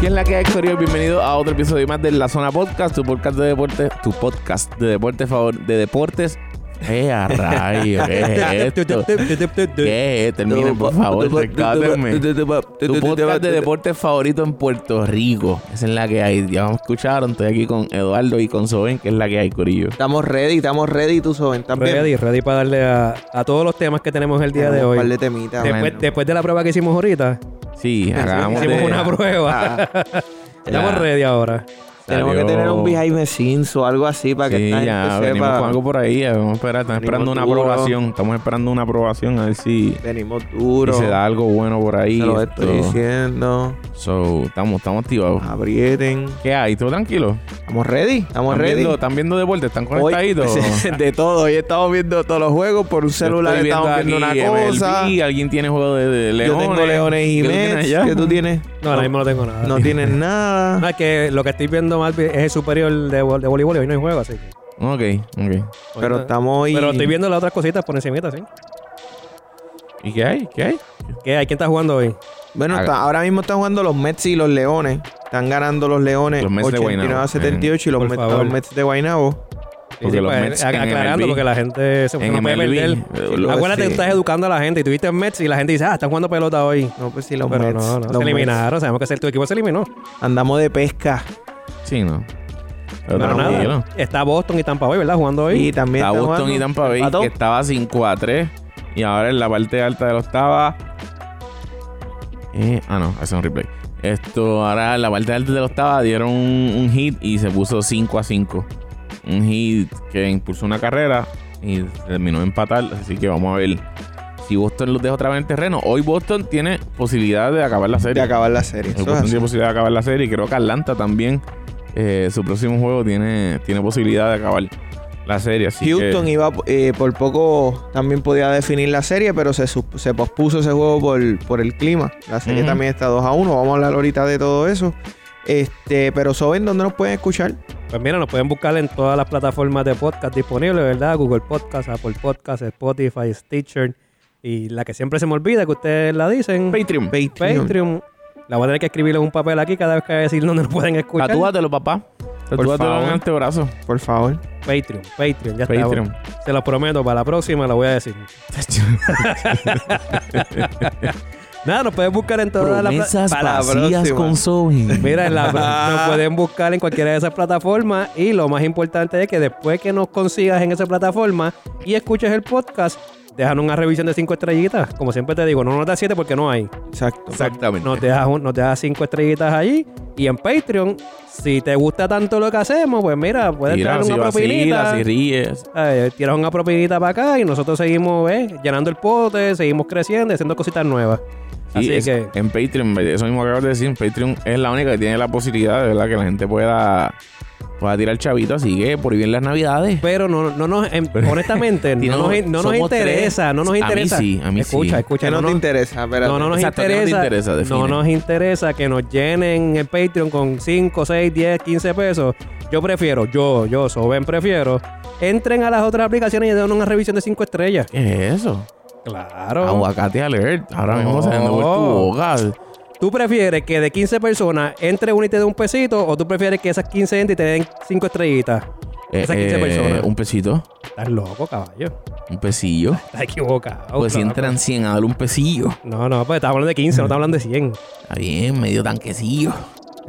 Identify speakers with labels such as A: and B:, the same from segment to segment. A: ¿Qué es la que hay, Corillo? Bienvenido a otro episodio más de La Zona Podcast, tu podcast de deportes, tu podcast de deportes favor, de deportes. ¡Eh, a rayo! ¿Qué es esto? ¿Qué es? Terminen, por favor, rescátenme. Tu podcast de deportes favorito en Puerto Rico. Esa es la que hay. Ya me escucharon, estoy aquí con Eduardo y con Soben, que es la que hay, Corillo.
B: Estamos ready, estamos ready, tú Soben, también.
C: Ready, ready para darle a, a todos los temas que tenemos el día de
B: Un
C: hoy.
B: par de temitas.
C: Después,
A: bueno.
C: después de la prueba que hicimos ahorita,
A: Sí, acabamos
C: hicimos
A: de...
C: una prueba.
B: Ah,
C: Estamos
A: Ya.
C: ready ahora.
B: tenemos que
A: Salió-
B: tener un behind the scenes o algo así para que
A: Sí,
B: esta
A: ya,
B: gente
A: venimos
B: sepa.
A: con algo por ahí. ya, Vamos a esperar. Estamos
B: Venimos
A: esperando una
B: duro.
A: aprobación. Estamos esperando una aprobación a ver si...
B: Venimos
A: Y
B: duro.
A: se da algo bueno por ahí.
B: Se lo estoy
A: esto.
B: diciendo.
A: So, estamos, estamos activados.
B: Aprieten.
A: ¿Qué hay? ¿Todo tranquilo?
B: Estamos ready, estamos
A: ¿Están
B: ready.
A: viendo, ¿Están viendo deporte? ¿Están
B: Hoy-
A: conectaditos?
B: de todo, hoy estamos viendo todos los juegos por un celular,
A: Yo estoy
B: estamos viendo una
A: aquí
B: cosa.
A: MLB, alguien tiene juego de, de
B: Yo
A: leones.
B: tengo leones
A: ¿Qué
B: y
A: tú tienes
B: Mets.
A: allá?
B: ¿Qué tú tienes?
C: No, ahora mismo no tengo nada.
B: No tienes nada.
C: No, es que lo que estoy viendo más bien es el superior de, vol- de voleibol y hoy no hay juego, así que.
A: Ok, ok.
C: hoy
B: Pero
C: no-
B: estamos hoy.
C: Pero estoy viendo las otras cositas por encimita, sí.
A: ¿Y qué hay? ¿Qué hay?
C: ¿Qué hay? ¿Quién está jugando hoy?
B: Bueno,
A: Haga.
B: está- ahora mismo están jugando los Mets y los Leones. Están ganando los Leones
A: Los Mets de
B: 89
A: Guaynabo.
B: a 78 y los
C: Por
B: Mets,
C: favor.
B: los Mets de Guaynabo.
A: Porque los
C: pues,
A: Mets
C: ac-
A: en
C: aclarando,
A: MLB.
C: porque la gente se
A: En
C: no puede
A: MLB.
C: perder.
A: Eh, lo-
C: Acuérdate
B: sí.
C: que estás educando a la gente y tuviste en Mets y la gente dice, ah, están jugando pelota hoy.
B: No, pues sí, los
C: Pero
B: Mets.
C: no,
B: los
C: no, se
B: Mets.
C: eliminaron. Sabemos que se- tu equipo se eliminó.
B: Andamos de pesca.
A: Sí, no. Pero
C: Pero nada,
A: tranquilo.
C: Está Boston y Tampa Bay, ¿verdad? Jugando hoy.
B: Y también
A: Está
B: están
A: Boston
B: jugando
A: y Tampa Bay,
B: empató.
A: que estaba 5 a 3. Y ahora en la parte alta de la octava. Eh, ah, no, hace un replay. Esto, ahora en la parte alta de la octava dieron un, un hit y se puso 5 a 5. Un hit que impulsó una carrera y terminó de empatar. Así que vamos a ver si Boston los deja otra vez en terreno. Hoy Boston tiene posibilidad de acabar la
B: de
A: serie.
B: acabar la serie.
A: El
B: Eso es
A: Boston
B: así.
A: tiene posibilidad de acabar la serie. Y creo que Atlanta también, eh, su próximo juego, tiene, tiene posibilidad de acabar la serie. Así
B: Houston
A: que,
B: iba eh, por poco también podía definir la serie, pero se, sus- se pospuso ese juego por, por el clima. La serie
A: Ujú.
B: también está 2 a 1. Vamos a hablar ahorita de todo eso. Este, pero Soben, ¿dónde nos pueden escuchar?
C: Pues mira, nos pueden buscar en todas las plataformas de podcast disponibles, ¿verdad? Google Podcast, Apple Podcast, Spotify, Stitcher. Y la que siempre se me olvida, que ustedes la dicen,
A: Patreon.
B: Patreon.
C: Patreon. La voy a tener que escribir en un papel aquí cada vez que voy a decir dónde nos pueden escuchar.
A: Tatúatelo, papá. Tatúatelo
B: favor.
A: en este brazo.
B: Por favor.
C: Patreon, Patreon, ya está.
A: Patreon.
C: Se los prometo, para la próxima la voy a decir. Nada, nos pueden buscar en todas las pla- para la
B: vacías con
A: Soben.
C: Mira, en la- nos pueden buscar en cualquiera de esas plataformas y lo más importante es que después que nos consigas en esa plataforma y escuches el podcast, dejan una revisión de cinco estrellitas. Como siempre te digo, no nos das siete porque no hay.
B: Exacto.
A: Exactamente.
C: Nos dejas, un- nos dejas cinco estrellitas allí y en Patreon, si te gusta tanto lo que hacemos, pues mira, puedes
A: Mira,
C: tirar
A: si
C: una
A: vacilas,
C: propinita.
A: si ríes.
C: Eh, tiras una propinita para acá y nosotros seguimos eh, llenando el pote, seguimos creciendo, y haciendo cositas nuevas.
A: Sí,
C: Así
A: es-
C: que
A: En Patreon, eso mismo acabas de decir, en Patreon es la única que tiene la posibilidad de verdad que la gente pueda, pueda tirar chavito. Así que por bien las navidades.
C: Pero no, no nos, en- honestamente, no,
A: Tino,
C: nos, no nos
A: somos
C: interesa,
A: tres.
C: no nos
A: A mí
C: interesa.
A: sí, a mí sí.
C: escucha, escucha,
B: Que no,
C: no,
B: te
C: nos-
B: interesa, espérate.
C: no, no nos
A: Exacto, ¿qué no te
C: interesa.
A: interesa? Define.
C: no nos interesa que nos llenen el Patreon con 5, 6, 10, 15 pesos. Yo prefiero, yo, yo, Soben prefiero, entren a las otras aplicaciones y den una revisión de 5 estrellas.
A: ¿Qué es eso? Ah,
C: Claro.
A: Aguacate alert. Ahora mismo se me
C: No.
A: por tu boca.
C: ¿Tú prefieres que de 15 personas entre una y te dé un pesito o tú prefieres que esas 15 entren y te den 5 estrellitas?
A: Eh,
C: Esas 15
A: eh,
C: personas.
A: Un pesito,
C: Estás loco, caballo.
A: un pesillo.
C: Estás equivocado.
A: pues si
C: Ah, claro.
A: entran 100 a darle un pesillo.
C: No, no, pues estamos hablando de 15, no estamos hablando de 100.
A: Está bien, medio tanquecillo.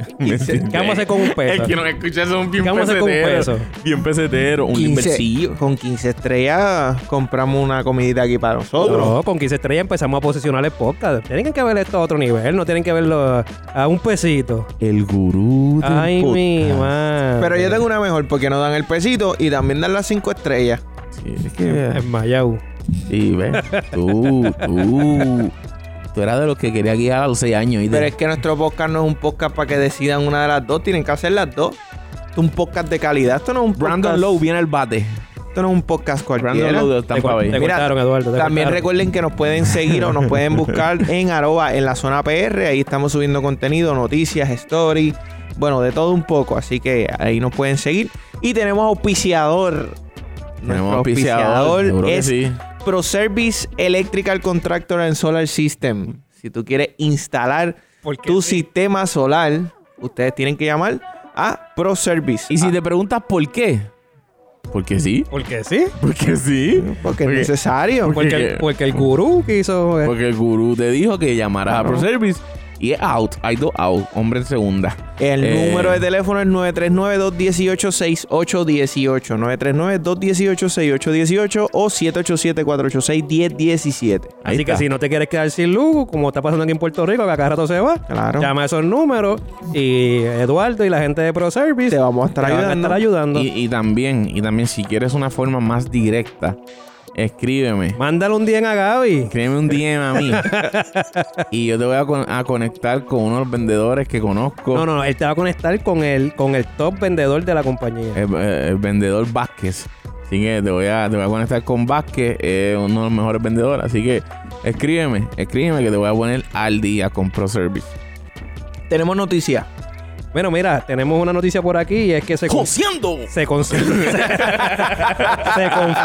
C: ¿Qué vamos a hacer con un
A: El
C: peso?
A: que nos escucha es un bien
C: ¿Qué vamos a hacer con un
A: pesetero.
C: peso?
A: Bien pesetero, un
B: 15
A: libercillo.
B: Con 15 estrellas compramos una comidita aquí para nosotros.
C: No, con 15 estrellas empezamos a posicionar el podcast. Tienen que ver esto a otro nivel, no tienen que verlo a un pesito.
A: El gurú del
C: Ay,
A: podcast.
C: mi madre.
B: Pero yo tengo una mejor porque nos dan el pesito y también dan las 5 estrellas.
A: Sí, es que...
C: En Mayau.
A: Sí, ves. Tú, tú... Tú eras de los que quería guiar a los 6 años. ¿oíste?
B: Pero es que nuestro podcast no es un podcast para que decidan una de las dos, tienen que hacer las dos. Esto es un podcast de calidad, esto no es un
A: Brandon
B: podcast.
A: Lowe viene al bate.
B: Esto no es un podcast
A: Brandon
B: cualquiera.
A: Lowe de
C: Te,
A: Tampa
C: cort-
A: Bay.
C: te cortaron, Eduardo. te
B: También
C: cortaron.
B: recuerden que nos pueden seguir o nos pueden buscar en arroba en la zona PR. Ahí estamos subiendo contenido, noticias, story, bueno, de todo un poco. Así que ahí nos pueden seguir. Y tenemos auspiciador. Nuestro
A: Tenemos auspiciador. seguro que
B: es
A: sí.
B: ProService Electrical Contractor and Solar System. Si tú quieres instalar
C: Porque
B: tu
C: sí.
B: sistema solar, ustedes tienen que llamar a ProService.
A: Y si
B: Ah,
A: te preguntas por qué, porque sí,
C: Porque sí.
A: porque sí,
B: porque es necesario.
A: Porque-
C: Porque el, porque el gurú quiso. eh,
A: porque el gurú te dijo que llamaras a ProService y es out, hay dos out, hombre en segunda.
B: El
A: Eh,
B: número de teléfono es 939-218-6818. 939-218-6818 o 787-486-1017.
A: Ahí
C: Así
A: está.
C: que si no te quieres quedar sin luz, como está pasando aquí en Puerto Rico, que a cada rato se va,
B: Claro.
C: llama a esos números y Eduardo y la gente de ProService
B: Te vamos a estar
C: van a
B: ayudando.
C: estar ayudando.
A: Y, y también, y también si quieres una forma más directa, escríbeme.
C: Mándale un 10 a Gaby.
A: Escríbeme un DM a mí. y yo te voy a, con- a conectar con uno de los vendedores que conozco.
C: No, no, no, él te va a conectar con el, con el top vendedor de la compañía.
A: El, Eh, el vendedor Vázquez. Así que te voy a, te voy a conectar con Vázquez, es uno de los mejores vendedores. Así que escríbeme, escríbeme que te voy a poner al día con ProService.
B: Tenemos noticias.
C: Bueno, mira, tenemos una noticia por aquí y es que se, con-
A: ¡Jociendo!
C: se, con- se, con-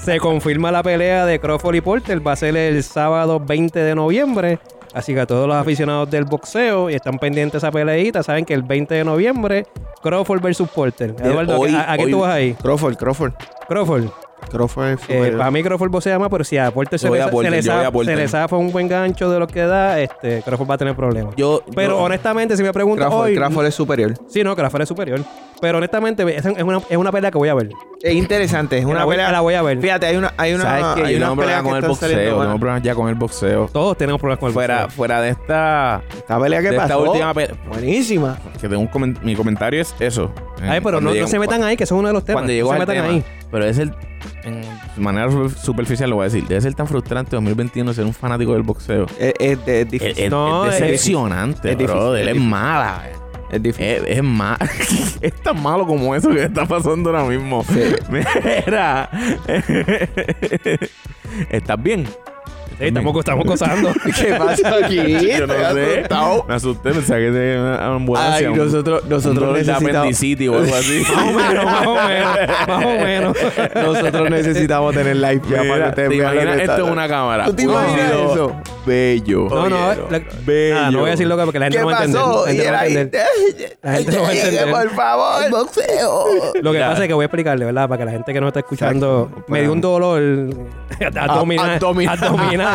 C: se confirma la pelea de Crawford y Porter. Va a ser el sábado 20 de noviembre. Así que a todos los aficionados del boxeo y están pendientes de esa peleita, saben que el 20 de noviembre, Crawford versus Porter. Eduardo,
B: Hoy-
C: ¿a, a qué
B: hoy-
C: tú vas ahí?
B: Crawford, Crawford.
C: Crawford.
B: Crawford es
C: Eh,
B: super-
C: para mí Crawford vocea más, pero si a Porter se
A: Yo voy
C: le,
A: a Porter,
C: se le
A: yo voy a
C: zafa-
A: Porter.
C: se le zafa un buen gancho de lo que da, este, Crawford va a tener problemas.
A: Yo,
C: pero
A: yo-
C: honestamente, si me preguntan
B: Crawford,
C: hoy...
B: Crawford es superior.
C: Sí, no, Crawford es superior. Pero honestamente, es, es una, es una pelea que voy a ver.
B: Es interesante. Es
C: la
B: una
C: voy-
B: pelea.
C: la voy a ver.
B: Fíjate, hay una, hay una,
A: ¿sabes qué?
B: hay
A: Yo
B: unas
A: tengo problemas
B: peleas que
A: con el
B: están saliendo
A: boxeo.
B: buenas.
A: Tengo problemas ya con el boxeo.
C: Todos tenemos problemas con el
A: Fuera,
C: boxeo.
A: fuera de esta.
B: Esta pelea que
A: de esta
B: pasó.
A: última pe-
B: Buenísima.
A: que tengo un comen- mi comentario es eso. Eh,
C: Ay, pero no, no se metan ahí, que eso es uno de los temas.
A: Cuando llegó
C: no se
A: al
C: metan
A: tema,
C: ahí.
A: pero es el en manera super- superficial lo voy a decir, debe ser tan frustrante 2021 ser un fanático del boxeo.
B: Es, es-
C: Eh,
B: es difícil.
A: Es, es-
C: No,
A: es
C: es-
A: decepcionante,
B: es difícil,
A: bro.
B: es
A: Él es
B: difícil.
A: mala. eh.
B: Es difícil.
A: Es, es ma- es tan malo como eso que está pasando ahora mismo. Mira. ¿Estás bien?
C: Sí, estamos, co- estamos gozando.
B: ¿Qué pasa aquí?
A: Yo no sé. Me asusté, pensaba que tenía una
B: Ay,
A: ambulancia. un-
B: nosotros,
A: un
B: nosotros
A: dolor de
B: necesitamos.
A: apendicitis o algo así.
C: más o menos, más o menos. Más o menos.
B: Nosotros necesitamos tener live ya
A: Mira,
B: para que ustedes
A: ¿te
B: vean lo
A: imaginas
B: que está-
A: esto es una cámara?
B: ¿Tú te
A: Uno,
B: imaginas
A: dos.
B: eso? Bello.
C: No, Ah, no,
A: Oye,
C: la-
A: bello.
C: nada, no voy a decir loca porque la gente
B: ¿Qué
C: no va a entender.
B: pasó?
C: La gente
B: Y
C: no va
B: era
C: a
B: ahí.
C: entender. La gente no va a entender.
B: Por favor, el boxeo.
C: Lo que
A: Ya.
C: pasa es que voy a explicarle, ¿verdad? Para que la gente que no está escuchando me dio un dolor abdominal,
A: abdominal.
C: abdominal.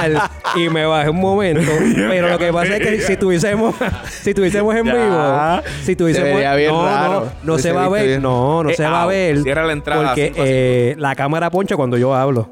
C: y me bajé un momento. pero lo que pasa es que si tuviésemos, si tuviésemos en
A: Ya.
C: vivo, si
B: Se
C: tuviésemos,
B: vería bien
C: no,
B: raro.
C: no, no
B: Hubiese
C: se va a
B: visto
C: ver,
B: bien.
C: no, no
A: Eh,
C: se va a
A: au,
C: ver.
A: cierra la entrada,
C: porque
A: cinco a
C: eh, la cámara poncha cuando yo hablo.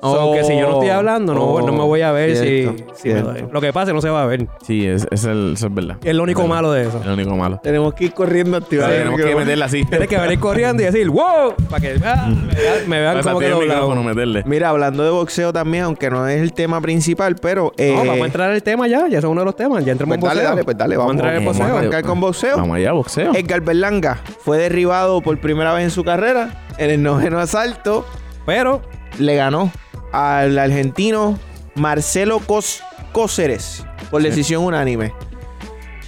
B: Oh,
C: So, que si yo no estoy hablando, no,
B: oh,
C: no me voy a ver si,
B: cierto,
C: si me doy.
B: cierto.
C: Lo que pasa es que no se va a ver.
A: Sí, es, es el, eso es verdad.
C: Es lo único
A: Verdad.
C: malo de eso.
A: El único malo.
B: Tenemos que ir corriendo a
A: Pero
B: activar el
A: tenemos que
B: micrófono.
A: meterla así.
C: Tienes que venir corriendo y decir, wow, para que ah, me vean, me vean
A: Pasa,
C: como que
A: tiene Pues, el
C: doblado.
A: micrófono, meterle.
B: Mira, hablando de boxeo también, aunque no es el tema principal, pero... eh,
C: No, vamos a entrar al tema ya, ya es uno de los temas, ya entremos
B: Pues
C: en
B: dale,
C: boxeo.
B: dale, pues dale, vamos.
C: a entrar en
A: Vamos
C: boxeo.
B: a arrancar con boxeo.
A: Vamos allá, boxeo.
C: Eh,
B: Edgar Berlanga fue derribado por primera vez en su carrera en el noveno asalto.
C: Pero
B: Le ganó al argentino Marcelo Cos Cóceres por decisión unánime.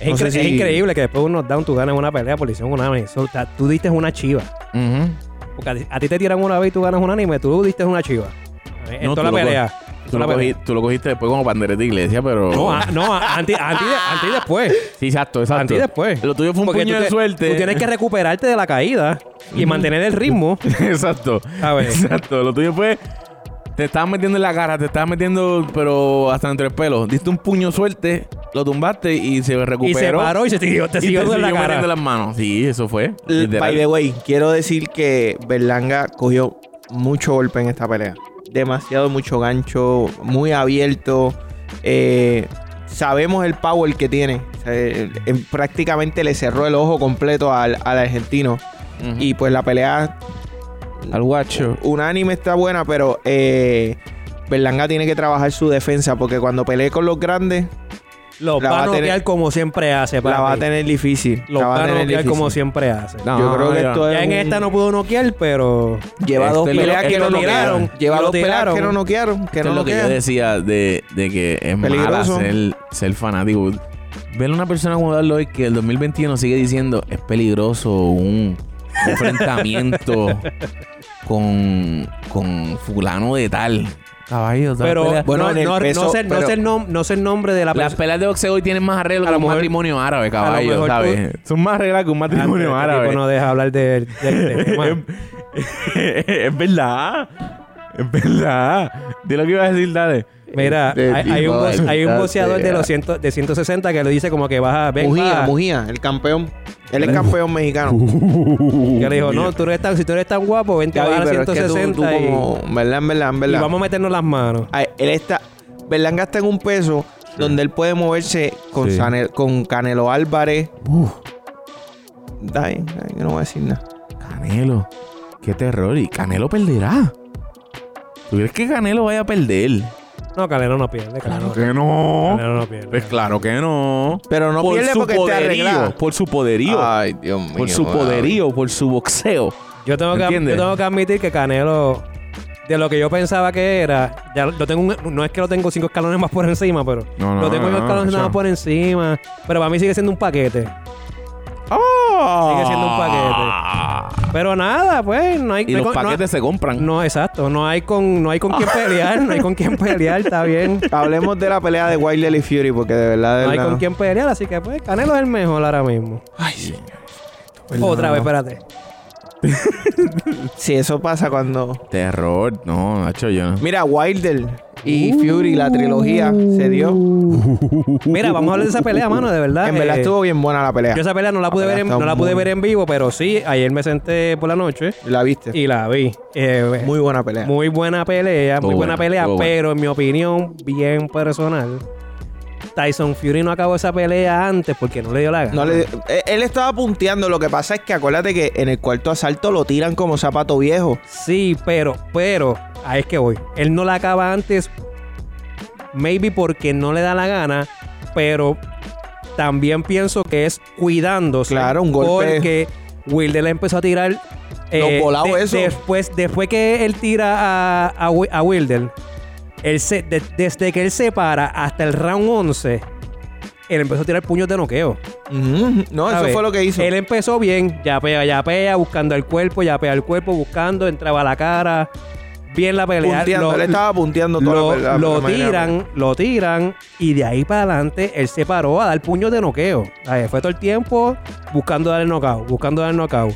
C: es,
B: No sé
C: incre-
B: si-
C: es increíble que después de un knockdown tú ganes una pelea por decisión unánime. Eso, o sea, tú diste una chiva.
A: Ujú.
C: Porque a ti, a ti te tiran una vez y tú ganas un anime, tú diste una chiva. En
A: No,
C: toda
A: tú
C: la
A: lo
C: pelea.
A: Tú lo,
C: Toda la
A: cogí-
C: pelea.
A: tú lo cogiste después como pandereta de iglesia, pero...
C: No, a- no, a- antes antes de- antes y después.
A: sí, exacto, exacto.
C: Antes y después.
A: Lo tuyo fue un
C: Porque
A: puño
C: tú
A: de
C: te-
A: suerte.
C: Tú tienes que recuperarte de la caída y mantener el ritmo.
A: Exacto.
C: A ver.
A: Exacto. Lo tuyo fue. Te estaban metiendo en la cara, te estaban metiendo, pero hasta entre el pelo. Diste un puño suerte, lo tumbaste y se recuperó.
C: Y se paró y se siguió, te
A: y te
C: siguió
A: siguió
C: en la
A: metiendo
C: cara.
A: las manos. Sí, eso fue.
B: L-
A: literal.
B: By the way, quiero decir que Berlanga cogió mucho golpe en esta pelea. Demasiado, mucho gancho, muy abierto. Eh, sabemos el power que tiene. O sea, eh, eh, prácticamente le cerró el ojo completo al, al argentino.
A: Ujú.
B: Y pues la pelea
A: al guacho.
B: unánime está buena, pero eh, Berlanga tiene que trabajar su defensa porque cuando pelee con los grandes,
C: Los
B: La
C: va
B: va a
C: a
B: tener-
C: noquear como siempre hace.
B: la va a
C: papi.
B: tener difícil.
C: Los
B: la va
C: va a
B: tener
C: noquear
B: difícil.
C: como siempre hace.
B: Yo creo que
A: ya.
B: esto
C: Ya en
B: un-
C: esta no pudo noquear, pero.
B: Lleva
A: Este
B: dos
A: lo-
B: peleas que
A: este
B: no
A: lo
B: noquearon.
C: tiraron,
B: Lleva
C: lo
B: dos peleas
C: tiraron.
B: que no noquearon. Que
A: Esto
B: no
A: es lo que yo
B: noquean.
A: decía de, de que es mala
B: Peligroso.
A: ser, ser fanático. Ver a una persona como Darlo hoy que el 2021 sigue diciendo es peligroso un enfrentamiento con con fulano de tal. Caballo, esa
C: Pero
A: pelea-
B: Bueno,
C: no-
B: en el
C: no, no
B: peso-
C: sé, no
B: pero-
C: sé el nom- no sé el nombre de la
A: las
C: persona.
A: peleas de boxeo hoy tienen más arreglo
C: A
A: que
C: lo
A: un
C: mejor-
A: matrimonio árabe, caballo,
C: mejor
A: ¿sabes? Son más reglas que un matrimonio
C: Ah,
B: eh.
C: este tipo no deja hablar de, del tema.
B: Em,
A: es verdad. Es verdad. De lo que iba a decir, dale.
C: Mira, hay,
A: Este
C: hay
A: tipo
C: un, box- hay un
A: maldita
C: boxeador de
A: sea.
C: los ciento- de 160 que le dice como que baja, ven,
B: Mujía,
C: baja.
B: Mujía, el campeón. Él es campeón mexicano.
A: Uh.
C: Que le dijo, no, tú no eres tan, si tú eres tan guapo, vente a
B: Gaby,
C: bajar a
B: pero es que tú-
C: 160
B: tú
C: y,
B: como- ¿Verdad, en verdad, en
C: y
B: verdad?
C: vamos a meternos las manos.
B: Ay, él está. Berlanga está en un peso donde él puede moverse con,
A: Sí.
B: Sane- con Canelo Álvarez.
A: Uh,
B: Dai, dai, yo no voy a decir nada.
A: Canelo. Qué terror. Y Canelo perderá. ¿Tú crees que Canelo vaya a perder?
C: No, Calero no pierde, Calero,
A: que no.
C: Calero no pierde.
A: Pues claro que no.
B: Pero no pierde porque está arreglado.
A: Por su poderío.
B: Ay, Dios mío.
A: por su
B: Gaby.
A: poderío. Por su boxeo.
C: Yo tengo, que,
A: ¿Entiendes?
C: yo tengo que admitir que Canelo, de lo que yo pensaba que era, ya lo tengo un- no es que lo tengo cinco escalones más por encima, pero
A: No, no,
C: lo tengo
A: no,
C: cinco escalones
A: eso.
C: más por encima. Pero para mí sigue siendo un paquete. Sigue siendo un paquete. Pero nada, pues, no hay
A: Ah. Y
C: no
A: los
C: hay con- no-
A: paquetes se compran.
C: No, exacto. No hay con, no hay con quién pelear, no hay con quién pelear, está bien.
B: Hablemos de la pelea de Wilder y Fury porque de verdad. de
C: No hay
B: verdad-
C: con quién pelear, así que pues Canelo es el mejor ahora mismo.
A: Ay, señor.
C: Otra vez, espérate.
B: Sí, eso pasa cuando.
A: Terror. No, Nacho, yo no.
B: Mira, Wilder
C: Uh.
B: y Fury, la trilogía se dio.
C: Mira, vamos a hablar de esa pelea, mano, de verdad.
B: En verdad
C: eh,
B: estuvo bien buena la pelea.
C: Yo esa pelea no
A: Ah,
C: la pude
B: pelea
C: ver en,
B: está
C: no la pude
B: muy-
C: ver en vivo, pero sí, ayer me senté por la noche
B: La viste.
C: y la vi. Eh, muy,
B: Este Muy buena pelea.
C: buena pelea,
A: Estuvo
C: muy buena,
A: buena,
C: pelea,
A: estuvo buena.
C: pero en mi opinión, bien personal. Tyson Fury no acabó esa pelea antes porque no le dio la gana.
B: No le- eh, él estaba punteando. Lo que pasa es que acuérdate que en el cuarto asalto lo tiran como zapato viejo.
C: Sí, pero, pero, ahí es que voy. Él no la acaba antes, maybe porque no le da la gana, pero también pienso que es cuidándose.
B: Claro, un golpe.
C: Porque Wilder le empezó a tirar. eh,
B: volado
C: de-
B: eso.
C: Después, después que él tira a, a Wi- a Wilder, él se- de- desde que él se para hasta el round 11, él empezó a tirar puños de noqueo.
B: Ujú. No,
C: ¿Sabes?
B: eso fue lo que hizo.
C: Él empezó bien, yapea, yapea, buscando el cuerpo, yapea el cuerpo, buscando, entraba a la cara, bien la pelea.
B: punteando.
C: Lo-
B: él estaba punteando toda
C: lo,
B: la pelea.
C: lo
B: la manera. pues.
C: tiran, lo tiran, y de ahí para adelante él se paró a dar puños de noqueo. Ahí fue todo el tiempo buscando dar el knockout, buscando dar el knockout.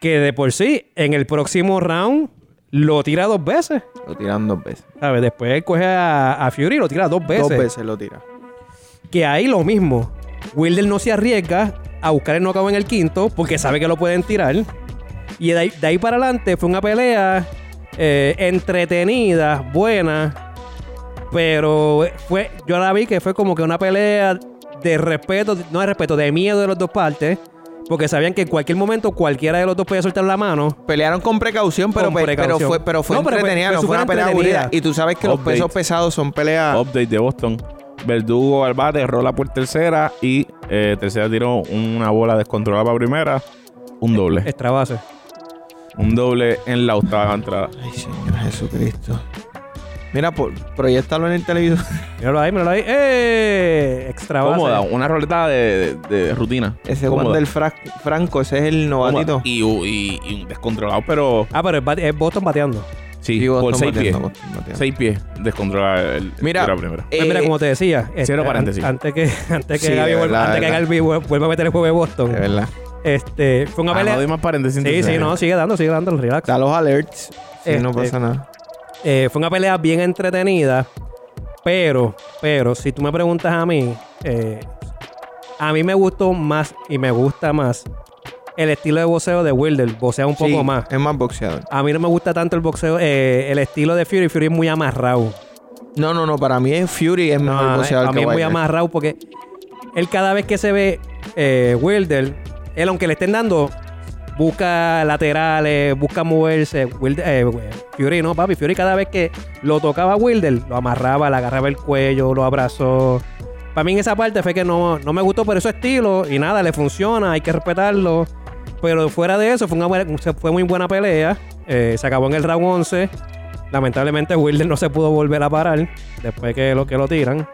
C: Que de por sí, en el próximo round, lo tira dos veces.
B: Lo tiran dos veces.
C: ¿Sabes? Después él coge a, a Fury y lo tira dos veces.
B: Dos veces lo tira.
C: Que ahí lo mismo. Wilder no se arriesga a buscar el knockout en el quinto porque sabe que lo pueden tirar. Y de ahí, de ahí para adelante fue una pelea eh, entretenida, buena. Pero fue, yo la vi que fue como que una pelea de respeto, no de respeto, de miedo de las dos partes. Porque sabían que en cualquier momento cualquiera de los dos podía soltar la mano.
B: Pelearon con precaución, pero,
C: Con
B: pe-
C: precaución.
B: pero fue, pero fue
C: No, pero fue-
B: entretenida,
C: fue
B: no fue
C: súper
B: una pelea
C: entretenida.
B: aburrida. Y tú sabes que
A: Update.
B: los pesos pesados son peleas.
A: Update de Boston. Verdugo al bate, rola por tercera y eh, tercera tiró una bola descontrolada para primera. Un doble.
C: Extra base.
A: Un doble en la octava entrada.
B: Ay, Señor Jesucristo. Mira, por, proyectalo en el televisor.
C: Míralo ahí, míralo ahí. ¡Eh! Extra base.
A: Cómoda, una roleta de, de- de rutina.
B: Ese
A: Cómoda,
B: Juan del Franco, ese es el
A: cómoda.
B: novatito.
A: Y, y- y un descontrolado, pero
C: Ah, pero es bate- es Boston bateando.
A: sí,
B: Digo,
A: por
B: Boston
A: seis pies.
B: bateando, Boston bateando.
A: Seis pies descontrolada. el-
B: Mira,
A: tira primera.
B: eh,
C: Pues mira, como te decía, este,
A: cero
C: an-
A: paréntesis.
C: antes que, antes que
B: Sí, de
C: Gaby vuelva,
B: verdad,
C: antes
B: de
C: que Gaby vuel- vuelva a meter el juego de Boston,
B: de verdad.
C: este, fue una
A: Ah,
C: pelea.
A: no doy más paréntesis.
C: sí,
A: entonces.
C: sí, no, sigue dando, sigue dando el relax.
B: Da los alerts. Si no
C: Este,
B: pasa nada.
C: Eh, fue una pelea bien entretenida, pero, pero, si tú me preguntas a mí, eh, a mí me gustó más y me gusta más el estilo de boxeo de Wilder, vocea un poco
B: Sí,
C: más.
B: Es más boxeador.
C: A mí no me gusta tanto el boxeo, eh, el estilo de Fury. Fury es muy amarrado.
B: No, no, no. Para mí es Fury es mejor
C: No,
B: boxeador
C: a
B: que
C: mí es muy
B: Wilder.
C: amarrado porque él cada vez que se ve eh, Wilder, él aunque le estén dando, busca laterales, busca moverse. Wilder, eh, Fury no, papi. Fury cada vez que lo tocaba Wilder, lo amarraba, le agarraba el cuello, lo abrazó. Para mí en esa parte fue que no, no me gustó por su estilo y nada, le funciona, hay que respetarlo. Pero fuera de eso, fue, una buena- fue muy buena pelea. Eh, se acabó en el round 11. Lamentablemente Wilder no se pudo volver a parar después que lo, que lo tiran.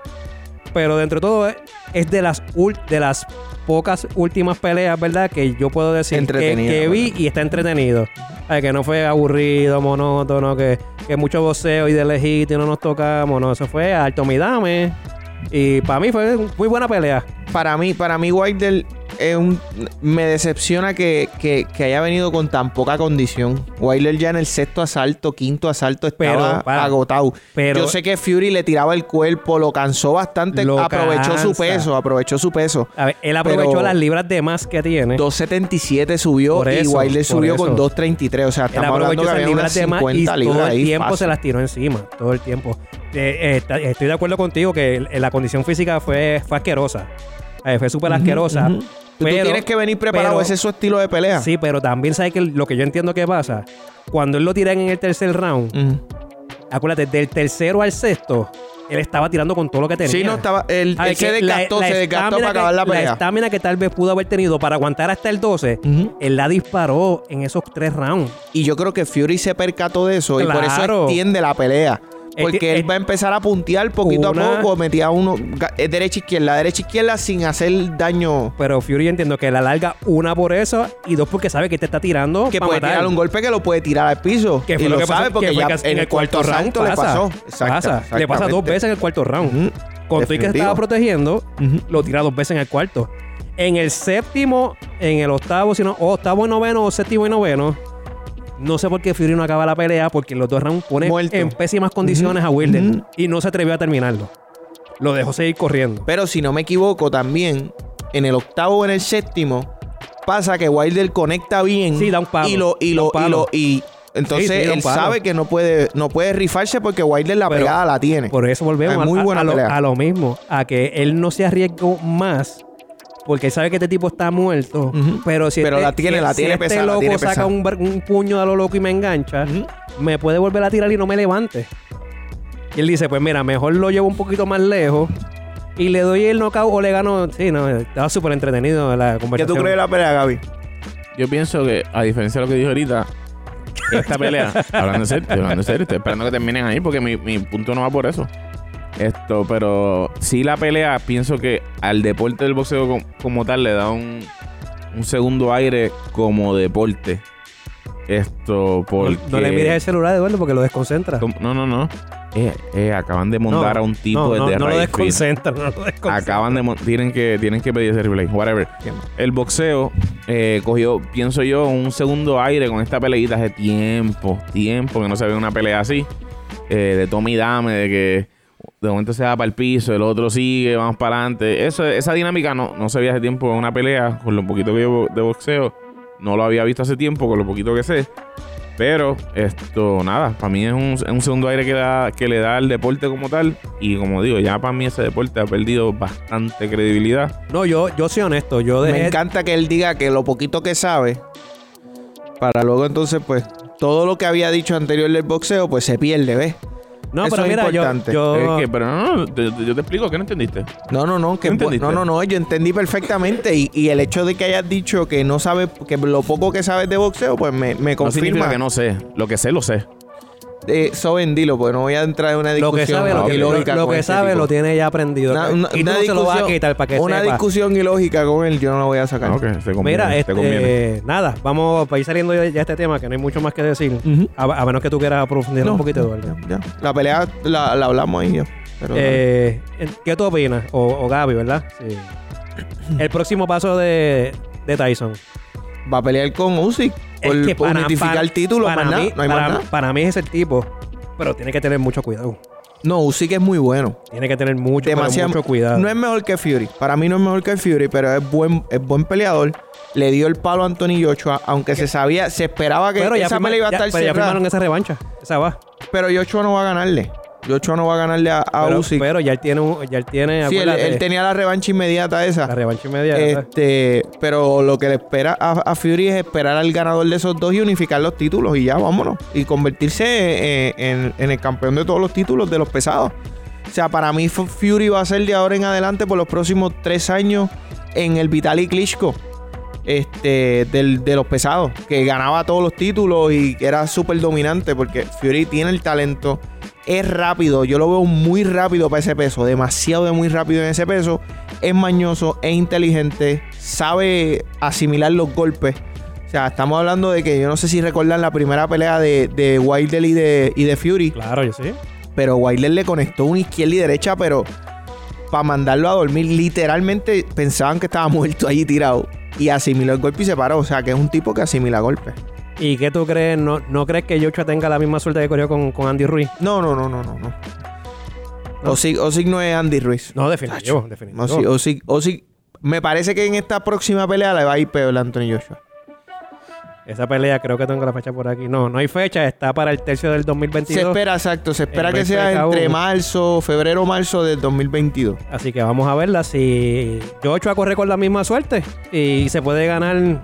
C: Pero dentro de todo es, es de, las ul- de las pocas últimas peleas, ¿verdad? Que yo puedo decir que,
B: Entretenida,
C: que vi y está entretenido. Ay, que no fue aburrido, monótono, que, que mucho voceo y de lejito y no nos tocamos. No, eso fue alto mi dame. Y para mí fue muy buena pelea.
B: Para mí, para mí Wilder es un- me decepciona que, que- que haya venido con tan poca condición. Wilder ya en el sexto asalto, quinto asalto estaba
C: Pero, para,
B: agotado.
C: pero-
B: Yo sé que Fury le tiraba el cuerpo, lo cansó bastante,
C: Lo
B: aprovechó su
C: cansa. Ah,
B: peso, aprovechó su peso.
C: A ver, él aprovechó
B: Pero-
C: las libras de más que tiene.
B: 2.77 subió
C: eh. Por eso,
B: y Wilder
C: por
B: subió con
C: eso.
B: 2.33. O sea,
C: Él
B: estamos hablando
C: aprovechó
B: que
C: esas
B: había unas
C: libras de más y
B: 50 libras
C: todo el
B: ahí.
C: tiempo
B: fácil.
C: se las tiró encima. Todo el tiempo. Eh, eh, está- estoy de acuerdo contigo que el- la condición física fue, fue asquerosa. Eh, fue súper asquerosa.
B: Ujú. Tú
C: Pero-
B: tienes que venir preparado,
C: pero-
B: ese es su estilo de pelea.
C: Sí, pero también sabes que lo que yo entiendo que pasa, cuando él lo tiran en el tercer round,
B: Ujú.
C: acuérdate, del tercero al sexto, él estaba tirando con todo lo que tenía.
B: Sí, no estaba. Él,
C: A ver,
B: él se
C: que la-
B: desgastó,
C: la
B: se desgastó para
C: estamina que-
B: acabar la
C: La
B: pelea.
C: estamina que tal vez pudo haber tenido para aguantar hasta el 12,
B: Ujú.
C: él la disparó en esos tres rounds.
B: Y yo creo que Fury se percató de eso y por eso
C: Claro.
B: extiende la pelea. Porque
C: Esti-
B: él
C: est-
B: va a empezar a puntear poquito a
C: Una-
B: poco, metía uno, ga- es derecha izquierda, derecha izquierda sin hacer daño.
C: Pero Fury yo entiendo que la larga una por eso y dos porque sabe que te está tirando
B: Que
C: Pues, pa'
B: puede
C: matar.
B: tirar un golpe que lo puede tirar al piso.
C: Que fue
B: y
C: lo
B: lo,
C: que pasó-
B: sabe porque
C: que fue
B: ya
C: que
B: en el cuarto asalto le
C: pasa,
B: pasó. Exacto,
C: Pasa. Le pasa dos
B: exactamente.
C: veces en el cuarto round.
B: Ujú.
C: Con Twig que
B: Definitivo.
C: estaba protegiendo,
B: Ujú.
C: lo tira dos veces en el cuarto. En el séptimo, en el octavo, si no, o octavo y noveno o séptimo y noveno. No sé por qué Fury no acaba la pelea porque los dos rounds pone
B: Muerto.
C: en pésimas condiciones a Wilder
B: ujú.
C: y no se atrevió a terminarlo. Lo dejó seguir corriendo.
B: Pero si no me equivoco, también en el octavo o en el séptimo, pasa que Wilder conecta bien.
C: Sí, da un palo,
B: Y lo, y
C: da
B: lo,
C: un palo.
B: y lo- y entonces
C: Sí, sí, da un
B: él
C: palo.
B: sabe que no puede, no puede rifarse porque Wilder la
C: Pero-
B: pegada la tiene.
C: Por eso volvemos
B: Ah,
C: a-
B: muy
C: a,
B: buena
C: a lo,
B: pelea.
C: a lo mismo, a que él no se arriesgó más porque él sabe que este tipo está muerto.
B: Ujú.
C: Pero si
B: Pero
C: este,
B: la tiene,
C: si-
B: la
C: si
B: tiene
C: este
B: pesada, la
C: loco
B: tiene
C: saca
B: pesada.
C: un, br- un puño a lo loco y me engancha,
B: Ujú.
C: me puede volver a tirar y no me levante. Y él dice, pues mira, mejor lo llevo un poquito más lejos y le doy el knockout o le gano. Sí, no, estaba súper entretenido la
B: ¿Qué
C: conversación.
B: tú crees de la pelea, Gaby?
A: Yo pienso que, a diferencia de lo que dijo ahorita, esta pelea, hablando en serio, hablando en serio, estoy esperando que terminen ahí porque mi, mi punto no va por eso. Esto, pero sí la pelea, pienso que al deporte del boxeo com- como, tal le da un, un segundo aire como deporte. Esto,
C: No,
A: porque...
C: no le mires el celular, Eduardo, porque lo desconcentra.
A: Com- No, no, no. Eh, eh, acaban de montar
C: No,
A: a un tipo
C: no, no,
A: desde
C: no lo
A: Riot Fitness.
C: desconcentra, no lo desconcentra.
A: Acaban de mon- tienen que tienen que pedir ese replay, whatever. El boxeo eh, cogió, pienso yo, un segundo aire con esta peleita hace tiempo, tiempo que no se ve una pelea así eh, de Tommy Dame, de que de momento se da para el piso, el otro sigue, vamos para adelante. Eso, esa dinámica no, no se veía hace tiempo en una pelea, con lo poquito que yo bo- de boxeo, no lo había visto hace tiempo, con lo poquito que sé. Pero, esto, nada, para mí es un, es un segundo aire que, da, que le da al deporte como tal. Y como digo, ya para mí ese deporte ha perdido bastante credibilidad.
C: No, yo, yo soy honesto, yo dejé...
B: Me encanta que él diga que lo poquito que sabe, para luego entonces, pues, todo lo que había dicho anterior del boxeo, pues se pierde, ¿ves?
C: No,
B: Eso
C: pero
B: es
C: mira, yo,
B: importante.
C: yo-
A: Es que, pero no, no, te- te- yo te explico, ¿qué no entendiste?
B: No, no, no, que
A: ¿No entendiste?
B: no, no, no, yo entendí perfectamente y, y el hecho de que hayas dicho que no sabes, que lo poco que sabes de boxeo, pues me, me
A: No significa
B: confirma.
A: que no sé, lo que sé, lo sé.
B: Eh, eso vendilo, porque no voy a entrar en una
C: lo
B: discusión
C: que sabe, lo
A: ok.
C: que,
B: ilógica
C: lo- lo
B: con
C: que
B: este
C: sabe
B: tipo.
C: lo tiene ya aprendido.
B: Una, una- una
C: y tú no se
B: discusión,
C: lo vas a quitar para que
B: una
C: sepa.
B: discusión ilógica con él, yo no la voy a sacar.
A: Ah, ok, te conviene,
C: Mira,
A: te
C: este,
A: conviene.
C: nada, vamos para ir saliendo ya de este tema, que no hay mucho más que decir.
B: Ujú.
C: a, a menos que tú quieras profundizar
B: No,
C: un poquito, Eduardo.
B: Ya, la pelea la, la hablamos ahí ya. Pero
C: Eh, ¿Qué tú opinas? O, o Gaby, ¿verdad? Sí. El próximo paso de, de Tyson.
B: dale. va a pelear con Usyk por,
C: es que
B: por
C: para,
B: unificar
C: para-
B: el título,
C: para
B: más nada,
C: mí,
B: no hay más
C: para-
B: nada.
C: para mí es el tipo, pero tiene que tener mucho cuidado.
B: No, Usyk es muy bueno.
C: Tiene que tener mucho, pero
B: demasiado
C: mucho cuidado.
B: No es mejor que Fury. Para mí no es mejor que Fury, pero es buen, es buen peleador. Le dio el palo a Anthony Joshua, aunque se sabía, se esperaba que
C: pero ya,
B: esa
C: firma-
B: pelea iba a
C: ya-
B: estar
C: pero ya
B: cerrada.
C: firmaron esa revancha. Esa va.
B: Pero Joshua no va a ganarle. Joshua no va a ganarle a, a
C: pero,
B: Usyk.
C: pero ya él tiene, un- ya él tiene,
B: Ah, uh, Sí, él,
C: acuérdate,
B: él tenía la revancha inmediata
C: la
B: esa.
C: revancha inmediata.
B: Este, pero lo que le espera a, a Fury es esperar al ganador de esos dos y unificar los títulos y ya vámonos. Y convertirse eh, en, en el campeón de todos los títulos de los pesados. O sea, para mí Fu- Fury va a ser de ahora en adelante por los próximos tres años en el Vitali Klitschko. Este, del- de los pesados, que ganaba todos los títulos y que era súper dominante porque Fury tiene el talento, es rápido, yo lo veo muy rápido para ese peso, demasiado de muy rápido en ese peso, es mañoso, es inteligente, sabe asimilar los golpes. O sea, estamos hablando de que yo no sé si recuerdan la primera pelea de, de Wilder y de, y de Fury,
C: Claro, yo sí.
B: pero Wilder le conectó una izquierda y derecha, pero para mandarlo a dormir, literalmente pensaban que estaba muerto allí tirado. Y asimiló el golpe y se paró. O sea, que es un tipo que asimila golpes.
C: ¿Y qué tú crees? ¿No, no crees que Joshua tenga la misma suerte que corrió con, con Andy Ruiz?
B: No, no, no, no, no. no. Osig, Osig no es Andy Ruiz.
C: No, definitivo, definitivo.
B: Osig, Osig- Osig- me parece que en esta próxima pelea le va a ir peor a Anthony Joshua.
C: Esa pelea creo que tengo la fecha por aquí. No, no hay fecha, está para el tercio del
B: Se
C: 2022.
B: espera, exacto. Se espera
C: El
B: que sea
C: 20
B: entre
C: aún.
B: marzo, febrero o marzo del 2022.
C: Así que vamos a verla si Joshua corre con la misma suerte y se puede ganar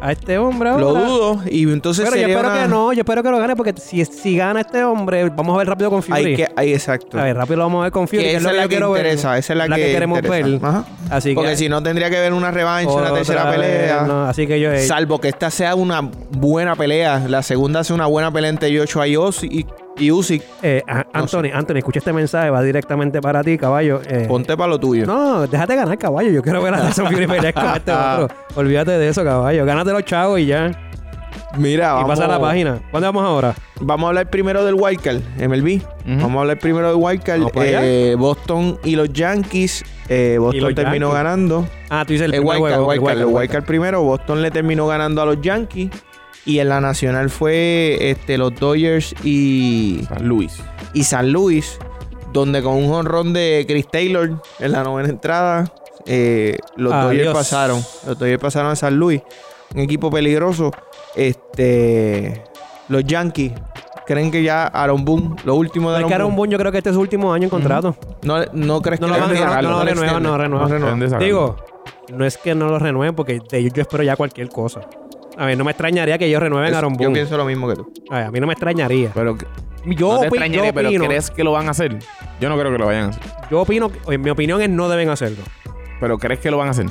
C: a este hombre.
B: Lo
C: ahora.
B: dudo. Y entonces
C: Pero yo
B: sería
C: espero
B: una-
C: que no, yo espero que lo gane porque si, si gana este hombre, vamos a ver rápido con Fury.
B: Hay que, hay exacto.
C: A ver, rápido lo vamos a ver con Fury.
B: Que
C: que es
B: esa
C: lo
B: es
C: que
B: la
C: yo
B: que
C: quiero ver.
B: interesa, esa es la, que,
C: queremos
B: interesa.
C: ver.
B: Ajá.
C: Así
B: Porque
C: que-
B: si no tendría que ver una revancha, una
C: Otra
B: tercera
C: vez,
B: pelea.
C: no, así que yo... eh,
B: Salvo que esta sea una buena pelea. La segunda sea una buena pelea entre Joshua y Usyk. Y, y Usyk.
C: eh, a- Anthony, Anthony, escucha este mensaje, va directamente para ti, caballo. Eh,
B: Ponte para lo tuyo.
C: No, déjate ganar, caballo. Yo quiero ver a Tyson Fury pelear con este otro. Olvídate de eso, caballo. Gánate los chavos y ya.
B: Mira,
C: Y
B: vamos,
C: pasa a la página. ¿Cuándo vamos ahora?
B: Vamos a hablar primero del Wildcard, MLB.
A: Ujú.
B: Vamos a hablar primero del Wildcard.
C: Vamos para
B: Eh, Boston y los Yankees. Eh, Boston
C: los
B: terminó
C: Yankees.
B: ganando.
C: Ah, tú dices el,
B: El
C: primer
B: Wildcard,
C: juego, el
B: Wildcard, el
C: wildcard.
B: Wildcard primero. Boston le terminó ganando a los Yankees. Y en la nacional fue este, los Dodgers
C: este,
B: y,
A: San Luis.
B: y San Luis, donde con un jonrón de Chris Taylor en la novena entrada, eh, los
C: Adiós.
B: Dodgers pasaron. Los Dodgers pasaron a San Luis, un equipo peligroso. Este, los Yankees creen que ya Aaron Boone, lo último de
C: Es
B: Aaron
C: que Aaron
B: Boone,
C: Boone yo creo que este es su último año en contrato.
B: no, no crees
C: No
B: Mm. que este
C: lo
B: le
C: van a
B: extiendan,
C: no, no lo
B: le
C: renuevan, no lo
B: extiendan.
C: renuevan.
A: Deben de sacarlo.
C: Digo, no es que no lo renueven porque de ellos yo espero ya cualquier cosa. A ver, no me extrañaría que ellos renueven a Aaron
B: Yo
C: Boone.
B: pienso lo mismo que tú.
C: A, ver, a mí no me extrañaría.
A: Pero que-
C: Yo,
A: no te
C: opi-
A: extrañaré,
C: yo
A: pero
C: opino,
A: ¿crees que lo van a hacer? Yo no creo que lo vayan a hacer.
C: yo opino, que- en mi opinión es no deben hacerlo.
A: Pero ¿crees que lo van a hacer?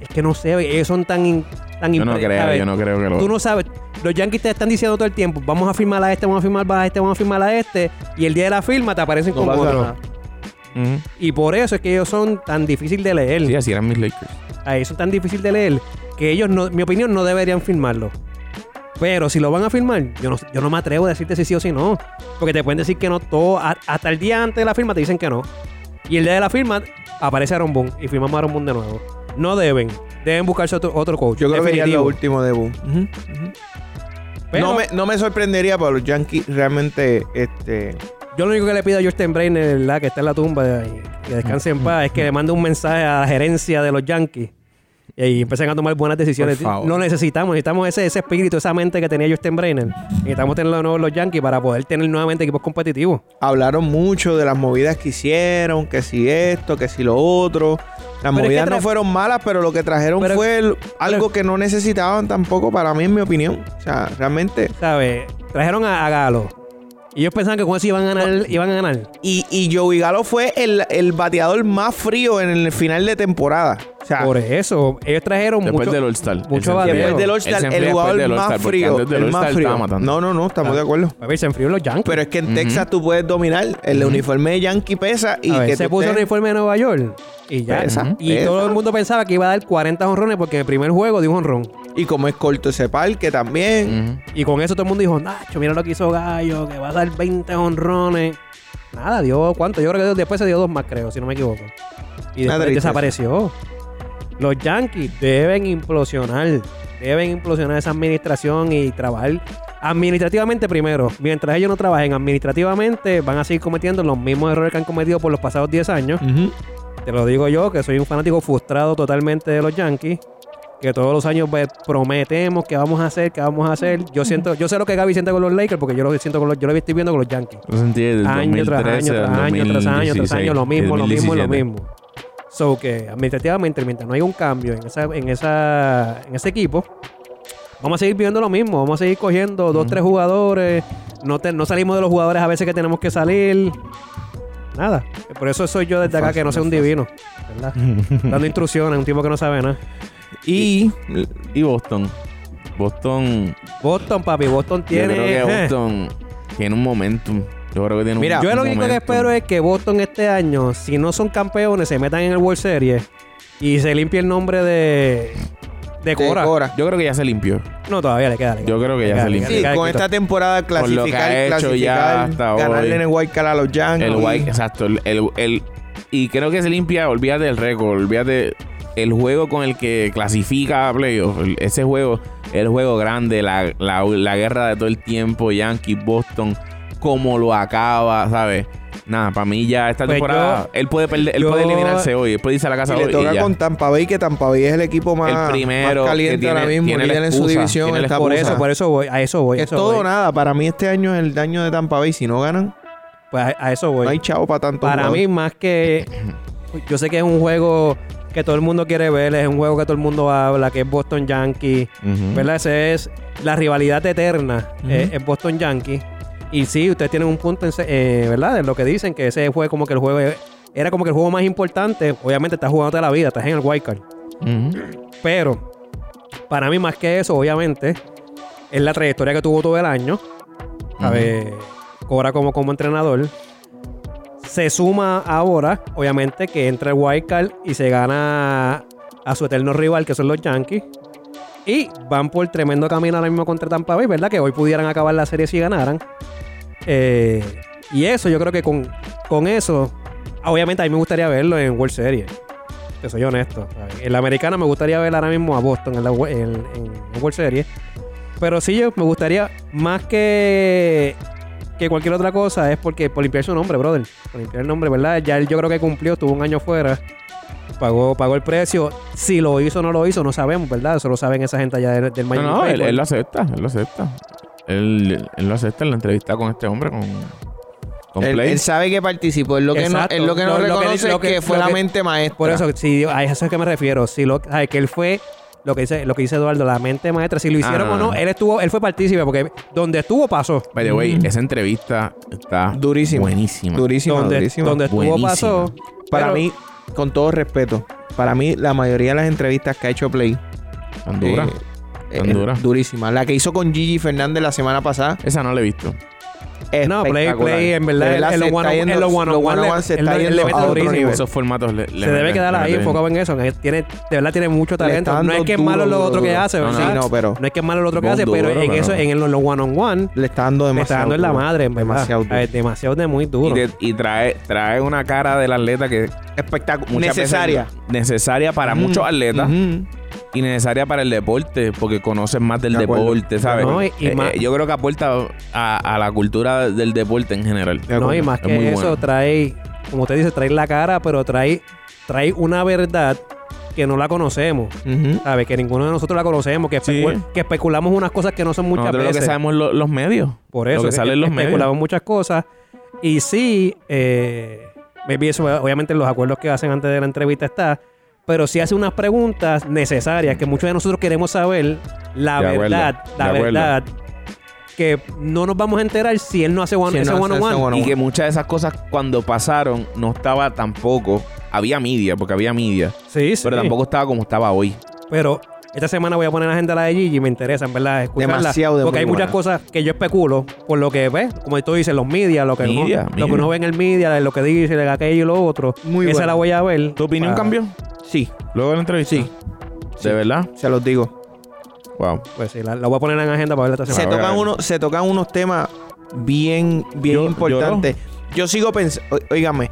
C: Es que no sé, ellos son tan, in- tan
A: Yo no
C: impre-
A: creo,
C: ¿sabes?
A: yo no creo que lo
C: Tú no sabes. Los Yankees te están diciendo todo el tiempo, vamos a firmar a este, vamos a firmar a este, vamos a firmar a este. Y el día de la firma te aparecen
B: No
C: con
B: pasa
C: otro.
B: nada.
A: Ujú.
C: Y por eso es que ellos son tan difícil de leer.
A: Sí, así eran mis Lakers.
C: A eso tan difícil de leer que ellos, no, mi opinión, no deberían firmarlo. Pero si lo van a firmar, yo no, yo no me atrevo a decirte si sí o si no. Porque te pueden decir que no todo. a- hasta el día antes de la firma te dicen que no. Y el día de la firma aparece Aaron Boone y firmamos a Aaron Boone de nuevo. No deben. Deben buscarse otro, otro coach.
B: Yo creo que ya es lo
C: Definitivo.
B: último de Boone.
C: Pero
B: no, me, no me sorprendería, pero los Yankees realmente este,
C: Yo lo único que le pido a Justin Brainer, ¿verdad? que está en la tumba y que descanse en paz, es que le mande un mensaje a la gerencia de los Yankees y empiecen a tomar buenas decisiones.
A: Por favor.
C: Lo necesitamos, necesitamos ese, ese espíritu, esa mente que tenía Justin Brainer. Necesitamos tenerlo de nuevo en los Yankees para poder tener nuevamente equipos competitivos.
B: hablaron mucho de las movidas que hicieron, que si esto, que si lo otro. Las
C: Pero es
B: movidas
C: que
B: no
C: tra-
B: fueron malas, pero lo que trajeron
C: Pero-
B: fue el- algo que no necesitaban tampoco para mí, en mi opinión. O sea, realmente...
C: ¿Sabes? Trajeron a, a Galo. Y ellos pensaban que con eso iban a ganar. Iban a ganar.
B: Y, y Joey Galo fue el, el bateador más frío en el final de temporada. O sea,
C: Por eso, ellos trajeron
A: Ah. Después
C: mucho.
A: del All-Star.
C: mucho
A: Él se
C: bateo.
A: enfría.
B: después del
A: Él se
B: All-Star,
A: enfría
B: el
A: después
B: jugador
A: del
B: más
A: All-Star, porque
B: frío.
A: antes del
B: El
A: All-Star
B: más
A: estaba
B: frío.
A: matando.
B: No, no, no, estamos de acuerdo.
C: A ver, se enfrió los
A: Pues,
C: Yankees.
B: Pero es que en Texas tú puedes dominar. El uniforme de Yankee pesa y
C: A ver,
B: que
C: se
B: tú
C: puso el
B: estés-
C: uniforme de Nueva York y ya.
A: Pues,
B: Pesa,
C: y
B: pesa.
C: todo el mundo pensaba que iba a dar 40 honrones porque en el primer juego dio un honrón.
B: Y como es corto ese parque también.
A: Ujú.
C: Y con eso todo el mundo dijo, Nacho, mira lo que hizo Gallo, que va a dar 20 honrones. Nada, dio cuánto. Yo creo que dio- después se dio dos más, creo, si no me equivoco. Y
B: Una
C: después
B: tristeza.
C: desapareció. Los Yankees deben implosionar. Deben implosionar esa administración y trabajar administrativamente primero. Mientras ellos no trabajen administrativamente, van a seguir cometiendo los mismos errores que han cometido por los pasados 10 años.
B: Ujú.
C: Te lo digo yo, que soy un fanático frustrado totalmente de los Yankees. Que todos los años pues, prometemos que vamos a hacer, que vamos a hacer. Yo siento, yo sé lo que Gaby siente con los Lakers, porque yo lo siento con los, yo lo estoy viendo con los Yankees.
A: Lo sentí desde el
C: Año tras año,
A: 2013 al
C: tras año, tras año, tras
A: 2016,
C: año, lo mismo, lo mismo, lo
A: 2017.
C: mismo. So que administrativamente, mientras no hay un cambio en esa, en esa, en ese equipo, vamos a seguir viendo lo mismo. Vamos a seguir cogiendo dos, tres jugadores. No, te- no salimos de los jugadores a veces que tenemos que salir. Nada. Por eso soy yo desde acá que no soy un divino. ¿verdad? Dando instrucciones a un tipo que no sabe nada.
A: Y, y Boston. Boston.
C: Boston, papi, Boston tiene.
A: eh,
C: eh.
A: Yo creo que Boston tiene un momentum. Yo creo que tiene
B: Mira,
A: un
C: Yo
A: un
C: lo único que
A: momento.
C: espero es que Boston este año, si no son campeones, se metan en el World Series y se limpie el nombre de. de
B: De
C: Cora.
B: Cora.
A: Yo creo que ya se limpió.
C: No, todavía le queda. le queda.
A: Yo creo que
C: Le
A: ya
C: queda,
A: se
C: le
A: limpió.
C: queda,
B: Sí,
C: le queda,
B: con
C: le queda.
B: esta temporada
A: Con lo que
B: clasificar,
A: ha hecho ya
B: clasificar,
A: hasta hoy.
B: ganarle en el White Card a los Yankees.
A: El white, exacto. El, el- el- y creo que se limpia, olvídate del récord, olvídate el juego con el que clasifica a playoff. el- Ese juego, el juego grande, la, la- la guerra de todo el tiempo, Yankees, Boston, cómo lo acaba, ¿sabes? Nada, para mí ya esta
C: Pues
A: temporada, él puede perder, él
C: yo-
A: puede eliminarse hoy, él puede irse a la casa
B: Y le
A: hoy. y
B: toca
A: ya.
B: con Tampa Bay, que Tampa Bay es el equipo más,
A: El primero que
B: más caliente
A: tiene-
B: ahora mismo.
A: tiene la
B: líder en su
A: excusa,
B: división.
A: tiene la
B: está
A: excusa.
C: Por
B: abusado.
C: eso, por eso voy. A eso voy. a
B: Es
C: eso
B: todo o
C: voy.
B: nada. Para mí este año es el daño de Tampa Bay. Si no ganan,
C: Pues a, a eso voy.
B: no hay chavo para tanto.
C: Para
B: jugador.
C: mí, más que. Yo sé que es un juego que todo el mundo quiere ver, es un juego que todo el mundo habla, que es Boston Yankee.
A: Ujú.
C: ¿Verdad? Esa es la rivalidad eterna,
B: Ujú.
C: eh, es Boston Yankee. Y sí, ustedes tienen un punto, en se- eh, ¿verdad? En lo que dicen, que ese fue como que el juego. Era como que el juego más importante. Obviamente, estás jugando toda la vida, estás en el wild card.
A: Ujú.
C: Pero, para mí, más que eso, obviamente, es la trayectoria que tuvo todo el año. ¿Sabes? Cobra como, como entrenador. Se suma ahora, obviamente, que entra el Wildcard y se gana a su eterno rival, que son los Yankees. Y van por tremendo camino ahora mismo contra Tampa Bay, ¿verdad? Que hoy pudieran acabar la serie si ganaran. Eh, y eso, yo creo que con, con eso, obviamente a mí me gustaría verlo en World Series. Te soy honesto. ¿sabes? En la americana me gustaría ver ahora mismo a Boston en la we- en- en- en World Series. Pero sí, yo me gustaría más que, que cualquier otra cosa, es porque por limpiar su nombre, brother. Por limpiar el nombre, ¿verdad? Ya él yo creo que cumplió, estuvo un año fuera, pagó, pagó el precio. Si lo hizo o no lo hizo, no sabemos, ¿verdad? Eso lo saben esa gente allá del, del
A: No,
C: Miami
A: no, él,
C: Baseball.
A: él lo acepta, él lo acepta. Él, él lo acepta en la entrevista con este hombre, con, con
B: Él,
A: Play.
B: él sabe que participó. Es lo que
C: Exacto.
B: no, él lo que no
C: Lo- lo que-
B: reconoce
C: lo
B: es
C: que-
B: que fue
C: lo
B: la
C: que-
B: mente maestra.
C: Por eso, sí, a eso es que me refiero. Si lo, a que él fue lo que dice, lo que dice Eduardo, la mente maestra, si lo hicieron
A: Ah.
C: o no, él estuvo, él fue partícipe, porque donde estuvo pasó.
A: By the
C: Mm.
A: way, esa entrevista está
B: Durísima.
A: buenísima.
B: Durísima,
C: Donde,
B: durísima.
C: donde estuvo
A: Buenísima.
C: pasó.
B: para
C: pero-
B: mí, con todo respeto, para mí la mayoría de las entrevistas que ha hecho Play
A: Tan dura.
B: eh,
A: Tan
B: eh,
A: dura.
B: durísima. La que hizo con Gigi Fernández la semana pasada.
A: Esa no la he visto.
C: No, Play,
B: espectacular.
C: Play, en verdad,
B: De
C: en
B: se
C: los
B: está
C: one on-
B: yendo-
C: en los one on
B: los
C: one
B: one on
C: le-
B: one se
C: él
B: está
C: le- él
B: yendo
C: le mete
B: a otro
C: durísimo.
B: nivel.
A: Esos formatos le,
C: se debe quedar ahí enfocado en eso. que tiene, de verdad tiene mucho
B: Le está
C: talento. No
B: dando
C: es que es
B: duro,
C: malo lo
B: duro,
C: otro que
B: duro.
C: hace,
A: No, no,
C: ¿verdad?
B: Sí, no, pero
C: No es que es malo lo otro que
A: Bon
C: hace,
A: duro,
C: pero en
A: pero-
C: eso, en los one on one,
B: le está dando
C: le
B: demasiado.
C: está dando en la
B: duro.
C: madre, en verdad.
B: Demasiado duro.
C: Eh, demasiado de muy
A: Y,
C: duro.
A: te- y trae, trae una cara del atleta que
B: Espectacular.
A: muchas
B: Necesaria.
A: veces- necesaria para
B: Ujú,
A: muchos atletas
B: ujú.
A: y necesaria para el deporte, porque conocen más del
B: De acuerdo.
A: deporte, ¿sabes?
C: No, y- y
A: Eh,
C: más-
A: eh, yo creo que aporta a, a la cultura del deporte en general.
B: De
C: No, y
B: acuerdo.
C: más
A: Es
C: que
A: muy
C: eso,
A: bueno.
C: trae, como usted dice, trae la cara, pero trae, trae una verdad que no la conocemos.
B: Ujú.
C: ¿Sabes? Que ninguno de nosotros la conocemos, que,
A: Sí.
C: especu- que especulamos unas cosas que no son muchas
A: Nosotros lo que
C: veces.
A: sabemos es lo- los medios.
C: Por eso,
A: Lo que sale en los
C: especulamos muchas cosas. Y sí, eh, maybe eso, obviamente los acuerdos que hacen antes de la entrevista está, pero sí hace unas preguntas necesarias que muchos de nosotros queremos saber la
A: De acuerdo,
C: verdad, la
A: de acuerdo.
C: verdad, que no nos vamos a enterar si él no hace one,
B: Si él
C: ese
B: no hace
C: one on
B: ese
C: one.
B: one-on-one.
A: Y que muchas de esas cosas cuando pasaron no estaba tampoco, había media, porque había media,
C: Sí, sí.
A: pero tampoco estaba como estaba hoy.
C: Pero esta semana voy a poner la agenda la de Gigi y me interesa, en verdad, escucharla.
B: Demasiado de
C: Porque hay
B: muy
C: muchas cosas que yo especulo por lo que ves, como tú dices, los media, lo que, uno-
A: Media,
C: lo que
A: media.
C: uno ve en el media, lo que dice, aquello y lo otro.
B: Muy
C: Esa
B: bueno.
C: la voy a ver.
A: ¿Tu opinión
C: Ah.
A: cambió?
B: Sí,
A: Luego de la entrevista.
B: Sí.
A: ¿De verdad?
B: se los digo.
A: Wow.
C: Pues sí, la, la voy a poner en agenda para verla esta
B: se
A: a
C: semana.
A: ver, a
B: tocan,
A: ver.
B: uno, se tocan unos temas bien, bien
A: Yo-
B: importantes. Yo, sigo pensando, óigame,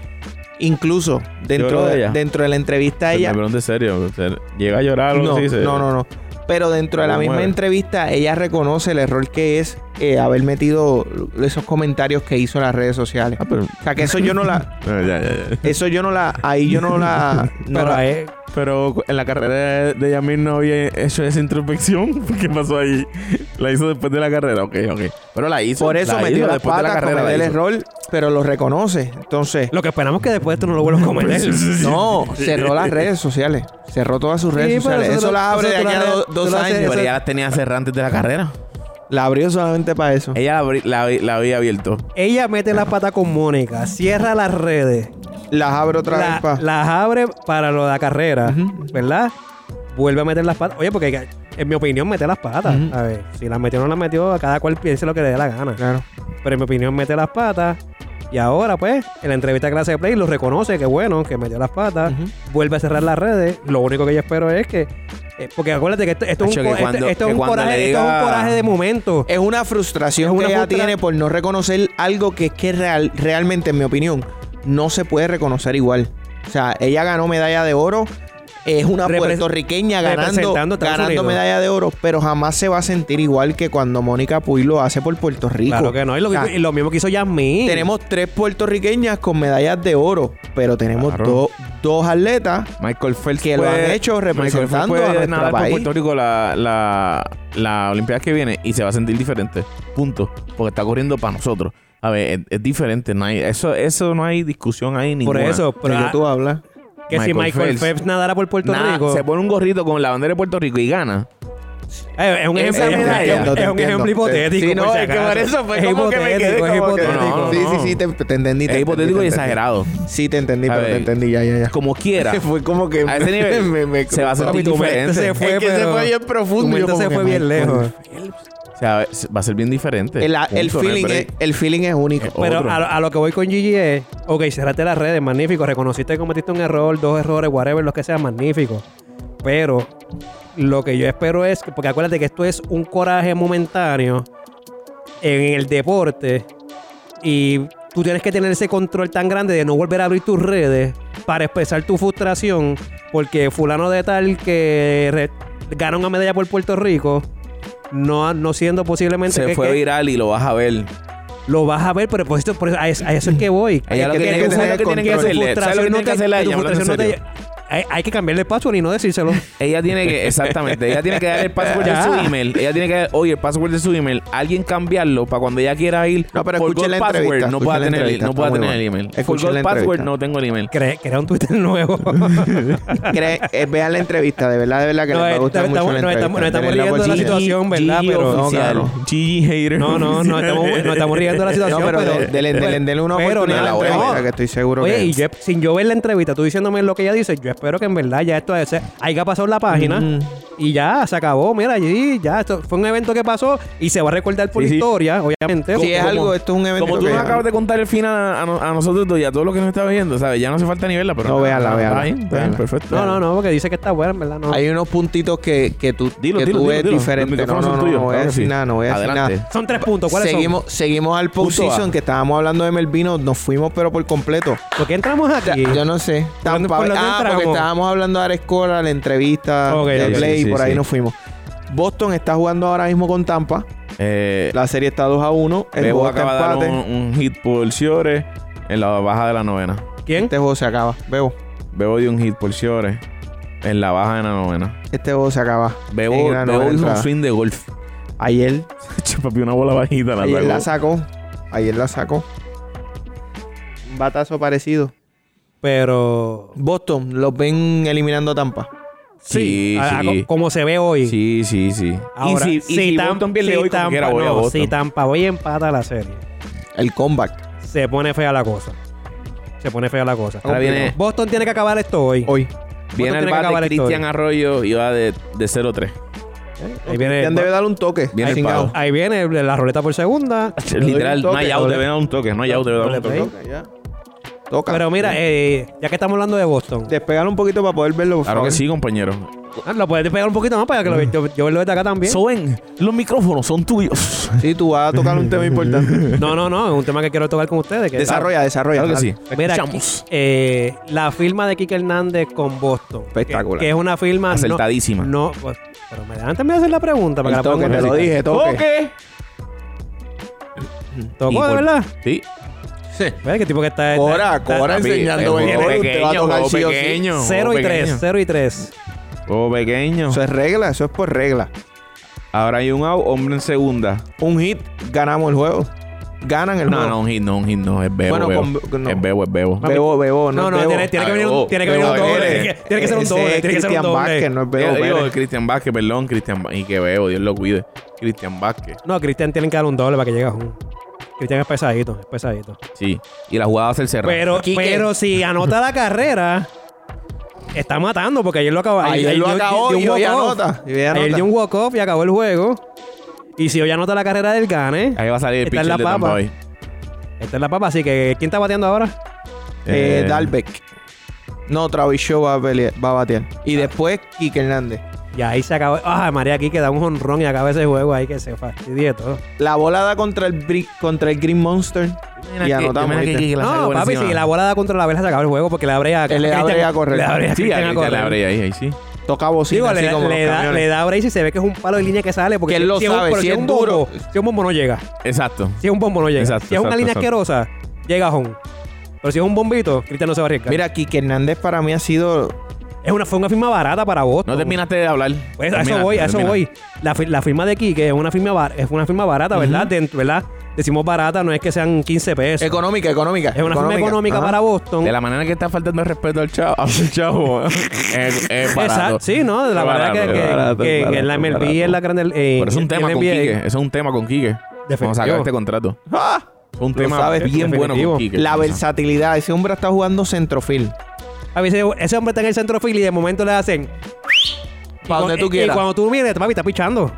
B: incluso
A: Lloró
B: dentro de,
A: ella.
B: dentro de la entrevista
A: Me
B: ella.
A: pregunto en serio. usted Llega a llorar o algo
B: No,
A: así, se-
B: no, no, no. Pero dentro de la
A: Lo
B: misma
A: mueve.
B: entrevista, ella reconoce el error que es eh, haber metido esos comentarios que hizo en las redes sociales.
A: Ah, pero.
B: O sea que eso yo no la,
A: no, ya, ya, ya.
B: eso yo no la, ahí yo no la, no
C: Pero
B: la-
C: ahí-
A: Pero en la carrera de Yamir no había hecho esa introspección. ¿Qué pasó ahí? La hizo después de la carrera. Ok, ok. Pero la hizo.
B: por eso
A: la
B: metió
A: hizo
B: las
A: después de
B: patas,
A: la carrera.
B: cometió
A: la
B: el
A: hizo.
B: error, pero lo reconoce. Entonces,
C: Lo que esperamos es que después tú no lo vuelvas a cometer.
B: No, cerró las redes sociales. Cerró todas sus redes
C: Sí, pero
B: sociales.
C: eso
B: Eso
C: tú-
B: la abre
C: eso
B: de
C: tú
B: aquí a
C: lo haces-
B: do-
C: tú
B: dos
C: lo haces-
B: años.
A: Pero ya las tenía hace antes de la carrera.
B: La abrió solamente para eso.
A: Ella la, abri- la, vi- la había abierto.
C: Ella mete la pata con Mónica, cierra las redes,
B: Las abre otra
C: la-
B: vez para.
C: las abre para lo de la carrera, ¿verdad? Vuelve a meter las patas. Oye, porque hay que- en mi opinión mete las patas.
B: Ujú.
C: A ver, si las metió o no las metió, a cada cual piense lo que le dé la gana.
B: Claro.
C: Pero en mi opinión mete las patas. Y ahora, pues, en la entrevista a clase de Play lo reconoce, que bueno, que metió las patas,
B: Ujú.
C: vuelve a cerrar las redes. Lo único que yo espero es que. eh, porque acuérdate que esto, esto es,
A: Hacho,
C: un,
A: que
C: co- este-
A: cuando-
C: esto es
A: que
C: un
A: cuando
C: coraje,
A: le
C: esto es
A: diga- Eh,
C: un coraje de momento.
B: Es una frustración
C: Es una
B: que ella
C: frustra-
B: tiene por no reconocer algo que es que real, realmente, en mi opinión, no se puede reconocer igual. O sea, ella ganó medalla de oro. Es una
C: Repres-
B: puertorriqueña ganando,
C: representando a Estados
B: ganando
C: Unidos.
B: medalla de oro, pero jamás se va a sentir igual que cuando Mónica Puy lo hace por Puerto Rico.
C: Claro que no. Y lo,
B: O
A: Ah.
B: sea,
C: y lo mismo que hizo Yasmín.
B: tenemos tres puertorriqueñas con medallas de oro, pero tenemos
A: Claro.
B: dos, dos atletas
A: Michael Phelps
B: Que lo han hecho
A: Pues, Michael Phelps
B: representando
A: puede
B: a nuestro
A: nadar por
B: país.
A: Puerto Rico la, la, la Olimpiada que viene y se va a sentir diferente. Punto. Porque está corriendo para nosotros. A ver, es, es diferente. No hay, eso, eso no hay discusión ahí
C: por
A: ninguna.
C: eso.
B: de
C: pero,
B: que
C: ah,
B: tú hablas.
C: que si
A: Michael
C: Michael
A: Phelps.
C: Phelps, nadara por Puerto
A: Nah,
C: Rico.
A: se pone un gorrito con la bandera de Puerto Rico y gana.
C: Eh, es un
A: Esa
C: ejemplo, es un-
A: medalla.
C: es un-
B: Te
C: es un
B: entiendo.
C: ejemplo hipotético.
A: Sí, no,
C: por si
A: es que
C: acaso.
A: por eso fue
C: es
A: como que me quedé
C: hipotético, es
A: como que-
C: hipotético.
A: No, no,
B: sí,
A: no.
B: sí, sí, te, te entendí.
A: Es
B: te
A: hipotético y
B: entendí, te entendí.
A: exagerado.
B: Sí, te entendí, pero
A: A
B: te
A: ver.
B: entendí, ya, ya, ya.
A: Como quiera.
B: Fue como que
A: A ese nivel se va a sentir
C: Tu mente
A: diferente.
C: se fue,
B: Es que se
C: pero-
B: fue bien profundo,
C: Tu
B: yo
C: mente
B: como
C: se
B: que,
C: fue bien
B: Michael
C: lejos.
A: O sea, va a ser bien diferente.
B: El, el
A: Punto, no hay
B: feeling es,
A: break.
B: el feeling es único.
A: Eh,
C: Pero
A: Otro.
C: a, lo- a lo que voy con Gigi es, ok, cerraste las redes, magnífico, reconociste que cometiste un error, dos errores, whatever, lo que sea, magnífico. Pero lo que yo espero es, que- porque acuérdate que esto es un coraje momentáneo en el deporte y tú tienes que tener ese control tan grande de no volver a abrir tus redes para expresar tu frustración porque fulano de tal que re- gana una medalla por Puerto Rico, no, no siendo posiblemente
A: se
C: que-
A: fue
C: que-
A: viral y lo vas a ver.
C: lo vas a ver, pero por esto, por eso, a, eso, a eso es que voy.
A: Ella lo que tiene
B: que
C: tu-
B: tener
C: tu
A: ¿Sabes
B: control.
A: lo que
C: frustración
A: tiene
C: no
A: que
C: te-
A: hacer ella?
C: que tu
A: Hablando en
C: frustración no te-
A: serio.
C: hay, hay que cambiarle el password y no decírselo.
A: Ella tiene que, exactamente, ella tiene que dar el password de
C: Ya.
A: su email. Ella tiene que dar, oye, el password de su email, alguien cambiarlo para cuando ella quiera ir.
B: No, pero
A: por
B: escuchen
A: Gold
B: la
A: password, No
B: entrevista, escuchen
A: pueda
B: la
A: tener, el,
B: entrevista,
A: no
B: está
A: pueda
B: muy
A: tener el
B: buena.
A: email. Por
B: Escuchen
A: Gold
B: la
A: password
B: entrevista.
A: no tengo el email.
C: Cre- Crea un Twitter nuevo.
B: Cre- eh, vean la entrevista, de verdad, de verdad que
C: No,
B: les va a
C: eh,
B: gustar
C: estamos-
B: mucho la
C: no, estamos-
B: entrevista.
C: no, estamos
B: Denle la
C: riendo de la
B: oportunidad.
C: situación. ¿verdad?
A: Gigi
C: Pero-
A: oficial.
B: No,
A: Gigi hater.
C: No, no, no estamos, no estamos riendo de la situación.
B: No, pero de- denle
C: pero-
B: denle- denle una
C: pero
B: oportunidad a la
C: nada,
B: entrevista,
C: no.
B: que estoy seguro
C: Oye, y
B: que...
C: yo, sin yo ver la entrevista, tú diciéndome lo que ella dice, yo espero que en verdad ya esto es, haya pasado en la página
B: Ujú.
C: y ya se acabó. Mira, allí ya esto fue un evento que pasó y se va a recordar por
A: Sí, sí.
C: historia, obviamente.
B: Si es
C: Como-
B: algo, esto es un evento
A: Como tú
B: que-
A: nos acabas de contar el final a, a no- a nosotros dos y a todos los que nos está viendo, ¿sabes? Ya no hace falta ni verla, pero.
B: No, véala,
A: Está
B: véala,
A: bien, está bien,
B: véala.
A: perfecto.
C: No, no, no, porque dice que está buena, en verdad. No.
B: Hay unos puntitos que, que tú,
A: Dilo,
B: que
A: dilo,
B: tú
A: dilo,
B: ves
A: dilo. Los
B: diferente. No,
A: micrófonos
B: no,
A: son
B: no,
A: tuyos,
B: no voy a
A: claro que
B: decir
A: sí.
B: nada, no voy a decir
A: Adelante.
B: nada.
C: Son tres puntos, ¿cuáles
B: seguimos, seguimos al
A: Punto
B: postseason
A: A.
B: que estábamos hablando de Melvino, nos fuimos pero por completo.
C: son? ¿Por qué entramos
B: O sea,
C: aquí?
B: Yo no sé.
C: ¿Por dónde-
B: Tampa
C: por
B: Bay-
C: dónde
B: ah,
C: entramos?
B: porque estábamos hablando de Ares Cora, la entrevista
C: Ok,
B: de
A: ok,
B: Play,
A: sí,
B: por ahí
A: sí.
B: nos fuimos. Boston está jugando ahora mismo con Tampa.
A: Eh,
B: La serie está 2 a 1. El
A: Bebo
B: juego está
A: acaba de dar
B: empate.
A: un, un hit por Ciore en la baja de la novena.
C: ¿Quién?
B: Este juego se acaba. Bebo.
A: Bebo dio un hit por Ciore en la baja de la novena.
B: Este juego se acaba.
A: Bebo,
B: En la
A: Bebo
B: novena
A: hizo un
B: entrada.
A: swing de golf.
B: Ayer,
A: Che, Papi, una bola bajita la
B: ayer
A: sacó.
B: la sacó. Ayer la sacó. Un batazo parecido.
C: Pero.
B: Boston, los ven eliminando a Tampa.
A: Sí,
C: a- a-
A: sí.
C: co- como se ve hoy.
A: Sí, sí, sí.
C: Ahora,
A: y si, y si
C: Tam-
A: Boston pierde
C: si
A: hoy, como
C: Tampa-
A: quiera voy a
C: no,
A: Boston.
C: si Tampa hoy empata la serie,
B: El comeback.
C: se pone fea la cosa. Se pone fea la cosa.
B: Ah,
A: Ahora viene,
C: Boston tiene que acabar esto hoy.
B: Hoy.
A: viene
C: tiene
A: al
C: que acabar
A: bate
C: la
A: Cristian
C: historia.
A: Arroyo y va de, de 0-3.
C: Ahí viene,
B: Cristian debe dar un toque.
A: Viene el
B: Sin
A: palo.
B: out.
C: ahí viene la ruleta por segunda.
B: doy un
A: Literal, no
B: toque,
A: hay out,
B: doble-
A: debe dar un toque. No hay out, debe dar un
C: doble
A: toque.
C: play.
B: Toca, ya. Toca.
C: Pero mira, eh, ya que estamos hablando de Boston,
B: Despegar un poquito para poder verlo. por
A: Claro
B: favor.
A: que sí, compañero.
C: Ah, lo puedes pegar un poquito más para que lo
B: Mm.
C: ve- yo, yo verlo desde acá también.
A: Soben, los micrófonos son tuyos.
B: Sí, tú vas a tocar un tema importante.
C: No, no, no, es un tema que quiero tocar con ustedes. Que
B: desarrolla, desarrolla.
A: Claro que sí.
B: dale.
C: Mira,
A: Escuchamos.
C: eh, la firma de Kike Hernández con Boston.
B: Espectacular.
C: Que, que es una firma. Ah, no-
A: Acertadísima.
C: No, pues, pero me antes me hacer la pregunta para
B: El
C: que la
B: toque,
C: podamos
B: te lo
C: decir.
B: dije, toque.
A: ¡Toque! Y
C: Tocó, de
A: por-
C: verdad.
A: Sí.
C: ¿Ves qué tipo que está?
B: Cora,
C: está-
B: Cora
A: Papi,
B: enseñando
A: el juego
B: béisbol, te va a
A: pequeño,
B: tocar
A: juego
B: sí o sí.
A: pequeño,
C: está-
A: juego
C: 0 y 3,
A: pequeño.
C: 0 y 3.
A: Juego pequeño.
B: Eso es regla, eso es por regla.
A: Ahora hay un out, hombre en segunda.
B: Un hit, ganamos el juego. Ganan el
A: No,
B: juego.
A: no, un hit, no, un hit, no. Es bebo,
B: Bueno,
A: bebo.
B: con- con- no.
A: Es bebo, es bebo.
B: Bebo, bebo, no,
C: No,
B: es
C: no,
B: bebo.
C: tiene, tiene que
A: Ah,
C: venir
A: bebo.
C: un, tiene que venir
A: Bebo,
C: un doble.
A: eres.
C: Tiene que- tiene que ser un
B: Ese
C: doble,
B: es
C: tiene que ser un
B: Christian Vázquez,
C: doble.
B: no es
A: Yo
B: bebo.
A: digo
B: Pérez.
A: Cristian Vázquez, perdón, Cristian Vázquez. Y que bebo, Dios lo cuide. Cristian Vázquez.
C: No, Cristian tiene que dar un doble para que llegue a home. Cristian es pesadito, es pesadito.
A: Sí. Y la jugada va a ser cerrada.
C: Pero, pero si anota la carrera, está matando porque ayer lo acabó.
B: Ayer lo
C: dio-
B: acabó
C: dio
B: y
C: un
B: hoy
C: walk-off.
B: anota. Y hoy
C: Ayer
B: anota.
C: dio un walk-off y acabó el juego. Y si hoy anota la carrera del Gane,
A: Ahí va a salir el
C: Está en
A: pitcher
C: la
A: de Tampa
C: papa.
A: Bay.
C: Esta es la papa, así que ¿quién está bateando ahora?
B: Eh,
A: Eh,
B: Dalbeck. No, Travis Shaw va a, pelear- va a batear. Y después Kike Hernández.
C: Y ahí se acabó. Ah, María aquí que da un honrón y acaba ese juego ahí que se fastidie todo.
B: La bola da contra el, Bri- contra el Green Monster. Y anotamos. ¿viste?
C: No, papi, si la bola da contra la vela se acaba el juego porque le abría
B: Él le da break a correr.
C: Le abría
A: Sí, ahí, te la abre ahí, ahí sí.
B: Toca bocina,
C: Digo,
B: así
C: le,
B: como
C: le
B: los
C: da,
B: camiones.
C: le da break y se ve que es un palo de línea que sale. Porque
B: Que él lo
C: un-
B: sabe,
C: pero
B: si es
C: bombo,
B: duro.
C: Si es un bombo no llega.
A: Exacto.
C: Si es un bombo no llega.
A: Exacto,
C: si es una
A: exacto,
C: línea
A: exacto.
C: asquerosa, llega a home. Pero si es un bombito, Cristian no se va a arriesgar.
B: Mira, Kike Hernández para mí ha sido
C: es una, fue una firma barata para Boston.
A: No terminaste de hablar.
C: Pues a eso
A: Termina,
C: voy, a eso
A: termina.
C: voy. La, fi- la firma de Quique es una firma, bar- es una firma barata, ¿verdad? Dent- ¿verdad? Decimos barata, no es que sean 15 pesos.
B: económica, económica.
C: es una firma económica
B: Ajá.
C: para Boston.
A: De la manera que está faltando el respeto al chavo, al chavo es, es barato.
C: Exacto, sí, ¿no? De la manera
A: Barato,
C: que, que,
A: barato,
C: que- que
A: barato,
C: en la MLB
A: barato.
C: es la grande. eh,
A: Pero es un
C: en
A: tema
C: la
A: con
C: NBA.
A: Quique. Eso es un tema con Quique. Vamos a sacar
C: Definitivo.
A: este contrato.
B: ¡Ah!
A: Un tema
B: sabes,
A: bien bueno
C: definitivo.
A: con Quique.
B: La
A: O sea,
B: versatilidad. Ese hombre está jugando centrofil.
C: A veces ese hombre está en el centro fila y de momento le hacen.
B: Para
C: y
B: donde tú
C: cu- e- y- Y
B: quieras.
C: cuando tú mires, papi, está pichando.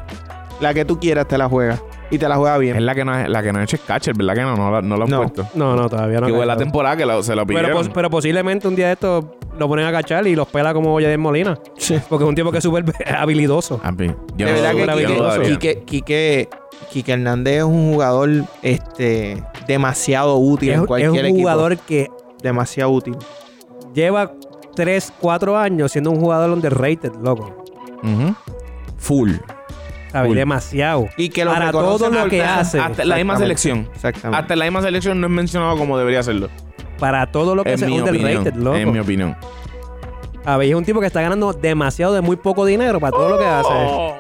B: La que tú quieras te la juega. Y te la juega
A: Es
B: bien.
A: la que no, la que no ha hecho catcher, ¿verdad? Que no, no, la- no lo han
B: No.
A: puesto.
C: No, no, todavía no.
A: que
C: ha
A: fue la
C: caído.
A: temporada que la- se la pidieron.
C: pero, pues, pos- pero posiblemente un día de estos lo ponen a cachar y los pela como Jaden Molina. Porque es un tipo que es súper habilidoso.
A: Ah, bien. Yo
B: de
A: no
B: verdad
A: lo- yo no
B: que
A: lo
B: Quique-
A: daría.
B: Quique, Quique, Quique Hernández es un jugador este, demasiado útil
C: Es,
B: en
C: es
B: cualquier
C: un jugador que
B: equipo. Demasiado útil.
C: lleva 3, 4 años siendo un jugador underrated, loco.
A: Ujú. Full.
C: ¿Sabes?
A: Full.
C: Demasiado.
B: Y que lo
C: Para
B: reconocen
C: todo lo
B: por
C: que
B: cada-
C: hace.
A: Hasta la misma
B: Exactamente.
A: selección.
B: Exactamente.
A: Hasta la misma selección no es mencionado como debería serlo.
C: Para todo lo que
A: En
C: hace
A: mi,
C: es
A: opinión,
C: underrated, loco.
A: en mi opinión.
C: A ver, es un tipo que está ganando demasiado de muy poco dinero para todo lo que hace.
A: Oh.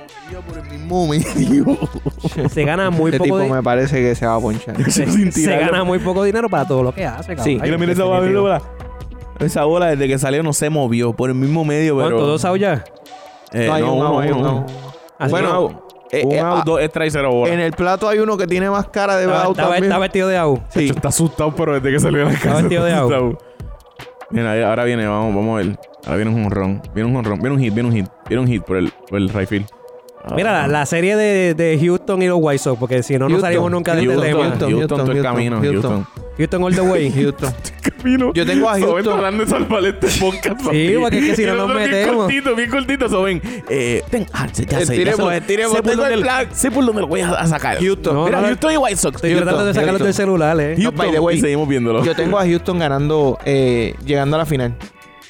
C: Se gana muy
B: este
C: poco Eh,
B: tipo
C: di-
B: me parece que se va a ponchar.
C: se, se gana muy poco dinero para todo lo que hace, cabrón.
B: Sí.
A: Mira, mira esa bola, mira esa bola. Esa bola desde que salió no se movió por el mismo medio, pero...
C: ¿Cuánto? ¿Dos out ya?
A: Eh,
B: No, hay
A: no,
B: un
A: uno,
B: out, hay un
A: uno.
B: out.
C: Así
A: Bueno,
C: que-
A: out.
B: Eh,
A: un
B: eh,
A: out,
B: ah,
A: dos extra y cero bola.
B: En el plato hay uno que tiene más cara de
C: estaba,
B: Bao
C: estaba-
B: también.
C: estaba vestido de out.
A: De hecho,
B: Sí.
A: está asustado, pero desde que salió de la
C: Está
A: casa
C: vestido de
A: está
C: agua.
A: asustado. Mira, ahí- ahora viene, vamos, vamos a ver. Ahora viene un honrón. Viene un honrón. Viene un hit, viene un hit. Viene un hit por el, por el right field. Ah.
C: Mira, la, la serie de, de Houston y los White Sox, porque si no, no
B: Houston,
C: salimos nunca de este
A: Houston,
C: tema.
A: Houston,
C: Houston,
B: Houston,
A: Houston, todo el
B: Houston,
A: camino.
B: Houston.
A: Houston.
C: all the way.
B: Houston.
A: Camino.
B: Yo tengo a
A: Soben
B: Houston.
A: tratando de salvar este podcast. papi.
C: porque es que si
A: Y
C: no nos
A: nosotros
C: metemos.
A: Bien cortito, bien cortito, Soben. Eh, ten, ah, ya sé, ya sé.
B: Estiremos,
A: sé-
B: estiremos,
A: Sé por
B: tengo
A: dónde
B: el
A: lo-
B: plan.
A: sé por dónde lo voy a, a sacar.
B: Houston.
C: No,
A: Mira,
C: no, no.
A: Houston y White Sox.
C: Estoy
A: Houston.
C: tratando de sacarlo
B: Houston.
C: del celular, eh.
A: Houston.
B: by the way.
A: Y seguimos viéndolo.
B: Yo tengo a Houston ganando, eh, llegando a la final.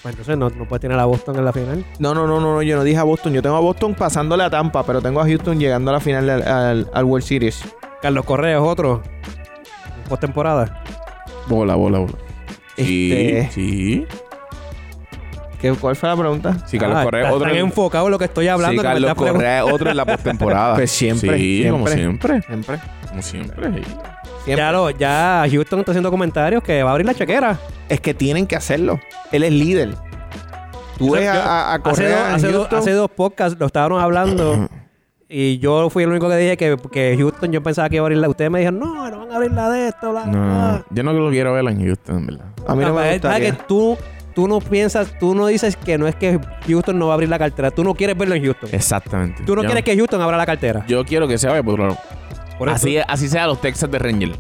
C: Bueno, Pues entonces no, no puedes tener a Boston en la final.
B: No, no, no, no, no, yo no dije a Boston. Yo tengo a Boston pasándole a Tampa, pero tengo a Houston llegando a la final al, al- al World Series.
C: Carlos Correa es otro. Postemporada.
A: Bola, bola, bola. Sí,
B: Este,
A: sí.
B: ¿qué- ¿Cuál fue la pregunta?
A: Sí, Carlos
C: Ah,
A: Correa es
C: están
A: otro.
C: enfocados en lo que estoy
A: Sí,
C: hablando. que me
A: Carlos
C: estás pregun-
A: Correa es otro en la postemporada.
B: Pues siempre,
A: Sí, como siempre.
B: Siempre.
A: Como siempre.
B: siempre.
C: Ya, lo, ya Houston está haciendo comentarios que va a abrir la chequera.
B: Es que tienen que hacerlo. Él es líder. Tú
C: O sea,
B: ves
C: yo-
B: a, a
C: Hace,
B: Correa
C: dos-
B: en
C: hace dos-
B: Houston.
C: hace dos podcasts lo estábamos hablando y yo fui el único que dije que, que Houston yo pensaba que iba a abrir la... Ustedes me dijeron, no, no van a abrir la de esto, bla,
A: No,
C: bla.
A: Ah. yo no lo quiero ver en Houston, en verdad.
B: a mí no
C: Ah,
B: me
C: es- ah,
B: gustaría.
C: que tú, tú no piensas, tú no dices que no es que Houston no va a abrir la cartera. Tú no quieres verlo en Houston.
A: Exactamente.
C: Tú no
A: Yo-
C: quieres que Houston abra la cartera.
A: Yo quiero que se vaya por otro lado.
C: Por eso-
A: Así, así sea los Texas de Ranger.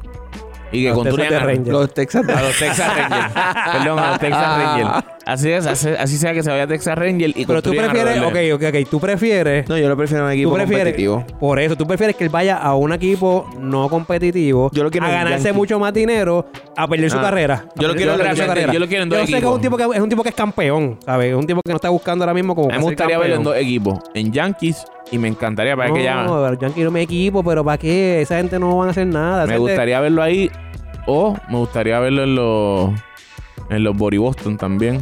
A: Y que
C: Los
A: continúen
C: Texas de
A: a-
C: Ranger.
B: Los Texas.
A: A los Texas Rangers. Perdón, a los Texas
C: Ah.
A: Rangers. Así es, así, así sea que se vaya a Texas Ranger y
C: Pero tú
A: construyan
C: prefieres,
A: alrededor de él.
C: ok, ok, ok, tú prefieres,
B: No, yo lo prefiero en un
C: tú
B: equipo
C: prefieres,
B: competitivo.
C: por eso, tú prefieres que él vaya a un equipo no competitivo,
B: Yo lo quiero
C: a
B: en
C: ganarse
B: Yankee.
C: mucho más dinero, a perder su
B: Ah.
C: carrera.
A: Yo lo
C: A
A: quiero en
C: perder
A: Yankee,
C: su carrera.
A: yo lo quiero en dos
C: Yo sé que es
A: equipos.
C: un tipo que es un tipo que es campeón, ¿sabes? Es un tipo que no está buscando ahora mismo como
A: A mí me gustaría verlo en dos equipos, en Yankees y me encantaría para que ya.
C: No, Yankee no es mi equipo, pero ¿para qué? Esa gente no van a hacer nada. Esa
A: Me
C: gente-
A: gustaría verlo ahí o me gustaría verlo en los en los Bori Boston también.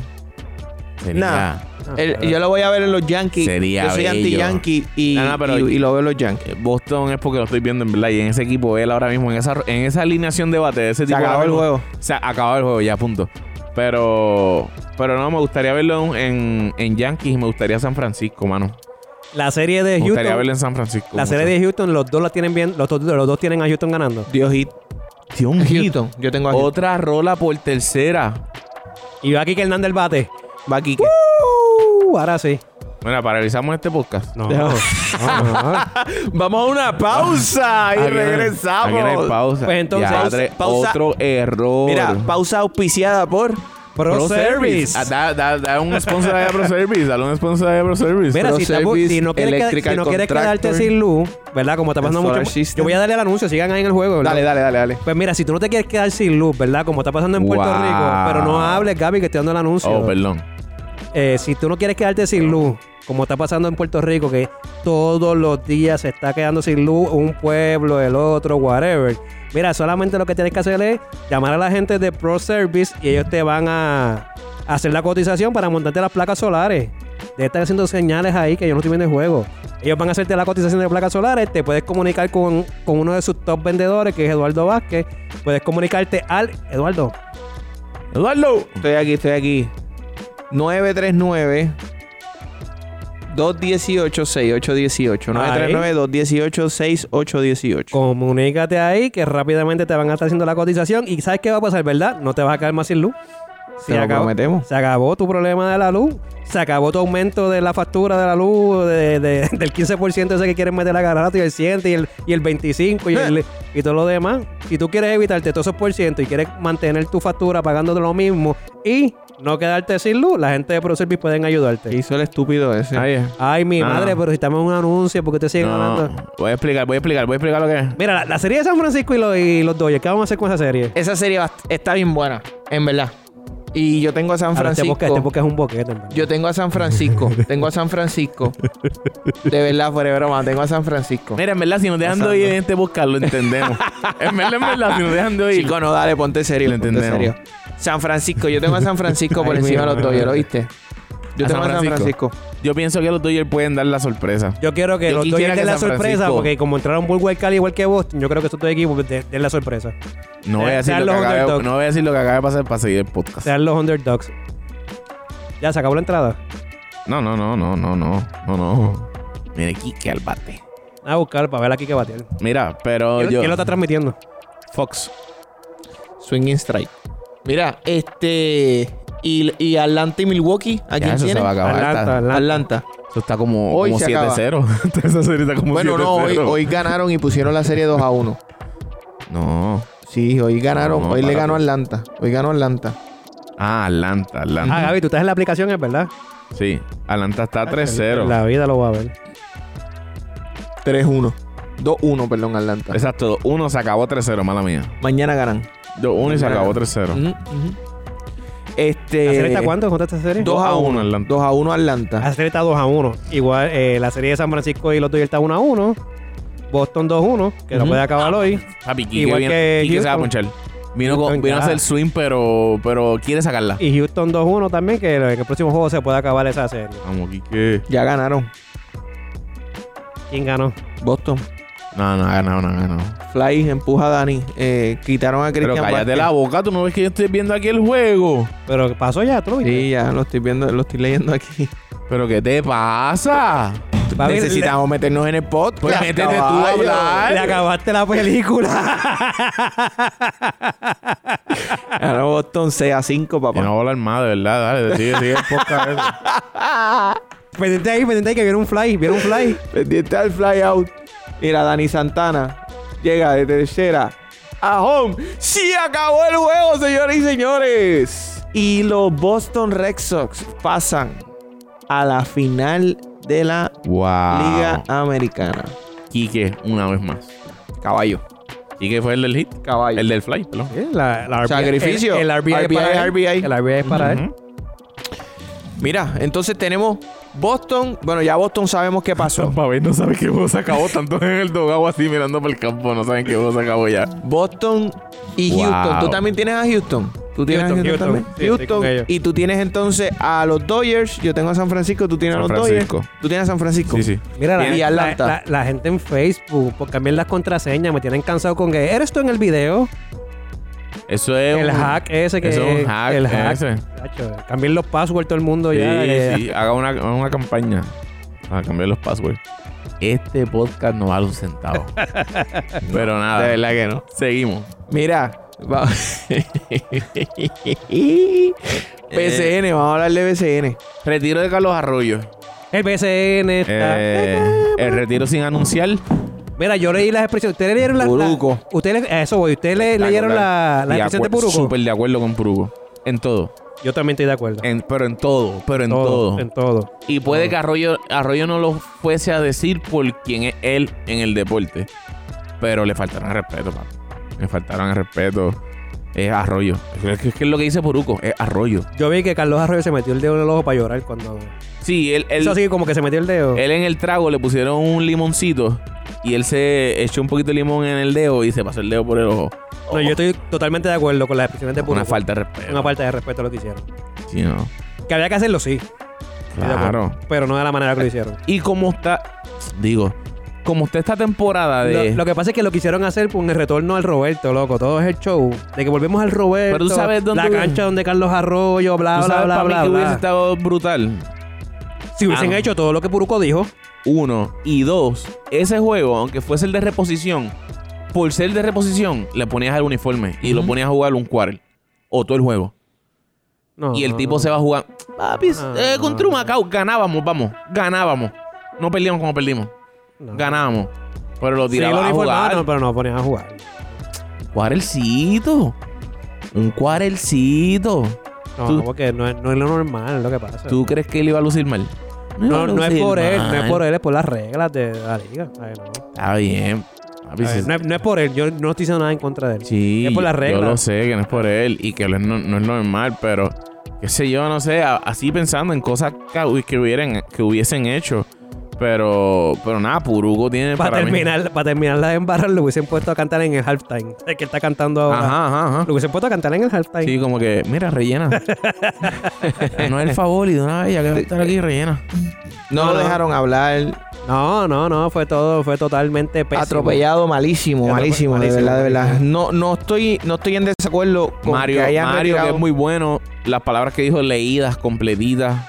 A: Sería.
B: Nah.
C: Ah,
B: El-
C: pero-
B: yo lo voy a ver en los Yankees.
A: Sería
B: yo soy
A: bello.
B: anti-Yankee y,
A: No, no, pero-
B: y- y lo veo en los Yankees.
A: Eh, Boston es porque lo estoy viendo en verdad y en ese equipo él ahora mismo en esa en esa alineación de bate de ese
B: Se
A: tipo
B: acabó
A: ahora
B: el
A: mismo-
B: juego.
A: O sea, acabó el juego ya punto. Pero pero no me gustaría verlo en, en Yankees y me gustaría San Francisco, mano.
C: la serie de
A: Me
C: Houston,
A: gustaría verlo en San Francisco.
C: la serie de Houston, los dos la tienen bien, los, dos- los dos tienen a Houston ganando.
B: Dios hit. Houston. Yo tengo a Houston.
A: Otra rola por tercera.
C: Y va aquí que Hernández bate.
B: Va Quique.
C: Uh, ahora sí.
A: Mira, paralizamos este podcast.
C: No.
B: Deja-
C: no, no.
B: Vamos a una pausa
A: Aquí
B: y
A: no hay-
B: regresamos.
A: Aquí no hay pausa.
C: Pues entonces-
A: Diadre,
B: Pausa.
A: otro error.
B: Mira, pausa auspiciada por.
C: Pro, Service.
A: Ah, da, da, da un sponsor ahí a Pro Service. Dale un sponsor ahí a Pro Service.
C: Mira, si, estás bu-
B: Service,
C: si no quieres, queda-
B: Electrical
C: si no quieres
B: Contractor.
C: quedarte sin luz, ¿verdad? Como está pasando
B: El Solar
C: mucho.
B: System.
C: Yo voy a darle el anuncio, sigan ahí en el juego. ¿verdad?
B: Dale, dale, dale, dale.
C: Pues mira, si tú no te quieres quedar sin luz, ¿verdad? Como está pasando en Puerto
A: Wow.
C: Rico, pero no hables, Gaby, que estoy dando el anuncio.
A: oh, perdón.
C: Eh, si tú no quieres quedarte sin luz, como está pasando en Puerto Rico, que todos los días se está quedando sin luz un pueblo, el otro, whatever. Mira, solamente lo que tienes que hacer es llamar a la gente de Pro Service y ellos te van a hacer la cotización para montarte las placas solares. De estar haciendo señales ahí que yo no estoy viendo el juego. Ellos van a hacerte la cotización de placas solares. Te puedes comunicar con, con uno de sus top vendedores, que es Eduardo Vázquez. Puedes comunicarte al Eduardo.
A: Eduardo.
B: Estoy aquí, estoy aquí. 939 218 6818. 939 218 6818.
C: Comunícate ahí que rápidamente te van a estar haciendo la cotización y ¿sabes qué va a pasar, verdad? No te vas a quedar más sin luz.
B: Se lo prometemos.
C: se acabó tu problema de la luz, se acabó tu aumento de la factura de la luz de- de- del 15% ese que quieren meter la garrata y el 100 y el, y el 25 y,
B: Eh.
C: el- y todo lo demás. Si tú quieres evitarte todos esos por ciento y quieres mantener tu factura pagándote lo mismo y no quedarte sin luz, la gente de ProService pueden ayudarte.
B: ¿Qué hizo el estúpido ese?
A: Ahí es.
C: Ay, mi
B: Ah.
A: No,
C: madre,
A: no.
C: pero si estamos en un anuncio, ¿por qué te siguen
A: No,
C: hablando?
A: voy a explicar, voy a explicar, voy a explicar lo que es.
C: Mira, la, la serie de San Francisco y, los- y los Dodgers, ¿qué vamos a hacer con esa serie?
B: Esa serie va- está bien buena, en verdad. Y yo tengo a San
C: Ahora, este
B: Francisco.
C: podcast- este podcast es un boquete. en verdad.
B: Yo tengo a San Francisco. tengo a San Francisco. De verdad, fuera de broma, tengo a San Francisco.
A: Mira, en verdad, si nos dejan de
B: Pasando.
A: oír en este podcast, lo entendemos. en verdad, en verdad, si nos dejan de oír.
B: Chico, no, dale, ponte serio.
A: Lo
B: ponte
A: entendemos.
B: serio. San Francisco, yo tengo a San Francisco por
C: Ay,
B: encima de
C: mira,
B: los
C: mira,
B: Dodgers,
C: mira.
B: ¿oíste? Yo
A: ¿A
B: tengo
A: San
B: a San
A: Francisco?
B: Francisco.
A: Yo pienso que los Dodgers pueden dar la sorpresa.
C: Yo quiero que
A: Yo
C: los
A: quisiera
C: Dodgers
A: que
C: den la
A: San
C: sorpresa,
A: Francisco-
C: porque como entraron Bulwer Cali igual que Boston, yo creo que estos dos equipos de- den la sorpresa.
A: No
B: Eh,
A: voy, a decir
C: Sean
A: lo que
C: los
A: acaba de-
C: underdogs.
A: no voy a decir lo que acaba de pasar para seguir el podcast.
C: Sean los underdogs. Ya, se acabó la entrada.
A: No, no, no, no, no, no, no, no. Mira, Kike al bate.
C: A buscar para ver aquí que batear.
A: Mira, pero
C: ¿Quién,
A: yo...
C: quién lo está transmitiendo?
A: Fox.
B: Swinging Strike. Mira, este. Y, y Atlanta y Milwaukee.
A: Ya,
B: ¿A quién
A: eso se
B: tienen?
A: va a acabar.
C: Atlanta,
A: Está-
C: Atlanta.
B: Atlanta.
A: Eso está como,
B: Hoy
A: como
B: se acaba.
A: 7-0. Esa serie está como
B: Bueno, no, hoy,
A: 7-0.
B: hoy ganaron y pusieron la serie 2 a 1.
A: No.
B: Sí, hoy ganaron.
A: No,
B: hoy le
A: párate.
B: ganó Atlanta. Hoy ganó Atlanta.
A: Ah, Atlanta,
C: Ah,
A: Atlanta.
C: Gaby, tú estás en la aplicación, es verdad.
A: Sí, Atlanta está 3-0.
C: La vida lo va a ver.
B: 3-1. 2-1, perdón, Atlanta.
A: Exacto, uno se acabó 3-0, mala mía.
B: Mañana ganan.
A: Yo uno y se acabó 3-0.
B: Ujú, ujú. Este.
C: ¿La
A: Eh,
C: serie está cuánto contra esta serie?
B: 2 a 1
A: Atlanta. Ah.
B: 2 a 1 Atlanta.
C: La serie está 2 a 1. Igual eh, la serie de San Francisco y los Dodgers está 1 a 1. Boston 2 a 1, que no
B: Ujú.
C: puede acabar hoy.
A: Papi, Quique,
C: Igual
A: viene-
C: que Ah.
A: Quique se va a
C: Houston.
A: ponchar. Vino, con-
C: Houston,
A: vino a
C: ya.
A: hacer swing, pero, pero quiere sacarla.
C: Y Houston 2-1 también, que en el próximo juego se puede acabar esa serie.
A: Vamos, Quique.
B: Ya ganaron.
C: ¿Quién ganó?
B: Boston.
A: No, no, ha ganado, no, ha ganado.
B: Fly empuja a Dani. Eh, quitaron a
A: Pero
B: Christian
A: cállate
B: Vázquez.
A: la boca, tú no ves que yo estoy viendo aquí el juego.
C: Pero pasó ya, tú lo viste.
B: Sí, ya lo estoy viendo, lo estoy leyendo aquí.
A: ¿Pero qué te pasa?
C: Papi,
B: Necesitamos meternos en el podcast.
A: Pues métete tú a
B: caballo.
A: hablar.
C: le, le acabaste la película.
B: Ahora Boston 6 a 5, papá.
A: Yo no voy a hablar más, de verdad. Dale, sigue, sigue el podcast. ¿eh? ese.
C: pendiente ahí, pendiente ahí que viene un fly, viene un fly.
B: Pendiente al flyout. Mira, Dani Santana llega de tercera a home. ¡Sí acabó el juego, señores y señores! Y los Boston Red Sox pasan a la final de la
A: Wow.
B: Liga Americana.
A: Quique, una vez más.
B: Caballo.
A: Quique fue el del hit.
B: Caballo.
A: El del fly, perdón.
C: La, la RBI
B: Sacrificio.
C: El, el RBI,
B: RBI,
C: para él.
B: RBI.
C: El RBI es para él.
A: Ujú.
B: Mira, entonces tenemos Boston. Bueno, ya Boston sabemos qué pasó.
A: Tampa Bay no sabe qué juego se acabó. Tanto en el dogado así mirando para el campo. No saben qué juego se acabó ya.
B: Boston y
A: Wow.
B: Houston. ¿Tú también tienes a Houston? ¿Tú tienes
C: Houston,
B: a Houston,
C: Houston.
B: también?
C: Sí, estoy con ellos.
B: y tú tienes entonces a los Dodgers. Yo tengo a San Francisco. Tú tienes
A: San
B: a los
A: Francisco.
B: Dodgers. Tú tienes a San Francisco.
A: Sí, sí.
C: Mira, la,
B: Y
C: la-
B: Atlanta.
C: la- la gente en Facebook, por cambiar las contraseñas, me tienen cansado con que eres tú en el video.
A: Eso es
C: el
A: un-
C: hack ese que
A: eso es un hack
C: El hack.
A: ese.
C: Chacho, Cambien los passwords todo el mundo ya. eh, que-
A: Sí, sí. Haga una, una campaña. A cambiar los passwords. Este podcast no vale un centavo. Pero nada.
B: De verdad que no.
A: Seguimos.
B: Mira. va- PCN. Vamos a hablar de PCN.
A: Retiro de Carlos Arroyo.
C: El BCN está.
A: Eh, el retiro sin anunciar.
C: Mira, yo leí las expresiones. Ustedes leyeron la. la-
B: Buruco.
C: ustedes le- a eso voy. Ustedes le- leyeron la, la
A: De
C: expresión de
A: acuer-
C: Puruco.
A: Súper de acuerdo con Puruco. En todo.
C: Yo también estoy de acuerdo.
A: En- pero en todo. Pero en todo.
C: En todo.
A: y puede
C: todo.
A: que Arroyo, Arroyo no lo fuese a decir por quién es él en el deporte. Pero le faltaron el respeto, papá. Le faltaron el respeto. Es Arroyo. Es que es, que es lo que dice Puruco. Es Arroyo.
C: Yo vi que Carlos Arroyo se metió el dedo en el ojo para llorar cuando.
A: Sí, él, él,
C: Eso así como que se metió el dedo.
A: él en el trago le pusieron un limoncito. Y él se echó un poquito de limón en el dedo y se pasó el dedo por el ojo.
C: No, yo estoy totalmente de acuerdo con las expresiones de Puruco.
A: oh. Una falta de respeto.
C: Una falta de respeto a lo que hicieron.
A: Sí, no.
C: Que había que hacerlo, sí. estoy de acuerdo,
A: Claro.
C: Pero no de la manera que lo hicieron.
A: Y como está, digo, como está esta temporada de...
C: Lo, lo que pasa es que lo quisieron hacer con el retorno al Roberto, loco. Todo es el show. De que volvemos al Roberto.
A: Pero tú sabes dónde-
C: La cancha donde Carlos Arroyo, bla,
A: tú
C: bla,
A: sabes
C: bla,
A: para mí
C: bla.
A: que
C: bla.
A: hubiese estado brutal.
C: Si hubiesen
A: Ah.
C: hecho todo lo que Puruco dijo,
A: Uno. Y dos, ese juego, aunque fuese el de reposición, por ser de reposición, le ponías el uniforme y lo ponías a jugar un quarter. O todo el juego.
C: no.
A: Y el tipo se va a jugar. Papi,
C: Ah.
A: eh, contra un Macao. Ganábamos, vamos. Ganábamos. No perdíamos como perdimos.
C: no.
A: Ganábamos. Pero lo
C: Sí, lo
A: tiraba a
C: uniformaban,
A: jugar.
C: no, pero no ponían a jugar.
A: Cuarelcito. Un cuarelcito.
C: No,
A: Tú-
C: porque no es, no es lo normal lo que pasa.
A: ¿Tú crees que él iba a lucir mal?
C: no,
A: iba a
C: no es
A: lucir
C: por él, no es
A: mal.
C: por él, es por las reglas de la liga. Ay, no.
A: Está bien. Papi,
C: Ay,
A: sí.
C: no, es, no es por él, yo no estoy diciendo nada en contra de él.
A: Sí,
C: es por las reglas.
A: Yo lo sé que no es por él y que no, no es normal, pero qué sé yo, no sé, a- así pensando en cosas que, hu- que hubieran, que hubiesen hecho. Pero, pero nada, Puruco tiene
C: Para,
A: mí-
C: terminar, para terminar las embarras, lo hubiesen puesto a cantar en el halftime. Es que él está cantando ahora.
A: Ajá, ajá, ajá.
C: Lo hubiesen puesto a cantar en el halftime.
A: Sí, como que, mira, rellena. no es el favor y de una vez ya que va a estar aquí rellena.
B: No,
C: No,
B: lo
C: no.
B: dejaron hablar.
C: No, no, no, fue todo, fue totalmente pésimo.
B: Atropellado, malísimo,
C: Atrope-
B: malísimo,
C: malísimo,
B: de verdad, de verdad.
C: malísimo.
B: No, no estoy, no estoy en desacuerdo con
A: Mario,
B: que hayan
A: Mario, que
B: retirado-
A: es muy bueno, las palabras que dijo leídas, completitas.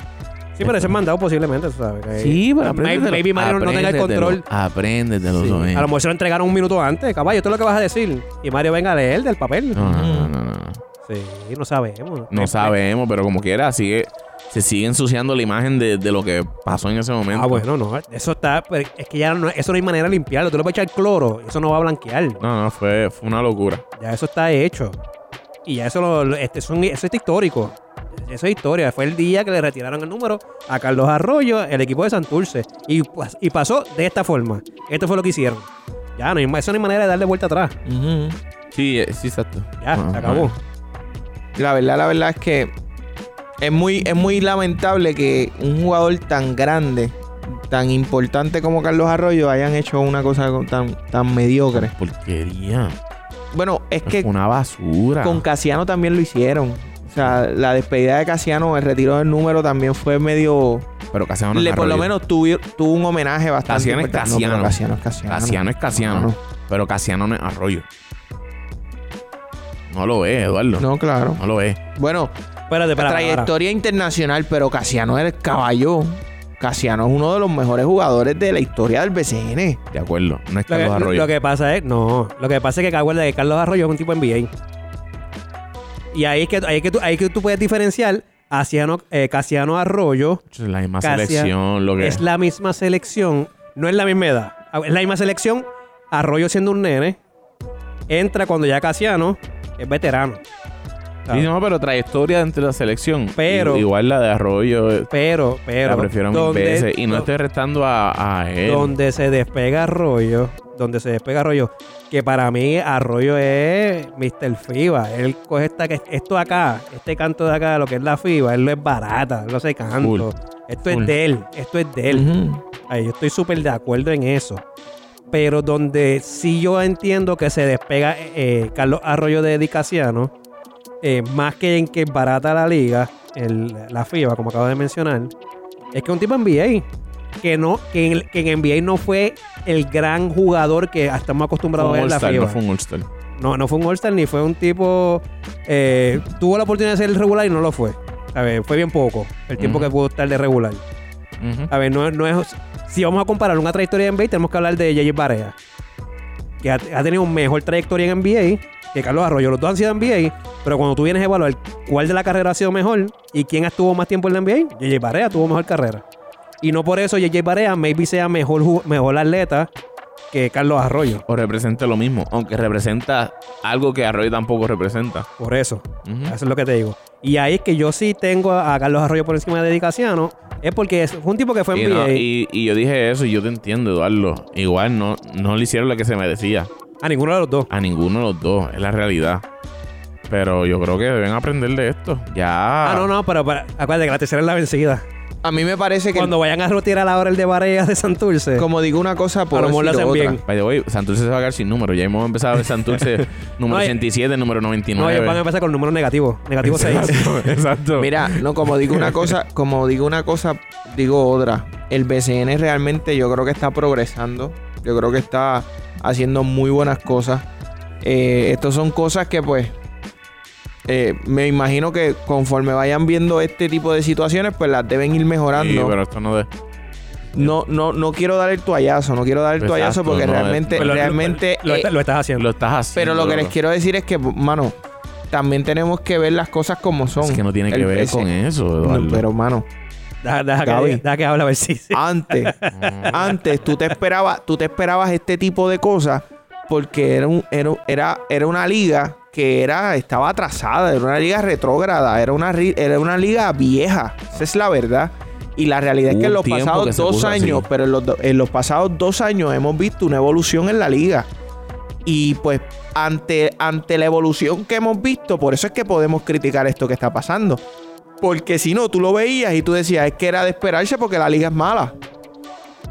C: Sí, pero ese es mandado posiblemente, tú ¿sabes? que-
A: Sí, pero
C: May-
A: apréndetelo.
C: Maybe Mario no tenga el
A: Apréndetelo,
C: control.
A: Apréndetelo,
C: Sí.
A: Soben.
C: A lo mejor se lo entregaron un minuto antes, caballo, esto es lo que vas a decir. Y Mario venga a leer del papel.
A: No, no, no, no, no, no.
C: Sí, no sabemos. Eh,
A: No sabemos, pero como quiera, sigue, se sigue ensuciando la imagen de, de lo que pasó en ese momento.
C: Ah, bueno, no. Eso está. pero Es que ya no, eso no hay manera de limpiarlo. Tú le puedes echar cloro. Eso no va a blanquear.
A: No, no, fue, fue una locura.
C: Ya eso está hecho. Y ya eso, lo- lo- este, son- eso está histórico. Eso es historia. Fue el día que le retiraron el número a Carlos Arroyo, el equipo de Santurce. Y, pas- y pasó de esta forma. Esto fue lo que hicieron. Ya, no hay, ma- eso no hay manera de darle vuelta atrás.
B: Ujú.
A: Sí, eh, sí, exacto.
C: Ya,
A: Bueno,
C: se acabó.
B: La verdad, la verdad es que es muy, es muy lamentable que un jugador tan grande, tan importante como Carlos Arroyo hayan hecho una cosa con- tan, tan mediocre.
A: Porquería.
B: Bueno,
A: Es
B: es que
A: una basura.
B: con Casiano también lo hicieron. O sea, la despedida de Casiano, el retiro del número también fue medio...
A: Pero Casiano no es
B: le, por lo
A: Arroyo.
B: menos tuvo, tuvo un homenaje bastante...
A: Casiano es
B: importante. No, pero
A: Casiano.
B: Casiano es Casiano.
A: Casiano es Casiano.
B: No,
A: Pero Casiano no es Arroyo. No lo es, Eduardo. No,
B: No, claro.
A: lo es.
B: Bueno,
C: Espérate, espérate. espérate.
B: trayectoria internacional, pero Casiano era el caballo. Casiano es uno de los mejores jugadores de la historia del BCN.
A: De acuerdo. No es
C: Lo
A: Carlos
C: que,
A: Arroyo.
C: lo que pasa es, no, lo que pasa es que acuérdate que Carlos Arroyo es un tipo NBA. Y ahí es que, ahí es que, tú, ahí es que tú puedes diferenciar a Ciano- eh, Casiano Arroyo.
A: Es la misma
C: Casiano
A: selección, lo que
C: Es la misma selección, no es la misma edad. Es la misma selección, Arroyo siendo un nene, entra cuando ya Casiano es veterano.
A: Sí, no, pero trayectoria dentro de la selección.
C: Pero-
A: I- Igual la de Arroyo. eh,
C: Pero, pero...
A: la prefiero mil
C: donde-
A: veces. Y no
C: do-
A: estoy restando a, a él.
C: Donde se despega Arroyo, donde se despega Arroyo, que para mí Arroyo es Mr. FIBA. Él coge esta, esto acá, este canto de acá, lo que es la FIBA, él lo es barata, él lo hace canto.
A: Full.
C: Esto
A: Full.
C: es de él, esto es de él. Ay, yo estoy súper de acuerdo en eso. Pero donde sí yo entiendo que se despega eh, Carlos Arroyo de Dicasiano, eh, más que en que barata la liga, el- la FIBA, como acabo de mencionar, es que un tipo NBA. Que, no, que, en, que en NBA no fue el gran jugador que estamos
A: Fue
C: acostumbrados a
A: un
C: ver en la
A: All-Star, no
C: FIBA.
A: fue un All-Star.
C: No, no fue un All-Star ni fue un tipo. eh, tuvo la oportunidad de ser el regular y no lo fue. A ver, fue bien poco el tiempo
A: Ujú.
C: que pudo estar de regular. A ver, no, no es. Si vamos a comparar una trayectoria en NBA, tenemos que hablar de J.J. Barea, que ha, ha tenido mejor trayectoria en NBA que Carlos Arroyo. Los dos han sido NBA, pero cuando tú vienes a evaluar cuál de la carrera ha sido mejor y quién estuvo más tiempo en la NBA, J.J. Barea tuvo mejor carrera. Y no por eso JJ Barea maybe sea mejor, ju- mejor atleta que Carlos Arroyo.
A: O representa lo mismo, aunque representa algo que Arroyo tampoco representa.
C: Por eso.
A: Ujú.
C: Eso es lo que te digo. Y ahí es que yo sí tengo a a Carlos Arroyo por encima de Dicasiano. Es porque es- fue un tipo que fue
A: Y,
C: NBA.
A: no- y- y yo dije eso y yo te entiendo, Eduardo. Igual no, no le hicieron lo que se merecía.
C: A ninguno de los dos.
A: A ninguno de los dos, es la realidad. Pero yo creo que deben aprender de esto. Ya.
C: Ah, no, no, pero, pero acuérdate que la tercera es la vencida.
B: A mí me parece que,
C: Cuando vayan a retirar ahora el de Barea de Santurce.
B: como digo una cosa, por
C: A lo mejor lo
B: decir
C: hacen
B: otra.
C: bien.
A: By the way, Santurce se va a quedar sin número. Ya hemos empezado a ver Santurce número
C: No, y-
A: 87, número
C: No,
A: 99.
C: ellos van a empezar con números negativos. Negativo 6.
A: Exacto. exacto.
B: Mira, no, como digo una cosa, como digo una cosa, digo otra. El BCN realmente yo creo que está progresando. Yo creo que está haciendo muy buenas cosas. Eh, Estas son cosas que pues eh, me imagino que conforme vayan viendo este tipo de situaciones, pues las deben ir mejorando.
A: Sí, pero esto no de-
B: No, no, no quiero dar el toallazo, no quiero dar el
A: Exacto,
B: toallazo porque
A: no,
B: realmente,
A: pero
B: realmente.
C: Lo,
B: eh,
C: está- lo estás
A: lo
C: haciendo.
A: estás haciendo.
B: pero lo que les
A: loco.
B: quiero decir es que, mano, también tenemos que ver las cosas como son.
A: Es que no tiene que
B: El-
A: ver
B: ese-
A: con eso,
B: No,
A: Eduardo.
B: pero, mano,
C: Deja, deja que,
B: Gaby. Ah.
C: deja que hable a ver si. si-
B: antes, antes tú te esperabas, tú te esperabas este tipo de cosas porque era un, era, era, era una liga que era, estaba atrasada, era una liga retrógrada, era una, ri- era una liga vieja. Esa es la verdad. Y la realidad
A: Hubo
B: es que en
A: un
B: los
A: tiempo que
B: pasados
A: se
B: dos
A: puso así.
B: años, pero en los, do- en los pasados dos años hemos visto una evolución en la liga. Y pues ante, ante la evolución que hemos visto, por eso es que podemos criticar esto que está pasando. Porque si no, tú lo veías y tú decías, es que era de esperarse porque la liga es mala.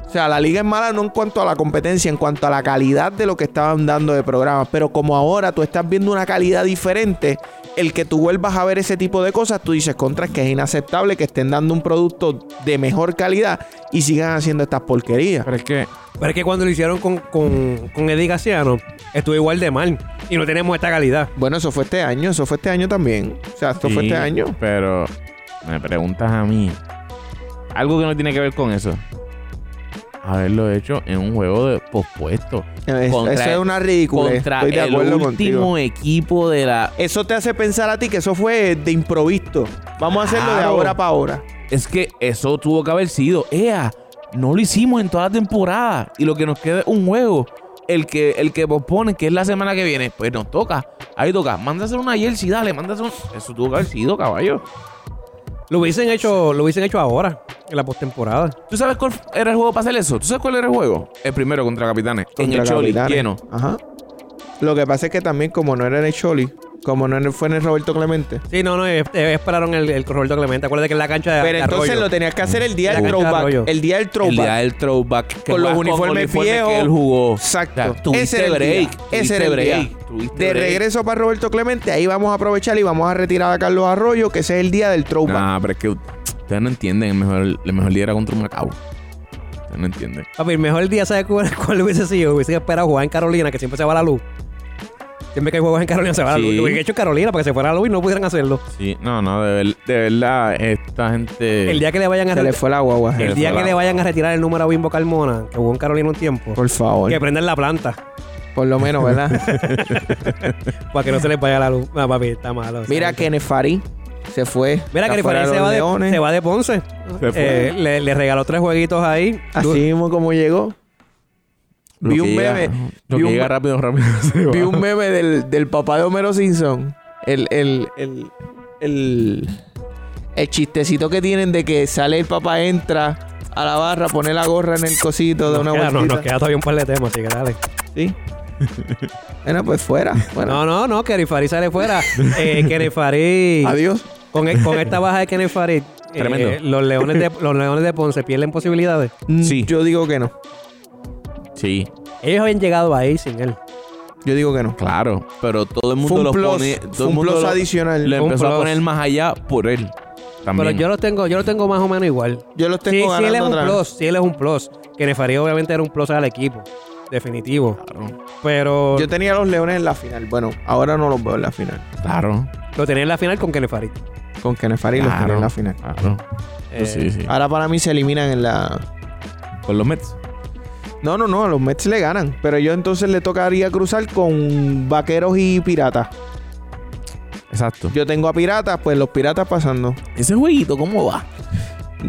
B: O sea, la liga es mala no en cuanto a la competencia, en cuanto a la calidad de lo que estaban dando de programas. Pero como ahora tú estás viendo una calidad diferente, el que tú vuelvas a ver ese tipo de cosas, tú dices, contra, es que es inaceptable que estén dando un producto de mejor calidad y sigan haciendo estas porquerías.
A: Pero es que
C: Pero es que cuando lo hicieron con, con, con Eddie Gaciano, estuvo igual de mal. Y no tenemos esta calidad.
B: Bueno, eso fue este año, eso fue este año también. O sea, esto fue
A: Sí,
B: este año.
A: Pero me preguntas a mí. Algo que no tiene que ver con eso. Haberlo hecho en un juego de pospuesto.
B: Es-
A: Contra-
B: eso es una ridícula.
A: Contra
B: Estoy de
A: el
B: acuerdo
A: último
B: contigo.
A: equipo de la.
B: Eso te hace pensar a ti que eso fue de improviso. Vamos a hacerlo de
A: Claro.
B: ahora para ahora.
A: Es que eso tuvo que haber sido. ¡Ea! No lo hicimos en toda la temporada. Y lo que nos queda es un juego. El que, el que posponen, que es la semana que viene, pues nos toca. Ahí toca. Mándase una jersey, dale, mándase un. Eso tuvo que haber sido, caballo.
C: Lo hubiesen hecho, lo hubiesen hecho ahora, en la postemporada.
A: ¿Tú sabes cuál era el juego para hacer eso? ¿Tú sabes cuál era el juego? El primero contra Capitanes. en
B: Contra
A: el Choli,
B: Capitanes.
A: lleno.
B: Ajá. Lo que pasa es que también, como no era en el Choli, como no era- fue en el Roberto Clemente.
C: Sí, no, no, eh, eh, esperaron el, el Roberto Clemente. Acuérdate que es la cancha de
B: Pero
C: de
B: entonces
C: Arroyo.
B: lo tenías que hacer el día
C: La
B: del
C: cancha de Arroyo.
B: throwback. El día del
A: El día
B: throwback.
A: del throwback. que
B: Con los
A: juegas
B: uniformes viejos.
A: que él jugó.
B: Exacto.
A: O sea, tuviste
B: ese era el
A: break.
B: día.
A: tuviste
B: Ese era el
A: break.
B: día.
A: tuviste
B: De
A: break.
B: regreso para Roberto Clemente, ahí vamos a aprovechar y vamos a retirar a Carlos Arroyo, que ese es el día del throwback.
A: Nah, pero es que ustedes no entienden. El mejor, el mejor día era contra un Macao. Ustedes no entienden.
C: Papi, el mejor día, ¿sabes cuál, cuál hubiese sido? Hubiese esperado jugar en Carolina, que siempre se va la luz. Siempre que hay juegos en Carolina se va la luz.
A: Sí.
C: Lo hubiera hecho en Carolina para que se fuera la luz y no pudieran hacerlo.
A: Sí, no, no, de, ver- de verdad, esta gente.
C: El día que le vayan a
B: Se le
C: retirar.
B: fue la guagua.
A: El
C: El
A: fue
C: día que
A: la-
C: le vayan a retirar el número a Bimbo Carmona, que jugó en Carolina un tiempo,
B: Por favor.
C: que prendan la planta
B: Por lo menos, ¿verdad?
C: para que no se les vaya la luz. No, papi, está malo.
B: Mira,
C: que
B: Kenneth Farid se fue.
C: Mira
B: Está
C: que
B: fuera
C: Farid
B: de
C: se
B: los
C: va de,
B: Leones.
C: se va de Ponce.
A: Se fue.
C: Eh, le, le regaló tres jueguitos ahí.
B: Así
C: Du-
B: mismo como llegó.
A: Lo
B: Vi
A: que
B: un
A: llega-
B: meme.
A: Lo
B: vi
A: que
B: un-
A: llega rápido, rápido. se va.
B: Vi un meme del, del papá de Homero Simpson. El, el, el, el, el chistecito que tienen de que sale el papá, entra a la barra, pone la gorra en el cosito, da una
C: Nos queda- no,
B: vueltita.
C: nos queda todavía un par de temas, así que dale.
B: Sí. Bueno, pues fuera. fuera.
C: No, no, no, Kenny Farid sale fuera. eh, Kenny Farid.
B: Adiós.
C: Con, el- con esta baja de Kenny Farid, eh,
A: Tremendo.
C: los, leones de, los leones de Ponce pierden posibilidades.
B: Mm,
A: Sí.
B: Yo digo que no.
A: Sí,
C: Ellos habían llegado ahí sin él.
B: Yo digo que no.
A: claro. Pero todo el mundo
B: Fue un
A: lo
B: plus,
A: pone.
B: fue
A: Todo el
B: un
A: mundo
B: plus
A: lo,
B: adicional.
A: lo
C: un
A: empezó a
C: plus.
A: poner más allá por él. También.
C: Pero yo los tengo, yo los tengo más o menos igual.
B: Yo los tengo
C: Sí, sí,
B: ganando
C: él es un
B: otra vez.
C: plus, sí, él es un plus. Kenny Farid obviamente era un plus al equipo. Definitivo.
A: Claro,
C: Pero
B: Yo tenía a los leones en la final. Bueno, ahora no los veo en la final.
A: claro.
C: lo tenía en la final con Kenny Farid.
B: Con Kenneth Farid los tenía en la final.
A: Claro.
C: Eh,
A: sí, sí.
B: Ahora para mí se eliminan en la,
A: Con los Mets.
B: No, no, no, a los Mets le ganan. Pero yo entonces le tocaría cruzar con vaqueros y piratas.
A: Exacto.
B: Yo tengo a piratas, pues los piratas pasando.
A: Ese jueguito, ¿cómo va?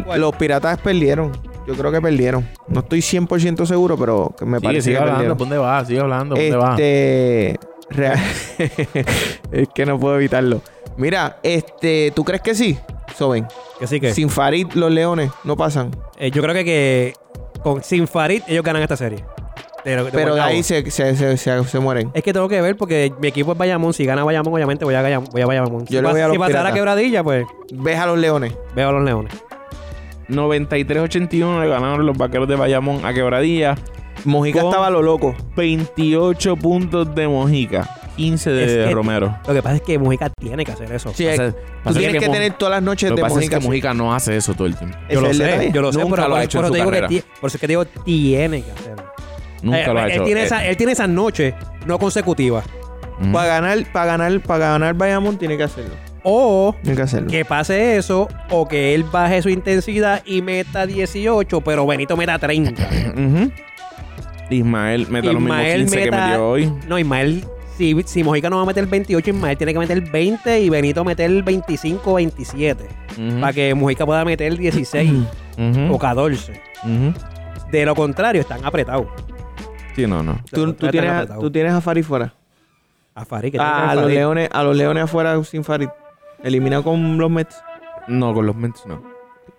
C: ¿Cuál?
B: Los piratas perdieron. Yo creo que perdieron. No estoy 100% seguro, pero que me
A: Sigue,
B: parece
A: sigue
B: que
A: hablando,
B: perdieron.
A: ¿por ¿dónde va? Sigue hablando, ¿por ¿dónde va?
B: Este. real- es que no puedo evitarlo. Mira, este, ¿tú crees que sí? Soben.
C: Que sí que.
B: Sin Farid, los leones no pasan.
C: Eh, yo creo que, que con, sin Farid ellos ganan esta serie. De lo- de
B: Pero de
C: Guaynabo.
B: ahí se, se, se, se- se mueren.
C: Es que tengo que ver porque mi equipo es Bayamón. Si gana Bayamón, obviamente voy a, Gaya- voy a Bayamón.
B: Yo
C: si
B: le voy
C: pas-
B: a los
C: si pasara
B: piratas.
C: quebradilla, pues
B: Ves a los leones.
C: veo a los leones.
A: 93-81 le ganaron los vaqueros de Bayamón a Quebradilla.
B: Mojica
A: Con-
B: estaba a lo loco.
A: 28 puntos de Mojica, 15 de
C: Es que-
A: Romero.
C: Lo que pasa es que Mujica tiene que hacer eso.
B: Sí,
A: O sea,
B: Eh, tú
A: pasa
B: tienes que,
A: Mo-
B: tener todas las noches
A: Lo que
B: de
A: pasa
B: Mojica.
A: es que Mojica no hace eso todo el tiempo.
B: Ese
C: Yo lo
B: es el
C: sé,
B: detalle.
C: yo lo sé,
A: Nunca
C: pero
A: lo ha
C: por-
A: hecho en
C: por eso
A: su
C: te digo que
A: carrera.
C: ti- por eso es que te digo tiene que hacerlo.
A: Nunca
C: Eh,
A: lo ha
C: él
A: hecho.
C: Tiene
A: Eh,
C: esa- él tiene esas noches no consecutivas.
A: mm.
B: Para ganar, para ganar, para ganar Bayamón tiene que hacerlo.
C: O
B: Tiene que hacerlo.
C: que pase eso, o que él baje su intensidad y meta 18, pero Benito meta 30.
A: Ujú. Ismael meta los mismos
C: Ismael
A: 15 que
C: meta-
A: metió hoy.
C: No, Ismael, si, si Mojica no va a meter 28, Ismael tiene que meter 20 y Benito meter 25 o 27.
A: Ujú.
C: Para que Mojica pueda meter 16
A: Ujú.
C: o 14.
A: Ujú.
C: De lo contrario, están apretados.
A: Sí, no, no.
C: De
B: Tú,
C: lo
B: tú
C: contrario,
B: tienes,
C: están
B: a-
C: apretados.
B: tú tienes a Farid fuera.
C: A Farid, que tiene que
B: Ah, a,
C: ver
B: los
C: Farid.
B: leones, a los leones afuera sin Farid. Eliminado con los Mets.
A: No, con los Mets no.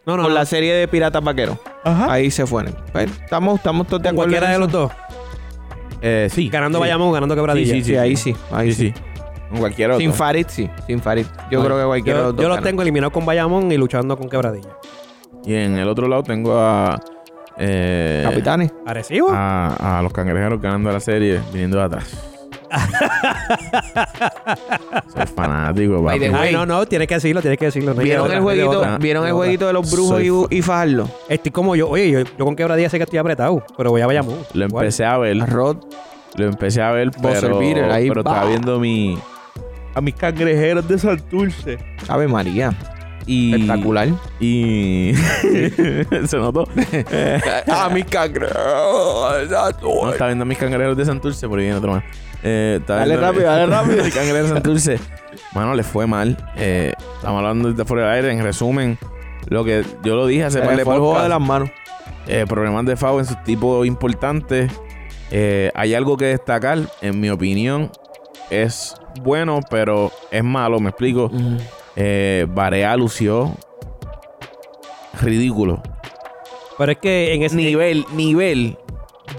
C: No, no,
B: Con la
C: no,
B: serie de Piratas Vaqueros.
A: Ajá.
B: Ahí se fueron. Pues, Estamos, estamos todos de
C: con
B: acuerdo.
C: cualquiera
B: en eso.
C: de los dos.
A: Eh, sí.
C: Ganando
A: Sí.
C: Bayamón, ganando Quebradilla.
A: Sí,
B: Sí, ahí sí. Ahí
A: Sí,
B: sí.
A: sí. Con cualquier otro.
B: Sin Farid, sí. Sin Farid. Yo
A: Ay,
B: creo que cualquiera de
C: Yo,
B: los dos
C: yo los
B: gana.
C: tengo eliminados con Bayamón y luchando con Quebradilla.
A: Y en el otro lado tengo a. eh,
B: Capitanes.
C: ¿Arecibo?
A: A, a los cangrejeros ganando la serie, viniendo de atrás. Soy fanático,
B: By
A: papi.
B: the way,
C: Ay, Ah, no, no, tienes que decirlo, tienes que decirlo. no hay
B: Este ¿Vieron el
C: de otra, no hay de
B: jueguito,
C: otra.
B: ¿vieron el
C: Otra.
B: jueguito de los brujos
A: Soy
B: y, y Fajardo?
C: Estoy como yo, oye, yo, yo con Quebradilla sé que estoy apretado, pero voy a Bayamón.
A: Lo
C: Igual.
A: empecé a ver.
B: Rod.
A: Lo empecé a ver,
B: Buzzer
A: pero,
B: beater, ahí
A: pero
B: va.
A: estaba viendo mi, a mis cangrejeros de Santurce.
B: Ave María.
A: Y,
B: Espectacular.
A: Y se notó.
B: a mi cangre.
A: No, estaba viendo a mis cangrejeros de Santurce, por ahí viene otro más. Eh, estaba
B: Dale
A: viendo-
B: rápido, dale rápido.
A: mis cangrejeros de Santurce. Mano, les fue mal. Eh, estamos hablando de fuera del aire. En resumen, lo que yo lo dije hace
B: Se
A: par
B: le
A: de
B: fue el juego
A: podcasts.
B: de las manos.
A: eh, problemas de FAO en sus tipos importantes. Eh, hay algo que destacar, en mi opinión, es bueno, pero es malo, me explico. Eh, Barea lució ridículo.
C: Pero es que en ese
A: Nivel, nivel.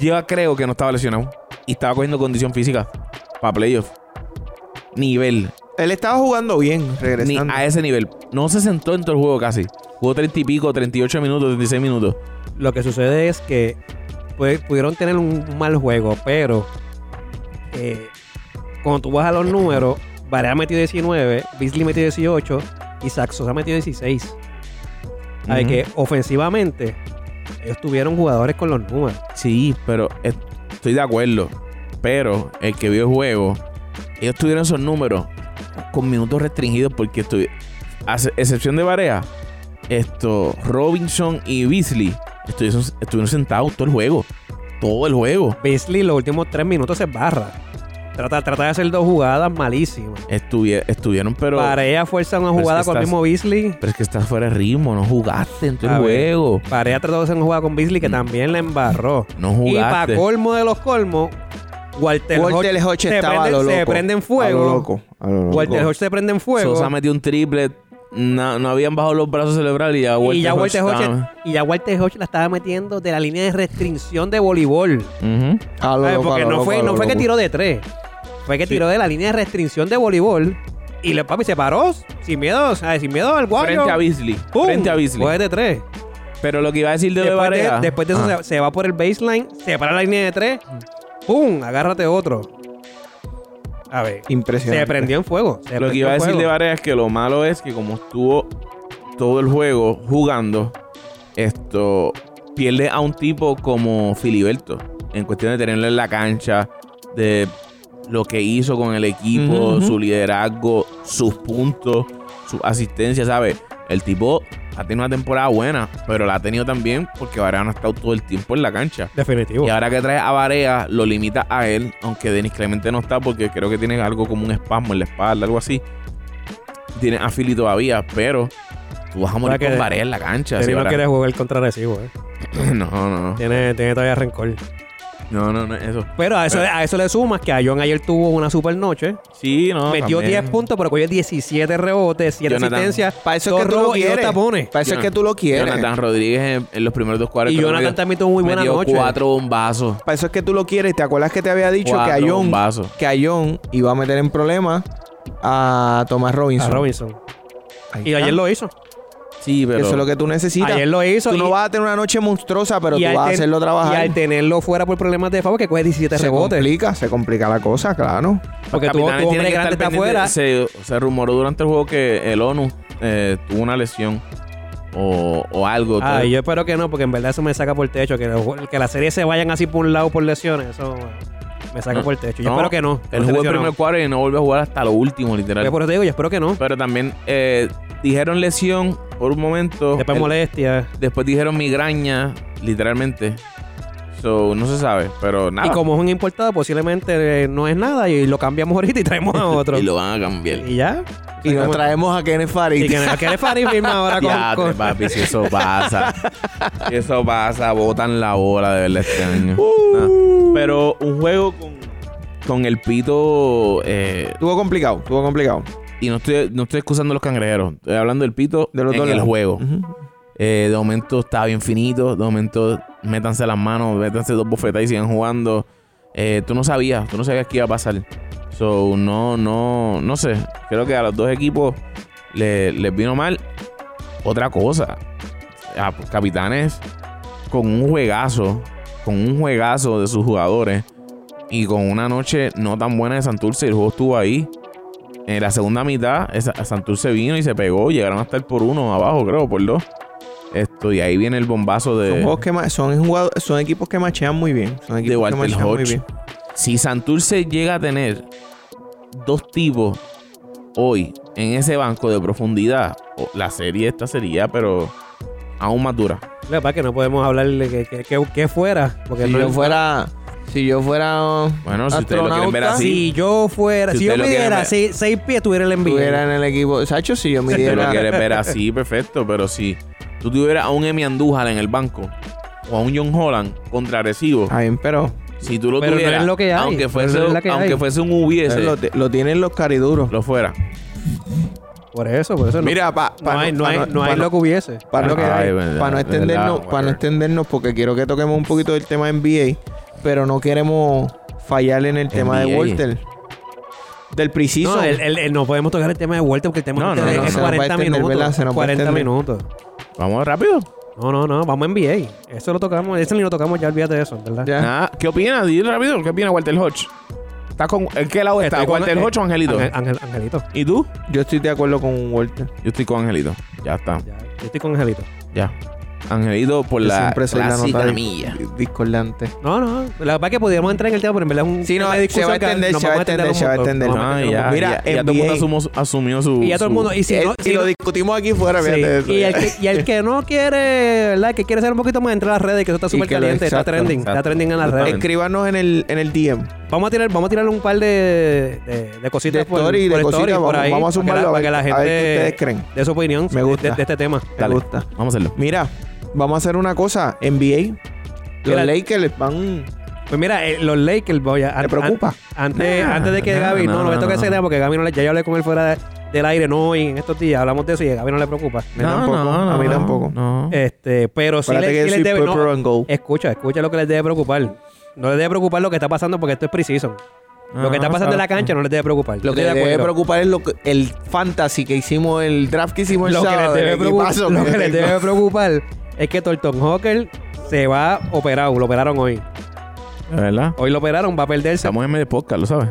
A: Yo creo que no estaba lesionado y estaba cogiendo condición física para playoff. Nivel.
B: Él estaba jugando bien,
A: Ni
B: regresando.
A: a ese nivel. No se sentó en todo el juego casi. Jugó 30 y pico, 38 minutos, 36 minutos.
C: lo que sucede es que pues, pudieron tener un un mal juego, pero eh, cuando tú vas a los números, Barea metió 19, Beasley metió 18 y Saxo ha metido 16. Hay
A: Ujú.
C: que ofensivamente ellos tuvieron jugadores con los números.
A: Sí, pero es- estoy de acuerdo. Pero el que vio el juego, ellos tuvieron esos números con minutos restringidos porque estoy, a ce- excepción de Barea, esto, Robinson y Beasley estuvieron, estuvieron sentados todo el juego. Todo el juego.
C: Beasley los últimos tres minutos se barra. Trata, trata de hacer dos jugadas malísimas.
A: Estuvi- estuvieron, pero.
C: Barea fuerza una
A: pero
B: pues
A: es
C: jugada
A: que
C: con
A: estás-
C: el mismo Beasley.
A: Pero es que estás fuera de ritmo, no jugaste en todo
C: A
A: el
C: ver.
A: juego.
C: Barea trató de hacer una jugada con Beasley que
A: Mm.
C: también la embarró.
A: No
C: Y para
A: jugaste.
C: colmo de los colmos, Walter,
B: Walter
C: Hodge
B: Hodge
C: se
B: estaba
C: prende-
B: a lo loco.
C: Se prende en
B: A lo
C: fuego.
B: loco. A lo loco.
C: Walter Hodge se prende en fuego.
A: Sosa metió un triple. No, no habían bajado los brazos cerebrales y ya Walter
C: y, ya
A: Hodge
C: Walter Hodge,
A: estaba-
C: y ya Walter Hodge la estaba metiendo de la línea de restricción de voleibol.
A: Ujú.
B: A lo
C: ¿Sabes?
B: loco, a
C: Porque
B: lo
C: no
B: loco, a
C: fue,
B: lo
C: no fue que
B: loco.
C: tiró de tres. Fue que tiró de la línea de restricción de voleibol. Y le papi se paró sin miedo, o sea, sin miedo al guayo.
A: Frente a Beasley.
C: ¡Pum!
A: Frente a Beasley.
C: Fue de tres.
A: Pero lo que iba a decir de
C: Después de,
A: Barea.
C: después de eso
A: Ah.
C: se, se va por el baseline, se para la línea de tres. ¡Pum! Agárrate otro. A ver.
B: Impresionante.
C: Se prendió en fuego. se
B: Este
A: Lo que
C: prendió
A: iba a
C: en
A: decir
C: fuego.
A: de Barea es que lo malo es que como estuvo todo el juego jugando, esto pierde a un tipo como Filiberto. En cuestión de tenerlo en la cancha, de lo que hizo con el equipo,
B: Ujú, ujú.
A: su liderazgo, sus puntos, su asistencia, ¿sabes? El tipo ha tenido una temporada buena, pero la ha tenido también porque Barea no ha estado todo el tiempo en la cancha.
C: Definitivo.
A: Y ahora que trae a Barea, lo limita a él, aunque Denis Clemente no está porque creo que tiene algo como un espasmo en la espalda, algo así. Tiene a Philly todavía, pero tú vas a morir
C: O sea que
A: con Barea en la cancha.
C: Terry
A: si
C: no
A: Barea-
C: quiere jugar el contrarrecibo, eh.
A: No, no,
C: Tiene, tiene todavía rencor.
A: no, no, no, eso.
C: Pero a eso, a eso le sumas que a John ayer tuvo una super noche.
A: Sí, no.
C: metió
A: también.
C: 10 puntos, pero cogió 17 rebotes, 7
A: Jonathan.
C: asistencias.
B: Para eso
C: dos
B: es que tú lo
C: robos y dos
B: quieres.
C: tapones.
B: Para eso es
A: Jonathan-
B: que tú lo quieres.
A: Jonathan Rodríguez en, en los primeros dos cuartos.
C: Y
A: creo que
C: Jonathan también tuvo muy buena
A: metió
C: noche.
A: cuatro bombazos.
B: Para eso es que tú lo quieres. ¿Te acuerdas que te había dicho que a
A: Cuatro
B: John,
A: bombazos.
B: que a John iba a meter en problemas a Thomas
C: A
B: Robinson?
C: Ah, Robinson.
B: Ahí
C: Y
B: está.
C: ayer lo hizo.
A: Sí, pero.
B: Eso es lo que tú necesitas.
C: Ayer lo hizo.
B: Tú
C: y-
B: no vas a tener una noche monstruosa, pero tú
C: y al
B: vas a
C: ten-
B: hacerlo trabajar.
C: Y al tenerlo fuera por problemas de favor, que coge 17
B: se
C: rebotes.
B: complica, se complica la cosa, claro.
C: Porque tu, tu
A: Capitanes tienen
C: hombre
A: que estar
C: grande está
A: pendientes.
C: afuera.
A: Se, se rumoró durante el juego que el ONU eh, tuvo una lesión o, o algo.
C: Ay,
A: Entonces,
C: Ah, yo espero que no, porque en verdad eso me saca por el techo. Que, los- que las series se vayan así por un lado por lesiones, eso me saca
A: No.
C: por el techo. Yo
A: No,
C: espero que no.
A: Él jugó el
C: no esté
A: primer
C: lesionado.
A: cuadro y no volvió a jugar hasta lo último, literal.
C: Yo por eso te digo, yo espero que no.
A: Pero también eh, dijeron lesión por un momento.
C: Después
A: El-
C: molestia.
A: después dijeron migraña, literalmente. So, no se sabe, pero nada.
C: Y como es un importado, posiblemente eh, no es nada y lo cambiamos ahorita y traemos a otro.
A: Y lo van a cambiar.
C: Y ya.
B: Y nos traemos a Kenneth Farid.
C: Y que no quiere Farid firma ahora con-
A: Ya,
C: con,
A: papi, si eso pasa. Ah, Si eso pasa, botan la bola de verdad este año. Nada. Pero un juego con, con el pito. eh,
B: Estuvo complicado, estuvo complicado.
A: y no estoy, no estoy excusando a los cangrejeros. Estoy hablando del pito
B: De los
A: en
B: dos
A: el
B: lados.
A: juego.
B: Ujú.
A: Eh, de momento estaba bien finito. De momento, métanse las manos, métanse dos bofetadas y sigan jugando. Eh, tú no sabías, tú no sabías qué iba a pasar. So, no, no, no sé. Creo que a los dos equipos le- les vino mal. Otra cosa, a Capitanes con un juegazo, con un juegazo de sus jugadores y con una noche no tan buena de Santurce, el juego estuvo ahí. En la segunda mitad, esa- Santurce vino y se pegó. Llegaron hasta el por uno abajo, creo, por dos. Esto, y ahí viene el bombazo
B: Son,
A: de,
B: juegos que ma- son, jugado- son equipos que machean muy bien. Son
A: eh, de
B: equipos que
A: Walter
B: machean muy
A: Hodge.
B: bien.
A: Si Santurce llega a tener dos tipos hoy en ese banco de profundidad, o- la serie esta sería, pero aún más dura.
C: La verdad que no podemos hablar de que, que- que- que fuera. Porque
B: Si
C: no-
B: yo fuera. Si yo fuera.
A: Bueno, si ustedes lo quieren ver
B: astronauta,
A: así,
C: si yo fuera,
A: Si
C: si, yo
A: usted lo quiere
C: midiera
A: ver-
C: seis, seis pies, tuviera el envío.
B: Estuviera en el equipo. Sacho, si yo
A: Si tú lo
B: midiera.
A: quieres ver así, perfecto. Pero si tú tuvieras a un Emi Andújar en el banco o a un John Holland contra Arecibo,
C: Ah,
B: Ay, pero.
A: si tú lo
C: Pero no
A: tuvieras,
C: es lo que hay,
A: aunque, fuese,
C: no es la que
A: aunque
C: hay.
A: fuese un hubiese,
B: Lo,
A: lo,
B: ti- lo tienen los cariduros.
A: fuera.
C: Por eso, por eso. no-
B: Mira, pa-
C: no,
B: pa-
C: hay, no,
B: pa-
C: hay,
B: no-
C: no hay
B: pa-
C: lo que hubiese.
B: Para no,
A: Ay, verdad,
B: para no
A: verdad,
B: extendernos,
A: whatever.
B: para no extendernos, porque quiero que toquemos un poquito del tema NBA, pero no queremos fallar en el tema de
A: NBA.
B: Walter. Del preciso.
C: No, el- el- el- no podemos tocar el tema de vuelta porque el tema
A: No,
C: de
A: no,
C: vuelta
A: no,
C: es
A: se nos va
B: a
C: 40
B: extender, ¿verdad?
C: minutos.
B: Se nos va a
C: 40
B: extender.
C: minutos.
A: Vamos rápido.
C: No, no, no. Vamos a NBA. Eso lo tocamos. Eso ni lo tocamos ya, olvídate de eso, ¿verdad?
B: Ya.
A: Nada, ¿Qué opinas? Dile rápido. ¿Qué opina Walter Hodge? ¿Estás con, ¿En qué lado está?
C: Estoy con-
A: ¿Walter
C: eh,
A: Hodge o Angelito?
C: Ángel- Ángel- Angelito.
A: ¿Y tú?
B: Yo estoy de acuerdo con Walter.
A: Yo estoy con Angelito. Ya está.
C: Ya, yo estoy con Angelito.
A: Ya. Angelito por
B: Yo
A: la
B: siempre soy la
A: clásica
B: nota di-
A: milla.
B: di- discordante.
C: No, no. La verdad que podríamos entrar en el tema, pero en verdad es un.
B: Sí, no,
C: una
B: se
C: discusión
B: va a
C: que
B: extender,
C: nos
B: se va a
C: vamos
B: extender, se va a
C: un montón,
B: extender.
C: nos vamos a
A: Ah,
C: extender un
A: ya,
C: montón.
B: Mira,
A: ya, ya todo el mundo
B: NBA.
A: asumo- asumió su...
C: Y ya todo el
A: su-
C: mundo. Y si
B: Eh,
C: no-
B: y
C: si
B: lo
C: no-
B: discutimos aquí fuera,
C: Sí,
B: fíjate eso.
C: Y, el que, y el que no quiere, ¿verdad? Que quiere ser un poquito más entre las redes, que eso está súper
B: que lo-
C: caliente, está
B: exacto,
C: trending, está
A: exacto.
C: trending en las redes.
A: Exactamente.
B: Escríbanos en el, en el DM.
C: Vamos a tirar, vamos a tirar un par de, de, de cositas
B: De story,
C: por
B: de
C: story,
B: cositas,
C: por
B: vamos-
C: ahí,
B: vamos a
C: para que la-
B: sumarlo a
C: para que la
B: ver-
C: gente
B: a ver qué ustedes creen.
C: de su opinión
B: Me
C: de-
B: gusta.
C: de, de este tema.
B: Me
A: Dale,
B: gusta.
A: Vamos a hacerlo.
B: Mira, vamos a hacer una cosa. NBA. Los
C: Mira,
B: Lakers van.
C: Pues mira, eh, los Lakers, voy a,
B: ¿Te
C: an-
B: preocupa?
C: an- antes,
A: Nah,
C: antes de que
A: nah,
C: Gaby, no,
A: nah,
C: no me
A: nah,
C: toque
A: nah.
C: ese tema porque Gaby no le, ya yo hablé con él fuera de- del aire, no, y en estos días hablamos de eso y a Gaby no le preocupa.
B: Me tampoco, a mí tampoco.
A: No.
C: Este, pero sí, le,
B: Acuérdate
C: sí
B: que yo
C: les
B: soy
C: debe- no,
B: purple and gold.
C: Escucha, escucha lo que les debe preocupar. No les debe preocupar lo que está pasando porque esto es preciso. Lo que está pasando en la cancha Ah, no les debe preocupar.
B: Lo
C: Yo
B: que
C: estoy
B: les
C: de
B: debe
C: acuerdo.
B: preocupar es lo que- el fantasy que hicimos, el draft que hicimos el
C: Lo que les
B: sábado.
C: debe
B: el
C: preocupar-
B: equipazo
C: lo
B: que
C: que les
B: tengo.
C: debe preocupar es que Thornton Hawker se va operado. Lo operaron hoy.
A: ¿Verdad?
C: Hoy lo operaron, va a perderse.
A: Estamos en medio de podcast, ¿lo sabes?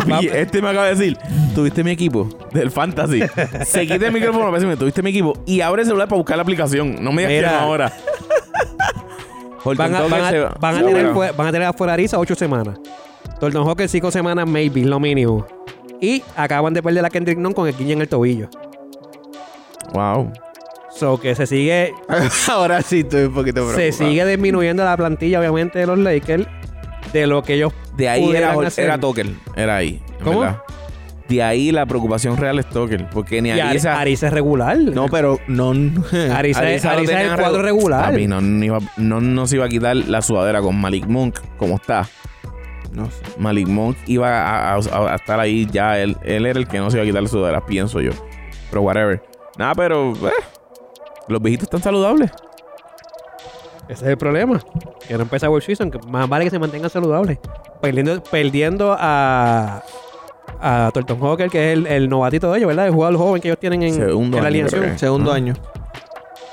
A: Papi, este me acaba de decir, tuviste mi equipo del fantasy. Se quita el micrófono para decirme, tuviste mi equipo. Y abre el celular para buscar la aplicación. No me digas
C: Mira.
A: que no ahora. Porque
C: Van a,
A: entonces
C: van a-
A: se va-
C: van a
A: se va
C: tener,
A: ahora.
C: fue- van a tener afuera Ariza ocho semanas. Thornton Hawker cinco semanas, maybe, lo mínimo. Y acaban de perder a Kendrick Nunn con el guiño en el tobillo.
A: Wow.
C: So que se sigue
B: Ahora sí estoy un poquito
C: se
B: preocupado.
C: sigue disminuyendo la plantilla, obviamente, de los Lakers, de lo que ellos
A: De ahí
C: pudieran
A: era,
C: hacer.
A: era Toker. Era ahí. en
C: ¿Cómo?
A: verdad. De ahí la preocupación real es Tucker. Porque ni
C: Y Ari-
A: Arisa.
C: Arisa es regular.
B: No, pero no.
C: Arisa,
A: Arisa lo
C: Arisa es
A: tenían
C: el cuadro
A: regu-
C: regular.
A: Papi, no, no iba- no nos iba a quitar la sudadera con Malik Monk. Como está.
B: no sé.
A: Malik Monk iba a, a- a estar ahí ya. Él, él era el que no se iba a quitar la sudadera, pienso yo. Pero whatever. Nada, pero. eh, los viejitos están saludables.
C: Ese es el problema. Que no empieza World Season. Que más vale que se mantengan saludables. Perdiendo, perdiendo a. A Thornton Hawker, que es el, el novatito de ellos, ¿verdad? El jugador joven que ellos tienen en,
A: Segundo
C: en la
A: año,
C: alineación.
A: creo
B: Segundo año.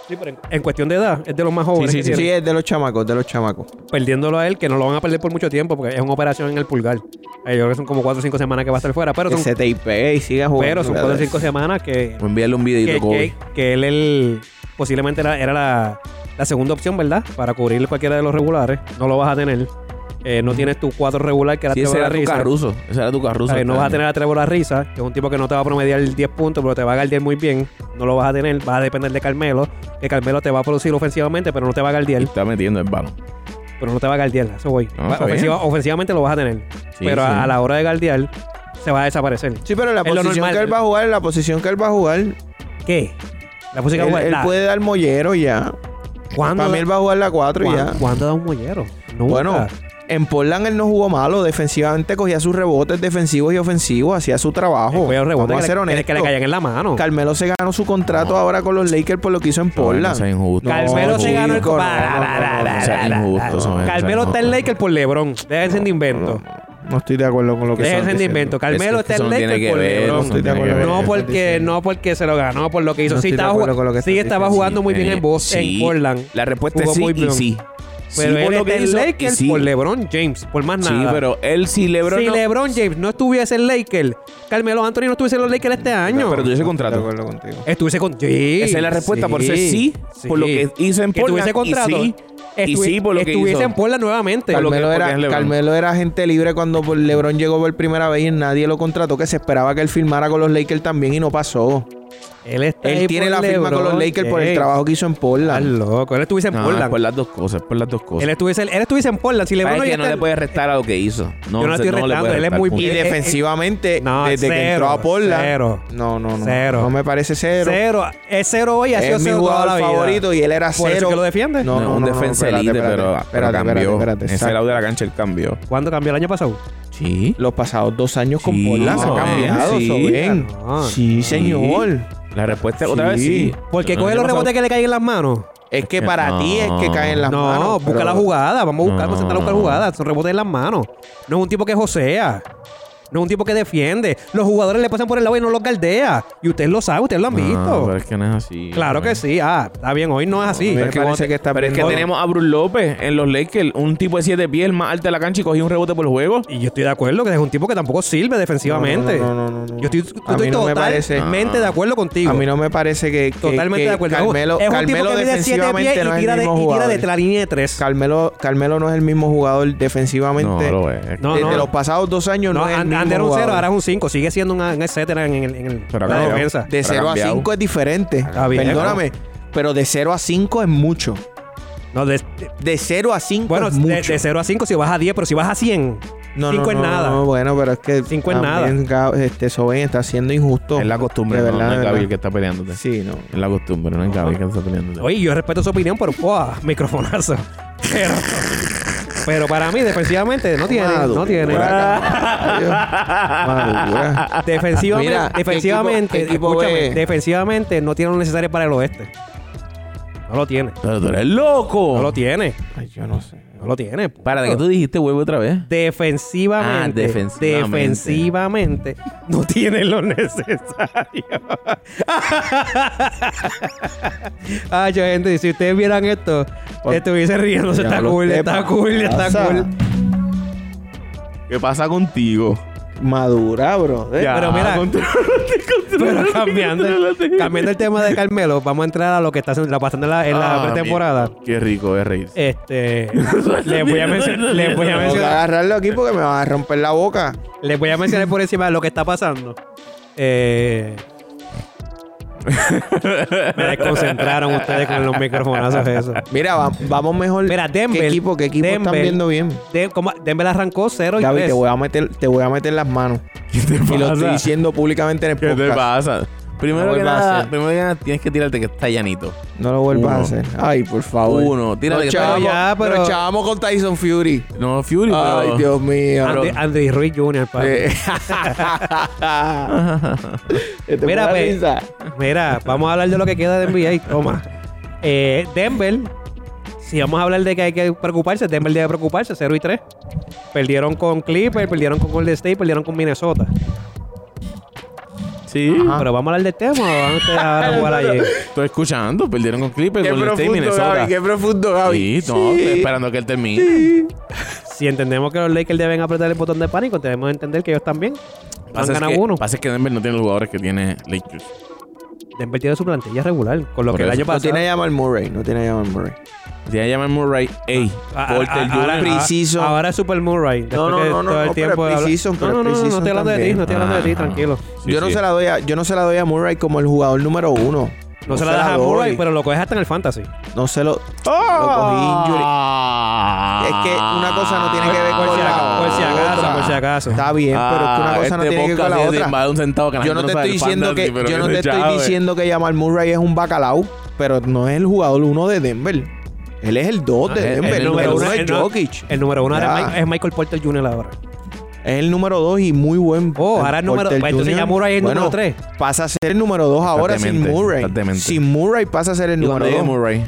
C: Sí, pero en, en cuestión de edad, es de los más jóvenes.
A: Sí,
C: que
B: Sí,
C: tienen.
B: es de los chamacos, de los chamacos.
C: Perdiéndolo a él, que no lo van a perder por mucho tiempo, porque es una operación en el pulgar. Eh, Yo creo que son como 4 o 5 semanas que va a estar fuera, pero
B: Que
C: son,
B: se te y siga jugando.
C: pero son 4 o 5 semanas que,
A: Voy a enviarle un videito,
C: que,
A: Kobe.
C: que- que él, él posiblemente era, era la, la segunda opción, ¿verdad? Para cubrir cualquiera de los regulares. No lo vas a tener. Eh, no tienes tu cuadro regular que era
A: Sí, ese
C: Trevor
A: era tu
C: Ariza.
A: carruso. Ese era tu carruso.
C: Eh, no vas a tener a Trevor Arriza, que es un tipo que no te va a promediar 10 puntos, pero te va a guardiar muy bien. No lo vas a tener, vas a depender de Carmelo. Que Carmelo te va a producir ofensivamente, pero no te va a guardiar.
A: Está metiendo el balón.
C: Pero no te va a guardiar, a eso voy.
A: No,
C: Va-
A: Ah, está
C: ofensiva- ofensivamente lo vas a tener,
A: Sí,
C: pero
A: sí.
C: A, a la hora de guardiar se va a desaparecer.
B: Sí, pero la
C: Es lo
B: posición
C: normal.
B: que él va a jugar, la posición que él va a jugar, él,
C: ¿Qué? La música
B: él puede dar mollero ya.
C: ¿Cuándo,
B: Para mí él va a jugar la 4 y ya.
C: cuán- cuándo da un mollero? Nunca.
B: Bueno, en Portland él no jugó malo. Defensivamente cogía sus rebotes defensivos y ofensivos, hacía su trabajo.
C: Fue un rebote
B: Vamos a
C: que,
B: ser
C: le, que le-
B: honestos.
C: que le caían en la mano.
B: Carmelo se ganó su contrato
A: No.
B: ahora con los Lakers por lo que hizo en
A: No
B: Portland.
A: seas injusto.
C: Carmelo se
A: chico,
C: ganó el
B: no, no,
C: Bah, bah, bah, bah,
A: no, no,
C: bah,
A: no seas
C: bah, bah,
A: injusto,
C: bah.
A: Samuel,
C: Carmelo
A: no,
C: está en
A: no,
C: Lakers por LeBron. Déjense de invento.
B: No estoy de acuerdo con lo que
C: Déjense
B: están
C: de
B: diciendo.
C: invento. Carmelo
A: Es que
C: está
A: eso
C: en
A: no tiene
C: Lakers
A: que
C: por
A: ver,
B: No
C: LeBron.
A: eso
B: estoy de
A: tiene que
B: acuerdo
A: ver.
B: con lo
C: No
B: que están
C: porque,
B: diciendo.
C: no porque se lo ganó, por lo que hizo.
B: No
C: sí,
B: estoy de
C: estaba,
B: acuerdo con lo
C: jugando,
B: que
C: sí
B: estás
C: estaba
B: diciendo.
C: jugando muy bien
A: Sí,
C: en, Bos-
A: sí.
C: en Portland.
A: La respuesta es
C: Jugó
A: sí
C: muy
A: y
C: bien.
A: sí.
C: Pero
A: Sí,
C: él
A: por lo
C: está
A: que
C: en
A: hizo,
C: Lakers
A: y sí.
C: por LeBron James, por más
A: Sí,
C: nada.
A: pero él sí, LeBron.
C: si
A: no-
C: LeBron James no estuviese en Lakers, Carmelo Anthony no estuviese en los Lakers este año.
A: Pero tuviese
B: Estoy de
A: contrato.
B: acuerdo contigo.
C: Estuviese con. Sí,
A: Esa es la respuesta por ser sí, por lo que hizo en
C: Que tuviese
A: Portland. Y
C: contrato.
A: sí, y
C: Estuvi-
A: sí, por lo que
C: Estuviese
A: hizo.
C: en Portland nuevamente.
A: Por lo que-
B: Carmelo
A: porque
B: era,
A: es LeBron.
B: Carmelo era agente libre cuando por LeBron llegó por primera vez y nadie lo contrató, que se esperaba que él firmara con los Lakers también y no pasó.
C: él está
B: Él
C: ahí
B: tiene
C: por
B: la firma con los
C: LeBron
B: Lakers por el
C: James.
B: trabajo que hizo en
C: Estás
B: Portland.
C: loco. Él estuviese en
A: No, es
C: Portland.
A: por las dos cosas, es por las dos cosas.
C: Él estuviese, él estuviese en Portland. Si LeBron
A: Sabes
C: no
A: que
C: ya
A: no
C: está-
A: le puedes restar a lo que hizo. No,
C: Yo no
A: se-
C: estoy
A: le
C: restando,
A: puedes
C: él es
A: restar,
C: muy
A: punto.
B: Y
C: Eh, eh,
B: defensivamente,
C: no,
B: desde que
C: cero,
B: entró a Portland,
C: cero,
B: no, no, no,
C: cero.
B: no me parece cero.
C: Cero. Es cero hoy, ha sido
B: Es mi
C: cero toda la
B: jugador
C: vida.
B: favorito y él era
C: Por eso
B: cero.
C: que lo defiende.
A: No,
B: No, no,
A: un
B: no,
A: defensa
B: espérate,
A: elite,
B: espérate,
A: pero, pero
B: espérate,
A: cambió.
B: espérate, espérate,
A: Ese
B: exacto.
A: lado de la cancha él cambió.
C: ¿Cuándo cambió el año pasado?
A: Sí.
B: Los pasados dos años con
A: Sí,
B: Portland se ha
A: no,
B: cambiado,
A: sí.
B: Soben.
C: No.
B: Sí, señor.
A: La respuesta otra
B: Sí.
A: vez sí.
C: Porque
A: No,
C: coge
A: no
C: los
A: pasa-
C: rebotes que le caen en las manos.
B: Es que para
A: Eh, No.
B: ti es que caen las
C: no,
B: manos.
C: busca
B: pero-
C: la jugada. Vamos a
A: No.
C: buscar, vamos a intentar buscar jugadas. Son rebotes en las manos. No es un tipo que josea. No es un tipo que defiende. Los jugadores le pasan por el lado y no los galdea. Y ustedes lo saben, ustedes lo han
A: No,
C: visto.
A: pero es que no es así.
C: Claro que sí. Ah, está bien, hoy no es así.
B: Me
A: que
B: parece que está
A: Pero es que
B: perdiendo-
A: tenemos a Bruce López en los Lakers, un tipo de siete pies, el más alto de la cancha y cogió un rebote por el juego.
C: Y yo estoy de acuerdo que es un tipo que tampoco sirve defensivamente.
B: No, no, no, no, no.
C: Yo estoy,
B: A
C: estoy
B: mí no me parece.
C: totalmente de acuerdo contigo.
B: A mí no me parece que, que-
C: totalmente
B: que
C: de acuerdo.
B: Carmelo,
C: es un
B: Carmelo
C: tipo que mide 7
B: defensivamente
C: pies y
B: no es
C: tira,
B: el
C: de,
B: mismo
C: y tira
B: jugador.
C: de la línea de 3.
B: Carmelo, Carmelo no es el mismo jugador
A: No
B: defensivamente.
A: lo es.
C: No,
B: Desde
C: no.
B: los pasados dos años no,
C: No,
B: es el
C: an-
B: mismo
C: antes era un
B: jugador.
C: 0, ahora es un 5. Sigue siendo una- un etcétera en, el- en el-
A: Pero
C: la
A: acá-
C: defensa.
B: De
A: Pero
B: 0 a
A: cambiado.
B: 5 es diferente.
C: Está bien,
B: Perdóname, pero de 0 a 5 es mucho.
C: No, de-
B: De 0 a 5
C: bueno,
B: es
C: de,
B: mucho.
C: 0 a 5 si vas a 10, pero si vas a 100, 5 es nada.
B: No, bueno, pero es que
C: Cinco es
B: también Gab- este Soben está siendo injusto.
A: Es la costumbre,
B: De
A: no,
B: verdad,
A: no es
B: de
A: Gabriel
B: verdad.
A: que está peleándote.
B: Sí, no.
A: Es la costumbre, no es Gabriel que está peleándote.
C: Oye, yo respeto su opinión, pero ¡buah! microfonazo. Pero, pero para mí, defensivamente, no tiene. No
B: Madura,
C: tiene.
B: Madura.
C: Defensivamente,
B: Mira, ¿qué
C: defensivamente,
B: equipo- qué equipo
C: escúchame,
B: ve?
C: defensivamente no tiene lo necesario para el oeste. No lo tiene.
A: Pero tú eres loco.
C: No lo tiene.
B: Ay, yo no sé.
C: No lo tiene. punto.
A: Para, ¿de qué tú dijiste huevo otra vez?
C: Defensivamente,
A: Ah, defensivamente.
C: defensivamente, no tiene lo necesario. Ay, yo, gente, si ustedes vieran esto, estuviese riéndose.
B: Ya
C: Está
B: lo
C: cool,
B: que
C: está cool, está
B: pasa.
C: cool.
A: ¿Qué pasa contigo?
B: Madura, bro. Eh,
A: Ya,
C: Eh, Pero mira,
A: control-
C: Pero cambiando, cambiando el tema de Carmelo, vamos a entrar a lo que está haciendo- lo pasando en la, en la
A: Ah,
C: pretemporada.
A: mira, Qué rico es reírse.
C: Este, les voy a mencionar, les voy a
B: Tengo que
C: mencionar,
B: agarrarlo aquí porque me van a romper la boca.
C: les voy a mencionar por encima lo que está pasando. Eh, Me desconcentraron ustedes con los microfonazos eso.
B: Mira, va- vamos mejor.
C: Mira, Denver-
B: ¿Qué equipo, qué equipo están
C: Denver-
B: viendo bien?
C: De, como, Denver arrancó 0 y
B: David,
C: 3.
B: te voy a meter, te voy a meter las manos.
A: ¿Qué te
B: Y lo estoy
A: pasa?
B: diciendo públicamente en el
A: ¿Qué
B: podcast.
A: te pasa? Primero,
B: No
A: que
B: vuelvas a
A: nada,
B: hacer.
A: primero que nada, tienes que tirarte que está llanito.
B: No lo vuelvas
A: Uno.
B: a hacer. Ay, por favor.
A: Uno, tírate
B: Nos
A: que está
B: chavamos,
A: llanito.
C: ya, pero-
B: nos chavamos con Tyson Fury.
A: No, Fury,
B: Ay,
A: pero-
B: Dios mío.
A: Pero-
C: Andy, Andy Ruiz Jr. papi.
B: Eh, ¿Te fue
C: Mira,
B: la
C: pues,
B: Este risa?
C: Mira, vamos a hablar de lo que queda de NBA. Toma. Eh, Denver, si vamos a hablar de que hay que preocuparse, Denver debe preocuparse, 0 y 3. Perdieron con Clippers, perdieron con Golden State, perdieron con Minnesota.
A: Sí.
B: Ajá.
C: Pero vamos a hablar del tema o van ustedes ahora a jugar allí.
A: Estoy escuchando, perdieron con Clippers,
B: Qué
A: con State y
B: profundo,
A: Minnesota.
B: Gaby. Qué profundo, Gaby.
A: Sí, no, estoy esperando que él termine.
C: Si entendemos que los Lakers deben apretar el botón de pánico, debemos entender que ellos también no han
A: Pasa es
C: ganado
A: que,
C: uno.
A: pasa es que Denver no tiene los jugadores que tiene Lakers.
C: Denver tiene su plantilla regular, con lo
A: Por
C: que el
A: eso.
C: año
B: No
C: pasado...
B: tiene a Jamal Murray. No tiene a Jamal Murray.
A: Tiene a llamar Murray, ey,
C: Ah, ah,
A: Porter
C: ah, ahora,
A: Jr.
B: Preciso.
C: ah, ahora es Super Murray.
B: No,
C: después
B: no,
C: que
B: no, no,
C: todo el
B: no, pero
C: tiempo habla-
B: Precision, pero
C: no, no, no, no, no estoy
B: Precision
C: hablando de ti,
B: también.
C: no estoy hablando de ti,
A: Ah.
C: tranquilo.
A: Sí,
B: yo no
A: sí.
B: se la doy a, yo no se la doy a Murray como el jugador número uno.
C: No, se la das a
B: doy.
C: Murray, pero lo coges hasta en el fantasy.
B: No se lo.
A: Ah.
B: Es que una cosa no tiene que ver
C: Por
B: con
C: si
B: la
C: aca- por si acaso,
B: otra.
C: por si acaso.
B: Está bien, pero es que una
A: Ah,
B: cosa no
A: este
B: tiene que ver con la
A: podcast es de
B: otra.
A: más de un centavo que la
B: Yo
A: gente
B: no te
A: sabe
B: estoy
A: el
B: diciendo
A: fantasy,
B: que
A: pero
B: yo no
A: se
B: te estoy
A: chave.
B: diciendo que Jamal Murray es un bacalao, pero no es el jugador uno de Denver. Él es el 2 de
A: Ah, el-
B: Denver,
A: el
B: el
A: número
B: número
A: uno
B: uno es
C: el, nu-
B: Jokic.
C: el número uno ahora
B: Ya.
C: es Mi- es Michael Porter Jr. ahora.
B: Es el número 2 y muy buen.
C: Oh, ahora el número-
B: Porter
C: pues entonces
B: Jr.
C: ya Murray es el número tres.
B: Pasa a ser el número 2 ahora
A: demente,
B: sin Murray.
A: está demente.
B: Sin Murray pasa a ser el
A: Y cuando
B: número
A: llegue
B: 2.
A: Murray,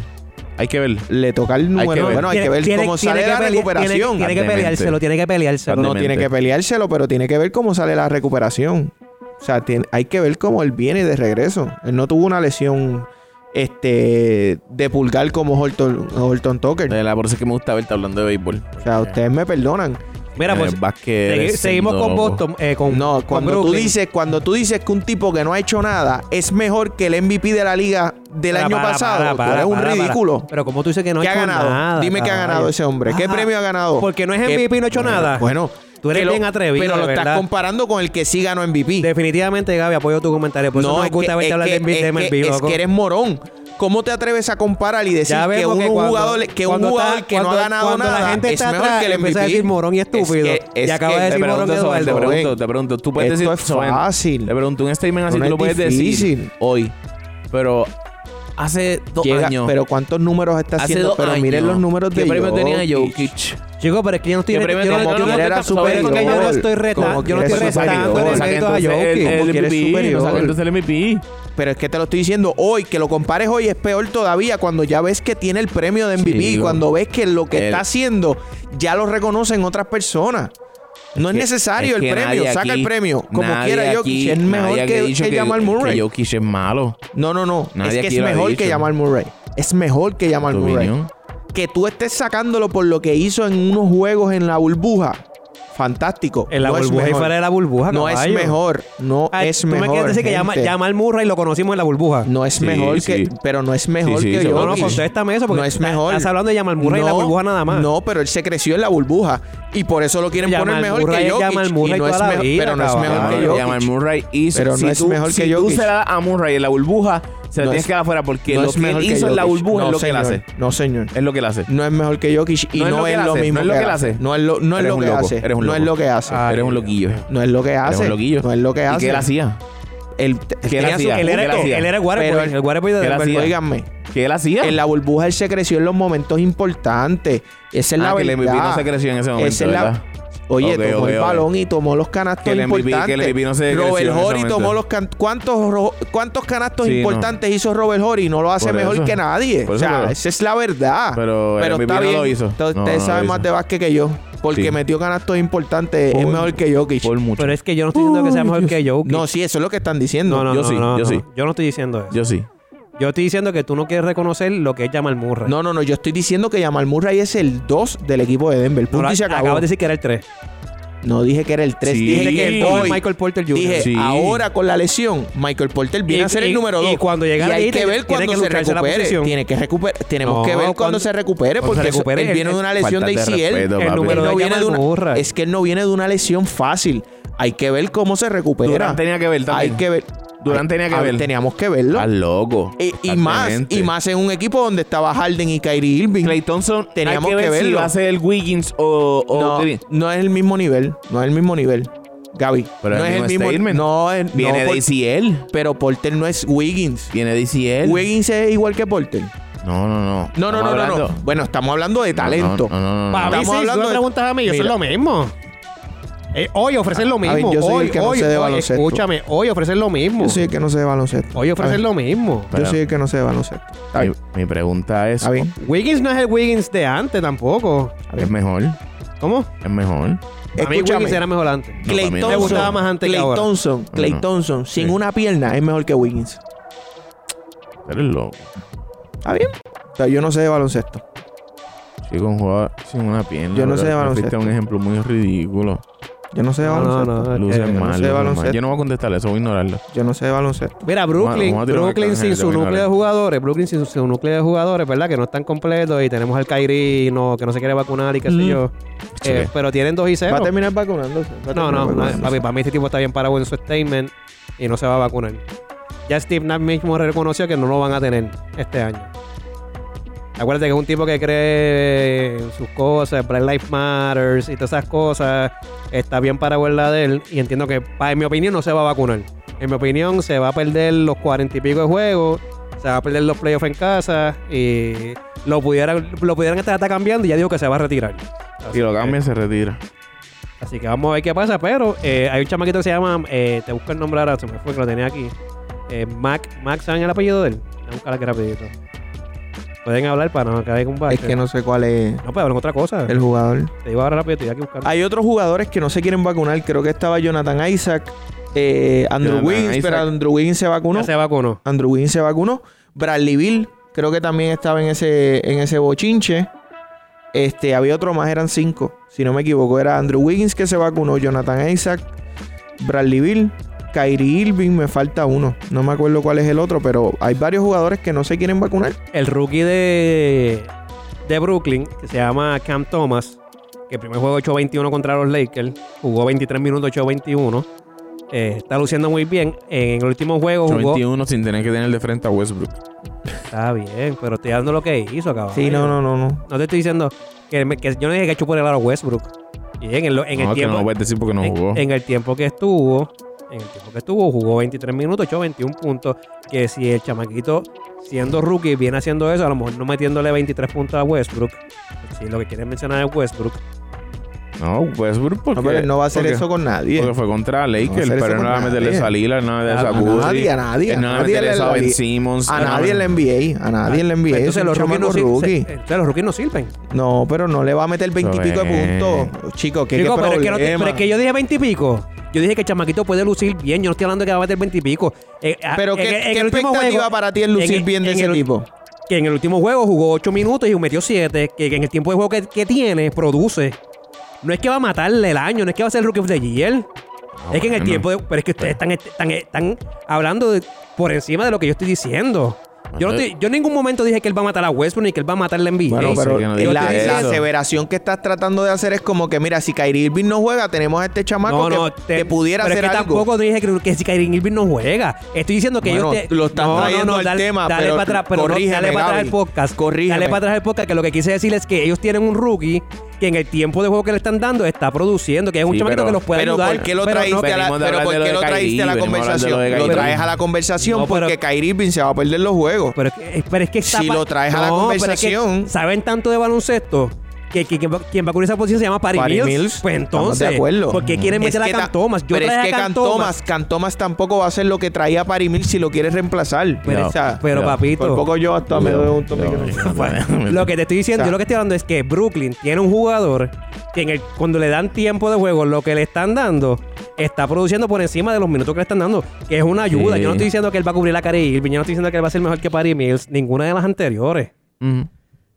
A: hay que ver.
B: Le toca el
A: que
B: número.
A: ver.
B: Bueno, hay que ver
C: Tiene-
B: cómo
C: tiene
B: sale
C: que
B: la
C: pelear-
B: recuperación.
C: Tiene, tiene que
A: Demente.
C: peleárselo, tiene que peleárselo.
B: No
A: Totalmente.
B: tiene que peleárselo, pero tiene que ver cómo sale la recuperación. O sea, tiene- hay que ver cómo él viene de regreso. Él no tuvo una lesión este, de pulgar como Horton, Horton Tucker.
A: De la por eso es que me gusta verte hablando de béisbol.
B: O sea, ustedes me perdonan.
C: Mira,
A: En
C: pues
A: el básquet
C: segui-
A: eres
C: seguimos con
A: siendo-
C: Boston, eh, con,
B: No,
C: con
B: cuando tú
C: Brooklyn.
B: dices, cuando tú dices que un tipo que no ha hecho nada es mejor que el MVP de la liga del
C: Para,
B: año
C: para,
B: pasado,
C: para,
B: tú
C: para,
B: eres un
C: para, para.
B: ridículo.
C: Pero como tú dices que no
B: ¿Qué
C: ha
B: ha
C: hecho
B: ganado?
C: nada,
B: Dime qué ha
C: caballo.
B: ganado ese hombre. ¿Qué
C: Ah,
B: premio ha ganado?
C: Porque no es MVP y no ha hecho nada.
B: Bueno,
C: Tú eres
B: que lo-
C: bien atrevido,
B: Pero
C: de
B: lo estás
C: verdad.
B: comparando con el que sí ganó MVP.
C: Definitivamente, Gaby, apoyo tu comentario. Por eso no me gusta verte hablar de MVP.
B: es que- es que eres morón. ¿Cómo te atreves a comparar y decir
C: Ya
B: que
C: vemos
B: un
C: que cuando-
B: jugador, que un
C: cuando
B: jugador
C: está-
B: que no
C: cuando-
B: ha ganado
C: cuando la
B: nada
C: gente
B: es
C: está
B: mejor
C: atrás,
B: que el MVP?
C: empieza a decir morón y estúpido.
B: Es que-
C: Y
B: es
C: acaba
B: que-
C: de
A: Te
C: decir morón
A: pregunto,
C: y
A: Soben, te
C: Eduardo.
A: pregunto, te pregunto. Tú puedes
B: Esto
A: decir.
B: es
A: Soben,
B: fácil.
A: Te pregunto un statement así,
B: No
A: tú
B: es
A: lo puedes decir
B: difícil.
A: hoy. Pero hace dos
B: Llega-
A: años.
B: pero cuántos números está
A: hace
B: haciendo,
A: dos
B: pero
A: años,
B: miren los números de
A: ¿Qué premio tenía
B: Jokic.
A: Jokic?
C: Chicos, pero es que yo no estoy
A: Que
C: re-
A: premio
C: yo no-
A: tenía
C: yo no-
A: Jokic?
B: Como quiera era
A: Soben,
B: superior.
A: porque
C: yo no estoy
B: Como
C: retando, yo no
B: quiera
C: estoy
B: era
C: retando
B: superior.
C: el mérito a Jokic.
B: el- quieres
A: MVP,
B: superior?
A: no saca entonces el MVP.
B: Pero es que te lo estoy diciendo hoy, que lo compares hoy es peor todavía cuando ya ves que tiene el premio de MVP,
A: Sí,
B: cuando ves que lo que
A: el-
B: está haciendo ya lo reconocen otras personas. No es
A: que-
B: necesario
A: es que
B: el premio,
A: nadie
B: saca
A: aquí-
B: el premio. Como
A: nadie
B: quiera,
A: aquí-
B: Jokic es mejor
A: nadie aquí ha
B: que,
A: dicho
B: que Jamal Murray.
A: Que Jokic es malo.
B: no, no, no.
A: Nadie
B: es
A: aquí
B: que es
A: lo ha
B: mejor que
A: dicho.
B: Jamal Murray. Es mejor que Jamal
A: tu
B: Murray.
A: opinión.
B: Que tú estés sacándolo por lo que hizo en unos juegos en la burbuja. Fantástico.
C: En la
B: No es
C: burbuja y
B: mejor.
C: fuera de la burbuja,
B: No es
C: Ah, caballo.
B: mejor. No
C: Ay,
B: es
C: tú
B: mejor.
C: me quieres decir que llama,
B: gente.
C: llama al Murray y lo conocimos en la burbuja. No,
B: No es
A: Sí,
B: mejor
A: sí.
B: que. Pero no es mejor
A: Sí, sí,
B: que
A: seguro.
C: no,
B: Jokic.
C: contéstame eso porque
B: No es
C: está-
B: mejor.
C: estás hablando de Jamal Murray y la
B: No,
C: burbuja nada más.
B: No, pero él se creció en la burbuja. Y por eso lo quieren
C: Jamal
B: poner mejor
C: Murray
B: que
C: es
B: Jokic.
C: Jamal
B: y
C: Murray
B: no es
C: toda la
B: mejor-
C: vida,
B: pero no es
C: cabrón.
B: mejor que
A: Jamal,
B: Jokic.
A: Jamal Murray hizo.
B: Pero no
A: si
B: es
A: tú,
B: mejor
A: si
B: que
A: tú
B: Jokic.
A: se la das a Murray en la burbuja, se la
B: No
A: tienes
B: es-
A: que dar afuera porque
B: No
A: lo
B: es
A: que
B: mejor
A: él
B: que
A: hizo en la
B: Jokic.
A: burbuja
B: No,
A: es lo que él
B: señor.
A: hace.
B: No, señor.
A: Es lo que él hace.
B: No es mejor que Jokic y
A: No es lo
B: no
A: que
B: es
A: él
B: lo
A: hace,
B: mismo
A: no es lo que él hace.
B: No es lo no es
A: Eres
B: lo
A: un
B: que
A: loco,
B: hace.
A: eres un
B: No es
A: loco.
B: lo que hace.
C: Ah,
A: Eres un loquillo.
B: No es lo que
A: Eres
B: hace.
A: un loquillo.
B: No es lo que
A: ¿Y qué
B: hace.
A: él hacía?
B: Él-
A: ¿Qué él
B: tenía su-
A: hacía?
C: él,
A: ¿Qué él
C: era,
A: hacía?
C: él era el waterboy,
B: Pero él-
C: el waterboy de
A: ¿Qué él
C: Denver.
A: hacía?
B: Óiganme.
A: ¿Qué él hacía?
B: En la burbuja él se creció en los momentos importantes. Esa es la
A: Ah, que
B: verdad.
A: el MVP no se creció en ese momento,
B: Esa es la-
A: ¿verdad?
B: Oye,
A: Ok,
B: tomó
A: ok,
B: el
A: ok.
B: balón y tomó los canastos
A: Que el MVP
B: importantes.
A: que el MVP no se creció en
B: Robert
A: ese
B: Horry
A: momento.
B: tomó los can- ¿Cuántos, ro- cuántos canastos
A: Sí, no.
B: importantes hizo Robert Horry? No lo hace
A: Por
B: mejor
A: eso.
B: que nadie.
A: Por
B: o
A: eso,
B: sea,
A: pero-
B: esa es la verdad.
A: pero el MVP
B: está
A: no
B: bien.
A: lo hizo.
B: Entonces,
A: No,
B: Ustedes
A: no lo
B: saben
A: hizo.
B: más de básquet que yo. Porque
A: Sí.
B: metió canastos importantes. es
A: Por-
B: mejor que Jokic.
A: Por mucho.
C: Pero es que yo no estoy diciendo que sea mejor que Jokic.
B: No, sí, eso es lo que están diciendo.
C: no, no,
A: yo
C: no,
A: sí,
C: no,
A: yo
C: no.
A: sí.
C: Yo no estoy diciendo eso. Yo,
A: Yo sí.
C: estoy diciendo que tú no quieres reconocer lo que es Jamal Murray.
B: No, no, no, yo estoy diciendo que Jamal Murray es el 2 del equipo de Denver. Punto
C: Ahora,
B: y se acabó.
C: Acabas de decir que era el 3.
B: No dije que era el 3,
A: Sí.
B: dije
A: Dijiste
B: que
A: que el
B: el
A: dos
C: es Michael Porter Jr.
B: Dije,
A: Sí.
B: ahora con la lesión, Michael Porter viene
C: Y-
B: a ser
C: y-
B: el número
C: y
B: 2.
C: cuando llegue ahí,
B: hay que
C: tiene-
B: ver
C: tiene
B: cuando
C: que
B: se
C: lucharse la
B: recupere.
C: posición.
B: Tiene que recuperar. Tenemos
C: No,
B: que ver cuando,
C: cuando-
B: se recupere,
C: cuando
B: porque
C: se
B: eso-
C: recupere,
B: él viene
C: el-
B: de una lesión de
A: Falta de
B: ICL.
A: respeto,
B: Él
A: papi.
C: número
B: no
C: de
B: viene
C: Jamal
B: de una-
C: Murray.
B: es que él no viene de una lesión fácil. Hay que ver cómo se recupera.
A: Durant tenía que ver también.
B: Hay que ver.
A: Durán tenía que
B: Ah,
A: ver.
B: Teníamos que verlo.
A: Estás loco.
B: Y, y más,
A: Totalmente.
B: y más en un equipo donde estaba Harden y Kyrie Irving.
A: Clay Thompson,
B: Teníamos
A: teníamos que,
B: que
A: ver si
B: verlo.
A: va a ser el Wiggins o, o
B: no,
A: Green.
B: no es el mismo nivel. No es el mismo nivel. Gaby.
A: Pero
B: no
A: es el mismo statement.
B: No, es,
A: Viene
B: no,
A: de
B: por-
A: ICL.
B: Pero Porter no es Wiggins.
A: Viene de ICL.
B: Wiggins es igual que Porter.
A: No, no, no.
B: No, no,
A: Estamos
B: no, no,
A: hablando-
B: no. Bueno, estamos hablando de talento.
A: No, no, no, no, no.
C: Para mí,
B: Estamos
C: sí, si tú
B: hablando
C: me
B: de-
C: preguntas a mí, yo soy
B: Mira.
C: lo mismo. Eh, hoy ofrecer lo
B: A ver,
C: mismo.
B: yo soy el
C: hoy,
B: que no
C: hoy,
B: sé de
C: hoy,
B: baloncesto.
C: Escúchame, hoy ofrecer lo mismo.
B: Yo soy el que no sé de baloncesto.
C: Hoy ofrecer
B: A ver,
C: lo mismo.
B: Yo soy el que no sé de baloncesto. Está
A: Mi,
B: bien.
A: mi pregunta es:
B: Está bien.
C: Wiggins no es el Wiggins de antes tampoco.
A: ¿es mejor?
C: ¿Cómo?
A: ¿Es mejor?
C: A mí
B: Escúchame.
C: Wiggins era mejor antes.
A: No,
B: Clay
A: para mí no.
B: Thompson,
A: Me gustaba
C: más antes que
B: Clay
C: ahora.
B: Thompson, Clay
A: no.
B: Thompson, sin
A: Sí.
B: una pierna es mejor que Wiggins.
A: Eres loco.
B: ¿Está bien? O sea, yo no sé de baloncesto.
A: Chico, un jugador sin una pierna.
B: Yo no sé de
A: Me
B: baloncesto.
A: fuiste a un ejemplo muy ridículo.
B: Yo no sé de
C: No, no,
B: baloncesto.
C: no.
A: Luces
C: eh,
A: mal.
B: no sé de
A: luces mal.
B: baloncesto.
A: Yo no voy a contestar eso, voy a ignorarlo.
B: Yo no sé de baloncesto.
C: Mira, Brooklyn,
A: Vamos a tirar una
C: Brooklyn
A: caja de
C: sin su
A: Levin
C: núcleo de
A: ahora.
C: jugadores, Brooklyn sin su, su núcleo de jugadores, ¿verdad? Que no están completos y tenemos al Kyrie no, que no se quiere vacunar y qué sé
B: Mm.
C: yo. Eh,
A: Sí.
C: pero tienen dos y cero.
B: Va a terminar vacunándose. va a
C: No,
B: terminar
C: no, no,
B: vacunándose.
C: papi, para mí este tipo está bien parado en su statement y no se va a vacunar. Ya Steve Nash mismo reconoció que no lo van a tener este año. Acuérdate que es un tipo que cree en sus cosas, Black Lives Matter y todas esas cosas. Está bien parado en la de él y entiendo que, pa- en mi opinión, no se va a vacunar. En mi opinión, se va a perder los cuarenta y pico de juegos, se va a perder los playoffs en casa y lo pudieran, lo pudieran estar hasta cambiando y ya dijo que se va a retirar.
A: Si lo
C: Así que-
A: cambia, se retira.
C: Así que vamos a ver qué pasa, pero eh, hay un chamaquito que se llama, eh, te busco el nombre ahora, se me fue que lo tenía aquí. Eh, Mac, Mac, ¿saben el apellido de él? Vamos a buscar aquí rapidito. Pueden hablar para no caer en un bache.
B: Es que no sé cuál es
C: No, pero en otra cosa.
B: el jugador.
C: Te digo ahora rápido, te voy a buscar.
B: Hay otros jugadores que no se quieren vacunar. Creo que estaba Jonathan Isaac, eh, Andrew
A: Jonathan
B: Wiggins,
A: Isaac.
B: pero Andrew Wiggins se vacunó.
C: Ya se vacunó.
B: Andrew Wiggins se vacunó. Bradley Bill, creo que también estaba en ese, en ese bochinche. Este, había otro más, eran cinco. Si no me equivoco, era Andrew Wiggins que se vacunó, Jonathan Isaac, Bradley Bill, Kyrie Irving, me falta uno. No me acuerdo cuál es el otro, pero hay varios jugadores que no se quieren vacunar.
C: El rookie de, de Brooklyn, que se llama Cam Thomas, que el primer juego 8-21 contra los Lakers, jugó 23 minutos 8-21. Eh, está luciendo muy bien. En el último juego jugó.
A: 21 sin tener que tener de frente a Westbrook.
C: Está bien, pero estoy dando lo que hizo, cabrón.
B: Sí, no, no, no, no.
C: No te estoy diciendo que, me- que yo no dije que chupó el aro a Westbrook. Y en el, en
A: no,
C: el
A: que no
C: tiempo.
A: lo puedes decir porque no
C: en-
A: jugó.
C: en, el tiempo que estuvo. En el tiempo que estuvo, jugó 23 minutos, echó 21 puntos. Que si el chamaquito, siendo rookie, viene haciendo eso, a lo mejor no metiéndole 23 puntos a Westbrook. Si lo que quieren mencionar es Westbrook.
A: No, Westbrook porque...
B: No, pero él no va a hacer
A: porque-
B: eso con nadie.
A: Porque fue contra
B: No va a
A: Lakers,
B: hacer
A: pero
B: eso
A: él no
B: con
A: va a meterle
B: nadie.
A: esa Lila, no va a meterle esa
B: A nadie, a nadie, a
A: No va a
B: nadie
A: meterle
B: le-
A: esa Ben
B: nadie-
A: Simmons.
B: A
A: no,
B: nadie
A: no,
B: en la NBA, a nadie en la NBA.
C: Pues Entonces los rookies, no
B: no
C: sir- se- entonces, los rookies no sirven.
B: No, pero no le va a meter veintipico de
A: Eso es.
B: puntos. Chico, ¿qué,
C: Chico,
B: qué
C: pero, es que no te-
B: problema?
C: pero es que yo dije 20 y pico. Yo dije que el chamaquito puede lucir bien. Yo no estoy hablando de que va a meter 20 y pico. Eh, a-
B: Pero
C: en
B: ¿qué,
C: el- en
B: qué
C: el último
B: expectativa
C: juego-
B: para ti es lucir
C: en el-
B: bien de
C: en
B: ese
C: el-
B: tipo?
C: que en el último juego jugó 8 minutos y metió 7, que, que en el tiempo de juego que, que tiene, produce. No es que va a matarle el año, no es que va a ser el rookie of the year. es que en el
A: bueno.
C: tiempo de, Pero es que ustedes están, están, están hablando de- por encima de lo que yo estoy diciendo. Yo, no
A: Bueno.
C: estoy- yo en ningún momento dije que él va a matar a Westbrook ni que él va a matar la NBA.
B: Bueno,
A: Sí,
B: pero
A: sí, que no
B: la,
A: diga
B: la
A: eso.
B: aseveración que estás tratando de hacer es como que, mira, si Kyrie Irving no juega, tenemos a este chamaco que,
C: te-
B: que pudiera
C: pero es
B: hacer
C: que
B: algo.
C: tampoco dije que, que si Kyrie Irving no juega. Estoy diciendo que
B: Bueno,
C: ellos te-
B: lo estás trayendo al tema,
C: dale
B: pero
C: para atrás, pero no,
B: corrígeme,
C: dale para atrás
B: Gaby.
C: el podcast.
B: Corrígeme.
C: Dale para atrás el podcast, que lo que quise decir es que ellos tienen un rookie que en el tiempo de juego que le están dando está produciendo, que es un
A: Sí,
C: chamaquito
A: pero-
C: que los puede
B: Pero
C: ayudar.
B: ¿por qué lo
C: pero no-
B: traíste a la,
A: venimos de
B: pero
A: hablar
B: ¿por
A: de
B: qué
A: lo
B: lo
A: de
B: traíste a la
A: Kyrie, venimos hablando de lo de
B: conversación? Lo
A: Kyrie.
B: traes a la conversación
C: No, pero-
B: porque Kyrie Irving se va a perder los juegos.
C: Pero es que, pero es que está
B: Si
C: pa-
B: lo traes a la
C: pero es que
B: conversación.
C: saben tanto de baloncesto que, que- que va- quien va a cubrir esa posición se llama Paris,
B: Patty
C: Mills.
B: Mills,
C: Pues
B: estamos
C: entonces,
B: de acuerdo. Mm.
C: ¿por qué quieren
B: Es
C: meter
B: que
C: a
B: ta-
C: Cam Thomas? Yo
B: pero es
C: traje
B: que
C: a Cam Thomas.
B: Cantomas tampoco va a hacer lo que traía a Paris Mills si lo quieres reemplazar.
C: Pero,
B: O sea,
C: pero
A: no,
C: papito.
B: por poco yo hasta me doy un toque que no-
C: Lo que te estoy diciendo,
B: O sea,
C: yo lo que estoy hablando es que Brooklyn tiene un jugador que en el, cuando le dan tiempo de juego, lo que le están dando está produciendo por encima de los minutos que le están dando, que es una ayuda.
A: Sí.
C: Yo no estoy diciendo que él va a cubrir la Kyrie Irving, yo no estoy diciendo que él va a ser mejor que Paris Mills, ninguna de las anteriores.
A: Ujú.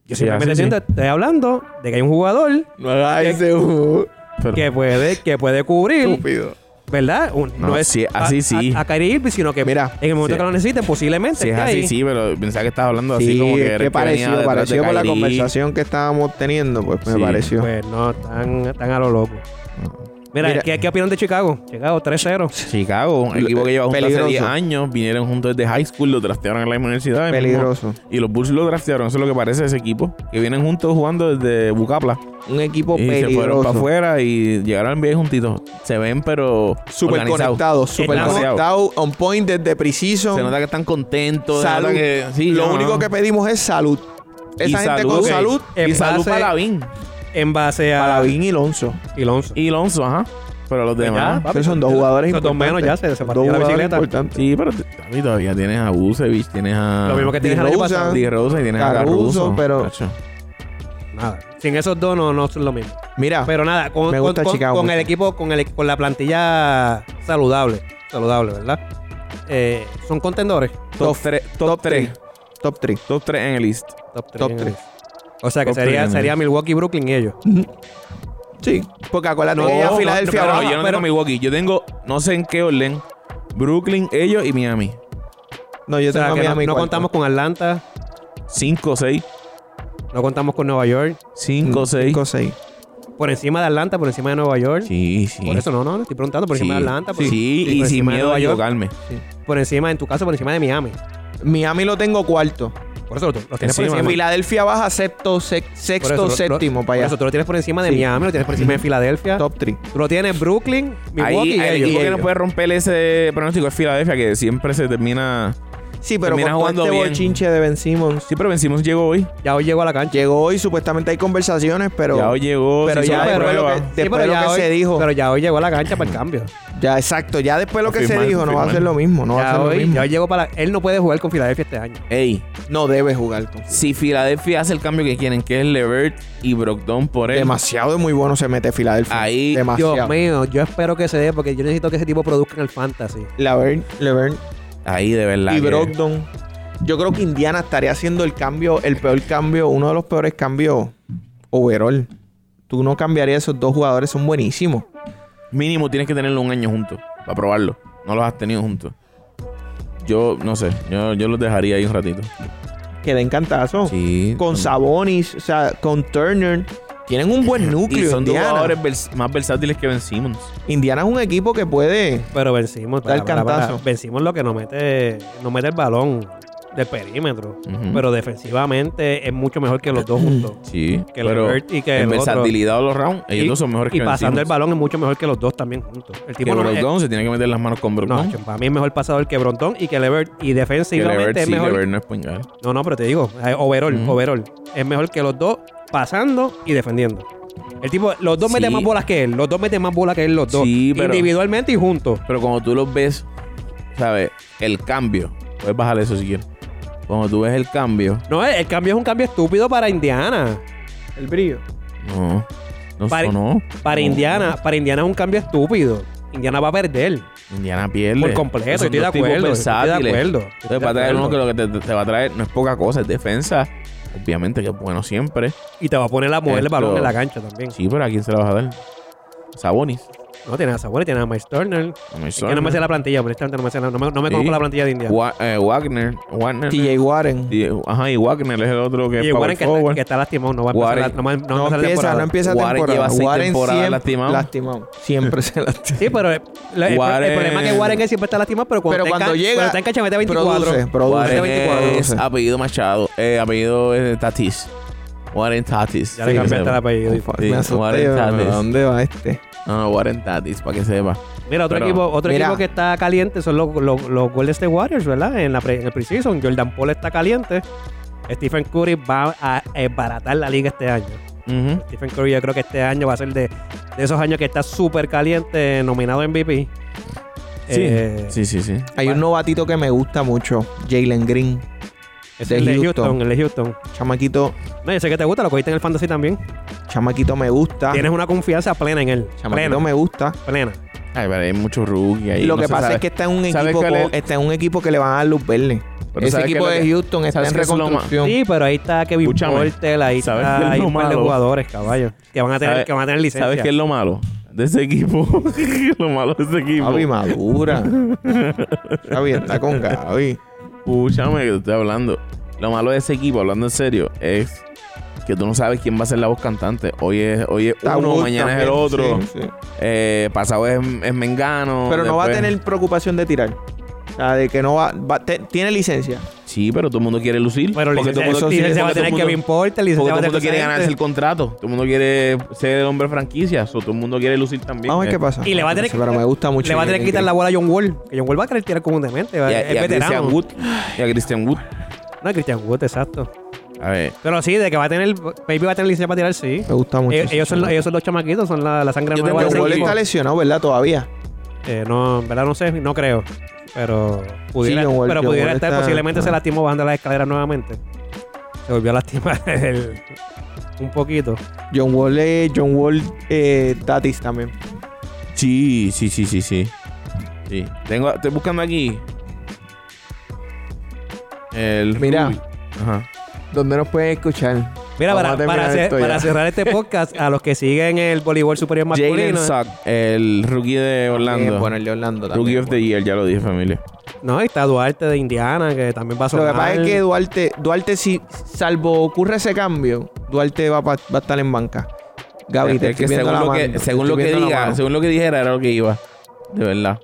C: Yo
A: Sí,
C: simplemente
A: así sí.
C: siento- estoy hablando de que hay un jugador
B: No hagas ese uh,
A: Pero-
C: que puede, que puede cubrir,
B: estúpido.
C: ¿verdad? Un-
A: No, sí, así
C: a-
A: sí.
C: A, a Kyrie Irving, sino que
B: Mira,
C: en el momento
A: sí.
C: que lo necesiten, posiblemente.
A: Si es
C: esté
A: así,
C: ahí.
A: sí, pero pensaba que estabas hablando así
B: Sí,
A: como que...
B: es
A: eres
B: que
A: que venía
B: pareció,
A: detrás de
B: pareció por la
A: Kyrie.
B: conversación que estábamos teniendo, pues me
A: Sí.
B: pareció.
C: Pues no, tan, tan a lo loco. Mira,
B: Mira.
C: ¿qué, ¿qué opinan de Chicago? Chicago 3-0.
A: Chicago, un
B: Lo-
A: equipo que lleva junto hace
B: peligroso.
A: 10 años, vinieron juntos desde high school, lo draftearon en la universidad.
B: pues,
A: el mismo-
B: Peligroso.
A: Y los Bulls lo draftearon, eso es lo que parece ese equipo. Que vienen juntos jugando desde Bucapla.
B: Un equipo
A: Y se fueron para
B: Oh, peligroso.
A: afuera y llegaron al NBA juntitos. Se ven, pero.
B: Super
A: organizados.
B: conectado, super
A: Estamos-
B: conectado, on point desde preciso.
A: Se nota que están contentos. se nota
B: salud.
A: que- sí,
B: Lo
A: no,
B: único
A: no.
B: que pedimos es salud. Esa
A: Y
B: gente con
A: ok.
B: salud,
A: Y
C: En
A: salud
C: base-
A: para Lavín.
C: En base a.
B: Palavín y Lonzo.
C: Y Lonzo.
A: Y Lonzo, ajá. Pero
C: Pues
A: los demás.
B: Esos son dos jugadores
C: Esos dos
B: importantes.
C: menos ya se- se
B: Dos
C: partió la
B: jugadores
C: bicicleta.
B: importantes.
A: Sí, pero t- a mí todavía tienes a Busevich, tienes a.
C: Lo mismo que tienes el año
B: Rosa.
C: pasado.
A: Di Rosa y tienes a
B: Caruso,
A: Caruso.
B: pero-
A: Cacho.
C: Nada. Sin esos dos no, no es lo mismo.
B: Mira,
C: Pero nada, con,
B: Ah. Me gusta
C: con- con-
B: Chicago
C: con
B: mucho.
C: el equipo, con, el, con la plantilla saludable. Saludable, ¿verdad? Eh, son contendores.
A: Top 3. Top 3.
B: top 3.
A: Top 3 en el list.
C: Top 3.
B: Top tres.
C: O sea que
A: Top
C: sería,
A: tres.
C: sería Milwaukee, Brooklyn y ellos.
B: Sí, porque acuérdate que
A: No,
B: ya
A: Oh, no,
B: Filadelfia
A: no,
B: va-
A: no, yo no
C: pero-
A: tengo Milwaukee. Yo tengo, no sé en qué orden, Brooklyn, ellos y Miami.
B: No, yo
C: O sea,
B: tengo a
C: que no,
B: Miami
C: no
B: cuarto.
C: contamos con Atlanta,
A: 5, 6.
C: no contamos con Nueva York.
A: 5, 6.
B: Mm, Cinco, seis.
C: Por encima de Atlanta, por encima de Nueva York.
A: Sí, sí.
C: Por eso no, no, estoy preguntando por encima
A: Sí.
C: de Atlanta. Por,
A: Sí,
C: por
A: y sin
C: encima de
A: miedo a
C: Nueva York,
A: equivocarme.
C: Por encima, en tu caso, por encima de Miami.
B: Miami lo tengo cuarto.
C: Por eso lo, lo tienes
A: Encima,
C: por encima.
B: Filadelfia baja septo, sec-
C: Por
B: sexto,
C: eso, lo- lo-
B: séptimo
C: por
B: para allá.
C: eso tú lo tienes por encima de
B: Sí.
C: Miami, lo tienes por encima de Filadelfia.
B: Top 3.
C: Tú lo tienes Brooklyn, Milwaukee
A: Ahí,
C: y
A: el
C: ellos.
A: equipo que no puede romper ese pronóstico es Filadelfia, que siempre se termina.
B: Sí, pero
A: Termina
B: con todo
A: jugando
B: este
A: bien.
B: bochinche de Ben Simmons.
A: Sí, pero vencimos, llegó hoy.
C: Ya hoy llegó a la cancha.
B: Llegó hoy, supuestamente hay conversaciones, pero
A: ya hoy llegó.
B: pero
A: se
B: ya
A: hizo la
B: después lo
A: prueba.
B: que- después lo
C: ya
B: que
C: hoy-
B: se dijo.
C: Pero ya hoy llegó a la cancha para el cambio.
B: ya exacto, ya después lo que se
A: Confirmar,
B: dijo no va a
A: confirmar.
B: ser lo mismo, no va a
C: ya,
B: ser lo
C: hoy,
B: mismo.
C: ya hoy llegó para la- Él no puede jugar con Filadelfia este año.
A: Ey,
B: No debe jugar con
A: si Filadelfia hace el cambio que quieren, que es Levert y Brogdon por él.
B: Demasiado de muy bueno se mete Filadelfia.
A: Ahí,
B: demasiado.
C: Dios mío, yo espero que se dé porque yo necesito que ese tipo produzca en el fantasy.
B: Laverne, Laverne
A: Ahí de verdad.
B: y
A: que-
B: Brogdon. Yo creo que Indiana estaría haciendo el cambio, el peor cambio, uno de los peores cambios overall. Tú no cambiarías esos dos jugadores, son buenísimos.
A: Mínimo tienes que tenerlo un año juntos para probarlo. No los has tenido juntos. Yo no sé, yo, yo los dejaría ahí un ratito.
B: Que den cantazo.
A: Sí.
B: Con
A: son-
B: Sabonis, o sea, con Turner. Tienen un buen
A: Y
B: núcleo.
A: son dos
B: Indiana.
A: jugadores vers- más versátiles que Ben Simmons.
B: Indiana es un equipo que puede.
C: Pero vencimos.
B: Da el cantazo.
C: vencimos lo que nos mete, nos mete el balón del perímetro.
A: Ujú.
C: Pero defensivamente es mucho mejor que los dos juntos.
A: Sí.
C: Que
A: pero
C: Levert y que
A: en
C: el otro.
A: versatilidad o los rounds, ellos
C: Y-
A: dos son mejores
C: Y
A: que Ben
C: pasando el
A: Simmons.
C: balón es mucho mejor que los dos también juntos. El
A: Que
C: tipo no, es-
A: Brogdon se tiene que meter las manos con
C: no,
A: Brogdon.
C: chum, para mí es mejor pasador que Brontón y que Levert. Y
A: que
C: defensivamente
A: Levert
C: es
A: sí,
C: mejor.
A: Levert no es puñal.
C: No, no, pero te digo, eh, overall,
A: Ujú.
C: overall. Es mejor que los dos pasando y defendiendo. El tipo, los dos
A: Sí.
C: meten más bolas que él, los dos meten más bolas que él, los dos.
A: Sí, pero-
C: Individualmente y juntos.
A: Pero cuando tú los ves, ¿sabes? El cambio. Puedes bajar eso si quieres. Cuando tú ves el cambio,
C: No, el, el cambio es un cambio estúpido para Indiana.
B: El brillo.
A: no. No,
C: Para-
A: no.
C: Para
A: No.
C: Indiana, para Indiana es un cambio estúpido. Indiana va a perder.
A: Indiana pierde.
C: Por completo,
A: Son
C: estoy de
A: dos tipos
C: acuerdo, estoy de
A: versátiles.
C: acuerdo, estoy
A: Entonces,
C: de
A: va a traer uno que
C: acuerdo.
A: lo que te, te va a traer no es poca cosa, es defensa. Obviamente que es bueno siempre.
C: Y te va a poner a mover el
A: Esto-
C: balón en la cancha también.
A: Sí, pero ¿a quién se la vas a dar? Sabonis.
C: No, tiene a Sabonis, tiene a Mike Turner.
A: A Miles
C: Es que no me
A: Turner.
C: sé la plantilla, honestamente no me sé la- no me, no me
A: Sí.
C: conozco la plantilla de Indiana.
A: Wa- eh, Wagner. Wagner.
B: TJ Warren.
A: Y- Ajá, y Wagner es el otro que es
C: Y
A: power
C: Warren que,
A: forward.
C: que está lastimado, no va a empezar
A: Warren-
C: la, no va- no va a
B: No,
C: empezar la
B: empieza,
C: temporada.
B: no empieza
A: Warren lleva
B: temporada.
A: seis temporadas lastimado.
B: lastimado. Siempre se lastima.
C: Sí, pero el, la- el- el
A: Warren-
C: problema es que Warren es siempre está lastimado, pero cuando,
B: Pero
C: está en
B: cuando
C: ca-
B: llega,
C: cuando está en cancha mete 24.
B: produce, produce.
A: Warren
C: 24,
A: es apellido Machado. Eh, apellido es Tatis. Warren Tatis.
C: Ya le
A: Sí,
C: cambiaste
A: que
C: el
A: sepa.
C: apellido.
B: Ufa,
A: Sí,
B: me asusté,
A: Warren
B: yo, ¿a
A: Saunders.
B: ¿Dónde va este?
A: No, no, Warren Tatis, para que sepa.
C: Mira, otro,
A: Pero-
C: equipo, otro
B: Mira.
C: equipo que está caliente son los, los, los Golden State Warriors, ¿verdad? En, la pre- en el preseason, Jordan Paul está caliente. Stephen Curry va a baratar la liga este año.
A: Ujú.
C: Stephen Curry yo creo que este año va a ser de, de esos años que está súper caliente, nominado MVP.
A: Sí.
C: Eh,
A: sí, sí, sí.
B: Hay un novatito que me gusta mucho, Jalen Green.
C: es
B: de
C: el de
B: Houston.
C: Houston. el de Houston.
B: Chamaquito,
C: No, yo sé que te gusta, lo cogiste en el fantasy también.
B: chamaquito me gusta.
C: Tienes una confianza plena en él.
B: Chamaquito
C: Plena,
B: me gusta.
C: plena.
A: Ay, pero hay mucho rookie ahí.
B: lo
A: no
B: que
A: se
B: pasa
A: sabe.
B: es que está en un
A: ¿Sabes
B: equipo,
A: cuál es?
B: co- está en un equipo que le van a dar luz verde.
A: Pero
B: Ese
A: ¿sabes
B: equipo
A: qué es lo
B: de
A: que-
B: Houston está
A: ¿sabes
B: en
A: qué es lo ma-
B: reconstrucción.
C: Sí, pero ahí está Kevin
A: Escúchame,
C: Porter, ahí
A: ¿sabes
C: está,
A: qué es
C: hay
A: lo
C: un par de
A: malo?
C: jugadores, caballo, que van a tener,
A: ¿Sabes-
C: que van a tener licencia.
A: ¿Sabes qué es lo malo de ese equipo? lo malo de ese equipo.
B: Gaby madura. Gaby está con Gaby.
A: Escúchame que te estoy hablando. Lo malo de ese equipo, hablando en serio, es que tú no sabes quién va a ser la voz cantante. Hoy es, hoy es uno,
B: Tabú
A: mañana es el
B: también,
A: otro.
B: sí, sí.
A: Eh, pasado es, es Mengano.
B: Pero no va a
A: después-
B: tener preocupación de tirar. O sea, de que no va. va- te- tiene licencia.
A: Sí, pero todo el mundo quiere lucir.
C: Pero
A: porque todo el
C: licencia,
A: mundo,
B: eso sí,
A: porque
C: licencia va a
A: todo el
C: tener
A: mundo-
C: Kevin Porter,
A: porque
C: licencia va
A: todo
C: a
A: el mundo
C: tener
A: quiere
C: esa
A: ganarse el
C: gente.
A: contrato. Todo el mundo quiere ser el hombre franquicia. so, todo el mundo quiere lucir también.
B: Vamos a ver qué
A: Eh,
B: pasa.
C: Y le va a tener que-
B: Pero me gusta mucho.
C: Le va a tener que quitar la bola a John Wall. Que John Wall va a querer tirar como un demente. va-
A: Y a,
C: es
A: y a Christian
C: veterano.
A: Wood. Y a Christian Wood.
C: No, Christian Wood, exacto.
A: A ver.
C: Pero sí, de que va a tener. Baby va a tener licencia para tirar, sí.
B: Me gusta mucho.
C: Eh, ellos, son, los- ellos son los chamaquitos, son la, la sangre
A: Yo tengo
C: nueva de ese
B: John Wall
C: equipo.
B: está lesionado, ¿verdad? Todavía.
C: Eh, no, en verdad no sé, no creo. Pero pudiera,
B: Sí, John Wall-
C: pero
B: John
C: pudiera
B: Wall
C: estar,
B: está-
C: posiblemente
B: ah.
C: se lastimó bajando las escaleras nuevamente. Se volvió a lastimar el- un poquito.
B: John Wall, eh, John Wall eh, Tatis también.
A: Sí, sí, sí, sí, sí. Sí. Tengo, estoy buscando aquí. El
B: Mira.
A: Ruby. Ajá.
B: ¿Dónde nos pueden escuchar?
C: Mira,
B: Vamos a
C: para,
B: terminar
C: para cer-
B: esto ya.
C: para cerrar este podcast, a los que siguen el voleibol superior
A: Jalen
C: masculino. ¿eh?
A: Sack, el rookie de Orlando.
B: Eh, ponerle Orlando
A: rookie
B: también.
A: of the year, ya lo dije, familia.
C: No, y está Duarte de Indiana, que también va a
B: Lo
C: sonar.
B: que pasa es que Duarte, Duarte si salvo ocurre ese cambio, Duarte va, pa- va a estar en banca. Gaby,
A: Es
B: te
A: Este, que
B: estoy viendo
A: según
B: la
A: lo que,
B: mano,
A: según
B: te
A: lo que
B: estoy viendo la
A: diga,
B: mano.
A: según lo que dijera era lo que iba. De verdad.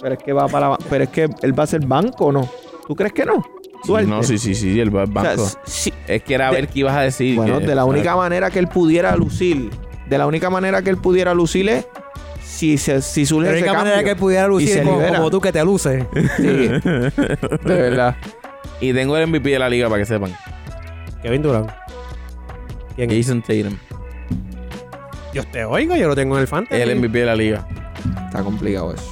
B: Pero es que va para la ban- pero es que él va a ser banco o no. ¿Tú crees que no?
A: Sí,
B: Duarte.
A: no, sí, sí, sí, el ba-
B: O sea,
A: banco.
B: sí.
A: es que era a
B: de-
A: ver qué ibas a decir.
B: Bueno,
A: que-
B: de la
A: ¿sabes?
B: única manera que él pudiera lucir, de la única manera que él pudiera lucir es si se si surge
C: la
B: ese
C: única manera que
B: cambio.
C: pudiera
B: Y
C: lucir
B: se
C: como,
B: libera.
C: como tú que te luces.
B: Sí. de verdad.
A: Y tengo el MVP de la liga para que sepan.
C: Kevin Durant. ¿Quién es?
A: Jason Tatum.
C: Yo te oigo, yo lo tengo en el fantasy.
A: El MVP de la liga.
B: Está complicado eso.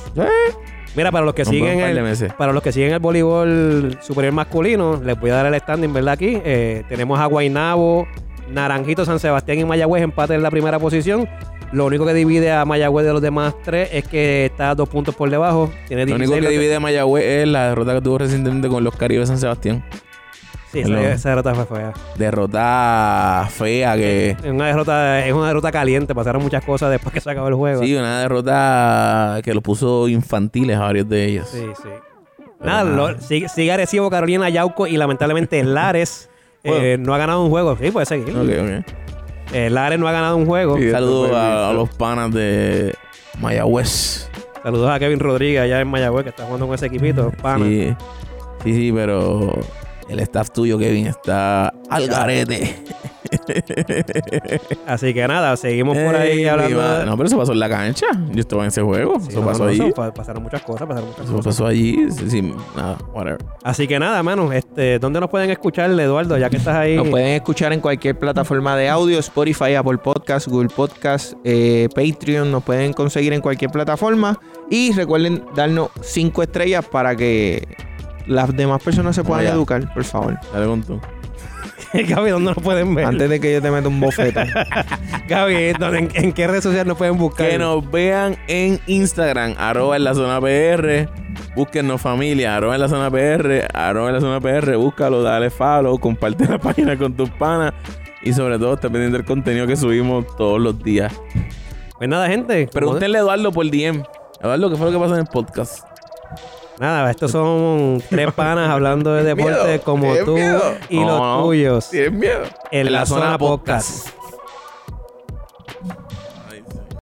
C: Mira, para los que
A: Nos vemos
C: siguen
A: un par de
C: el,
A: meses.
C: para los que siguen el voleibol superior masculino, les voy a dar el standing, ¿verdad? Aquí Eh, tenemos a Guainabo, Naranjito, San Sebastián y Mayagüez empate en la primera posición. Lo único que divide a Mayagüez de los demás tres es que está dos puntos por debajo. Tiene
A: Lo único
C: 16,
A: que divide a Mayagüez es la derrota que tuvo recientemente con los Caribes de San Sebastián.
C: Sí, esa,
A: Hello.
C: esa derrota fue fea.
A: Derrota fea que...
C: Es una derrota, es una derrota caliente. Pasaron muchas cosas después que se acabó el juego.
A: Sí, una derrota que los puso infantiles a varios de ellos.
C: Sí, sí. Nada, lo- sigue, sigue Arecibo, Carolina, Yauco y lamentablemente Lares eh, no ha ganado un juego. Sí, puede seguir.
A: Ok, ok.
C: Eh, Lares no ha ganado un juego.
B: Sí.
A: Saludos
B: fue
A: a,
B: listo.
A: a los panas de Mayagüez.
C: Saludos a Kevin Rodríguez allá en Mayagüez que está jugando con ese equipito. Pana.
A: Sí. sí, sí, pero el staff tuyo, Kevin, está al garete.
C: Así que nada, seguimos por ahí
A: Ey,
C: hablando.
A: mi
C: de-
A: madre. No, pero eso pasó en la cancha. Yo estaba en ese juego.
C: Sí,
A: eso
C: no,
A: pasó
C: no,
A: allí.
C: eso pa- pasaron muchas cosas, pasaron muchas
A: Eso
C: cosas.
A: pasó allí. Sí, sí, nada, whatever.
C: Así que nada, mano, este, ¿dónde nos pueden escuchar, Eduardo? Ya que estás ahí.
B: Nos pueden escuchar en cualquier plataforma de audio, Spotify, Apple Podcast, Google Podcast, eh, Patreon, nos pueden conseguir en cualquier plataforma. Y recuerden darnos cinco estrellas para que las demás personas se puedan
A: Vaya.
B: educar, por favor.
A: Dale con tú.
C: Gaby, ¿dónde nos pueden ver?
B: Antes de que yo te meta un bofeto.
C: Gaby, ¿dónde- en, en qué red social nos pueden buscar?
A: Que nos vean en Instagram, arroba en la zona PR. Búsquenos familia, arroba en la zona PR, arroba en la zona PR, búscalo, dale follow, comparte la página con tus panas y sobre todo está pendiente del contenido que subimos todos los días.
C: Pues nada, gente. como-
A: Pregúntenle a Eduardo por DM. Eduardo, ¿qué fue lo que pasó en el podcast?
C: Nada, estos son tres panas hablando de
A: Miedo,
C: deporte como
A: tienes
C: tú
A: miedo.
C: y
A: No,
C: los
A: no.
C: tuyos.
A: ¿Tienes miedo?
C: En la, zona, podcast.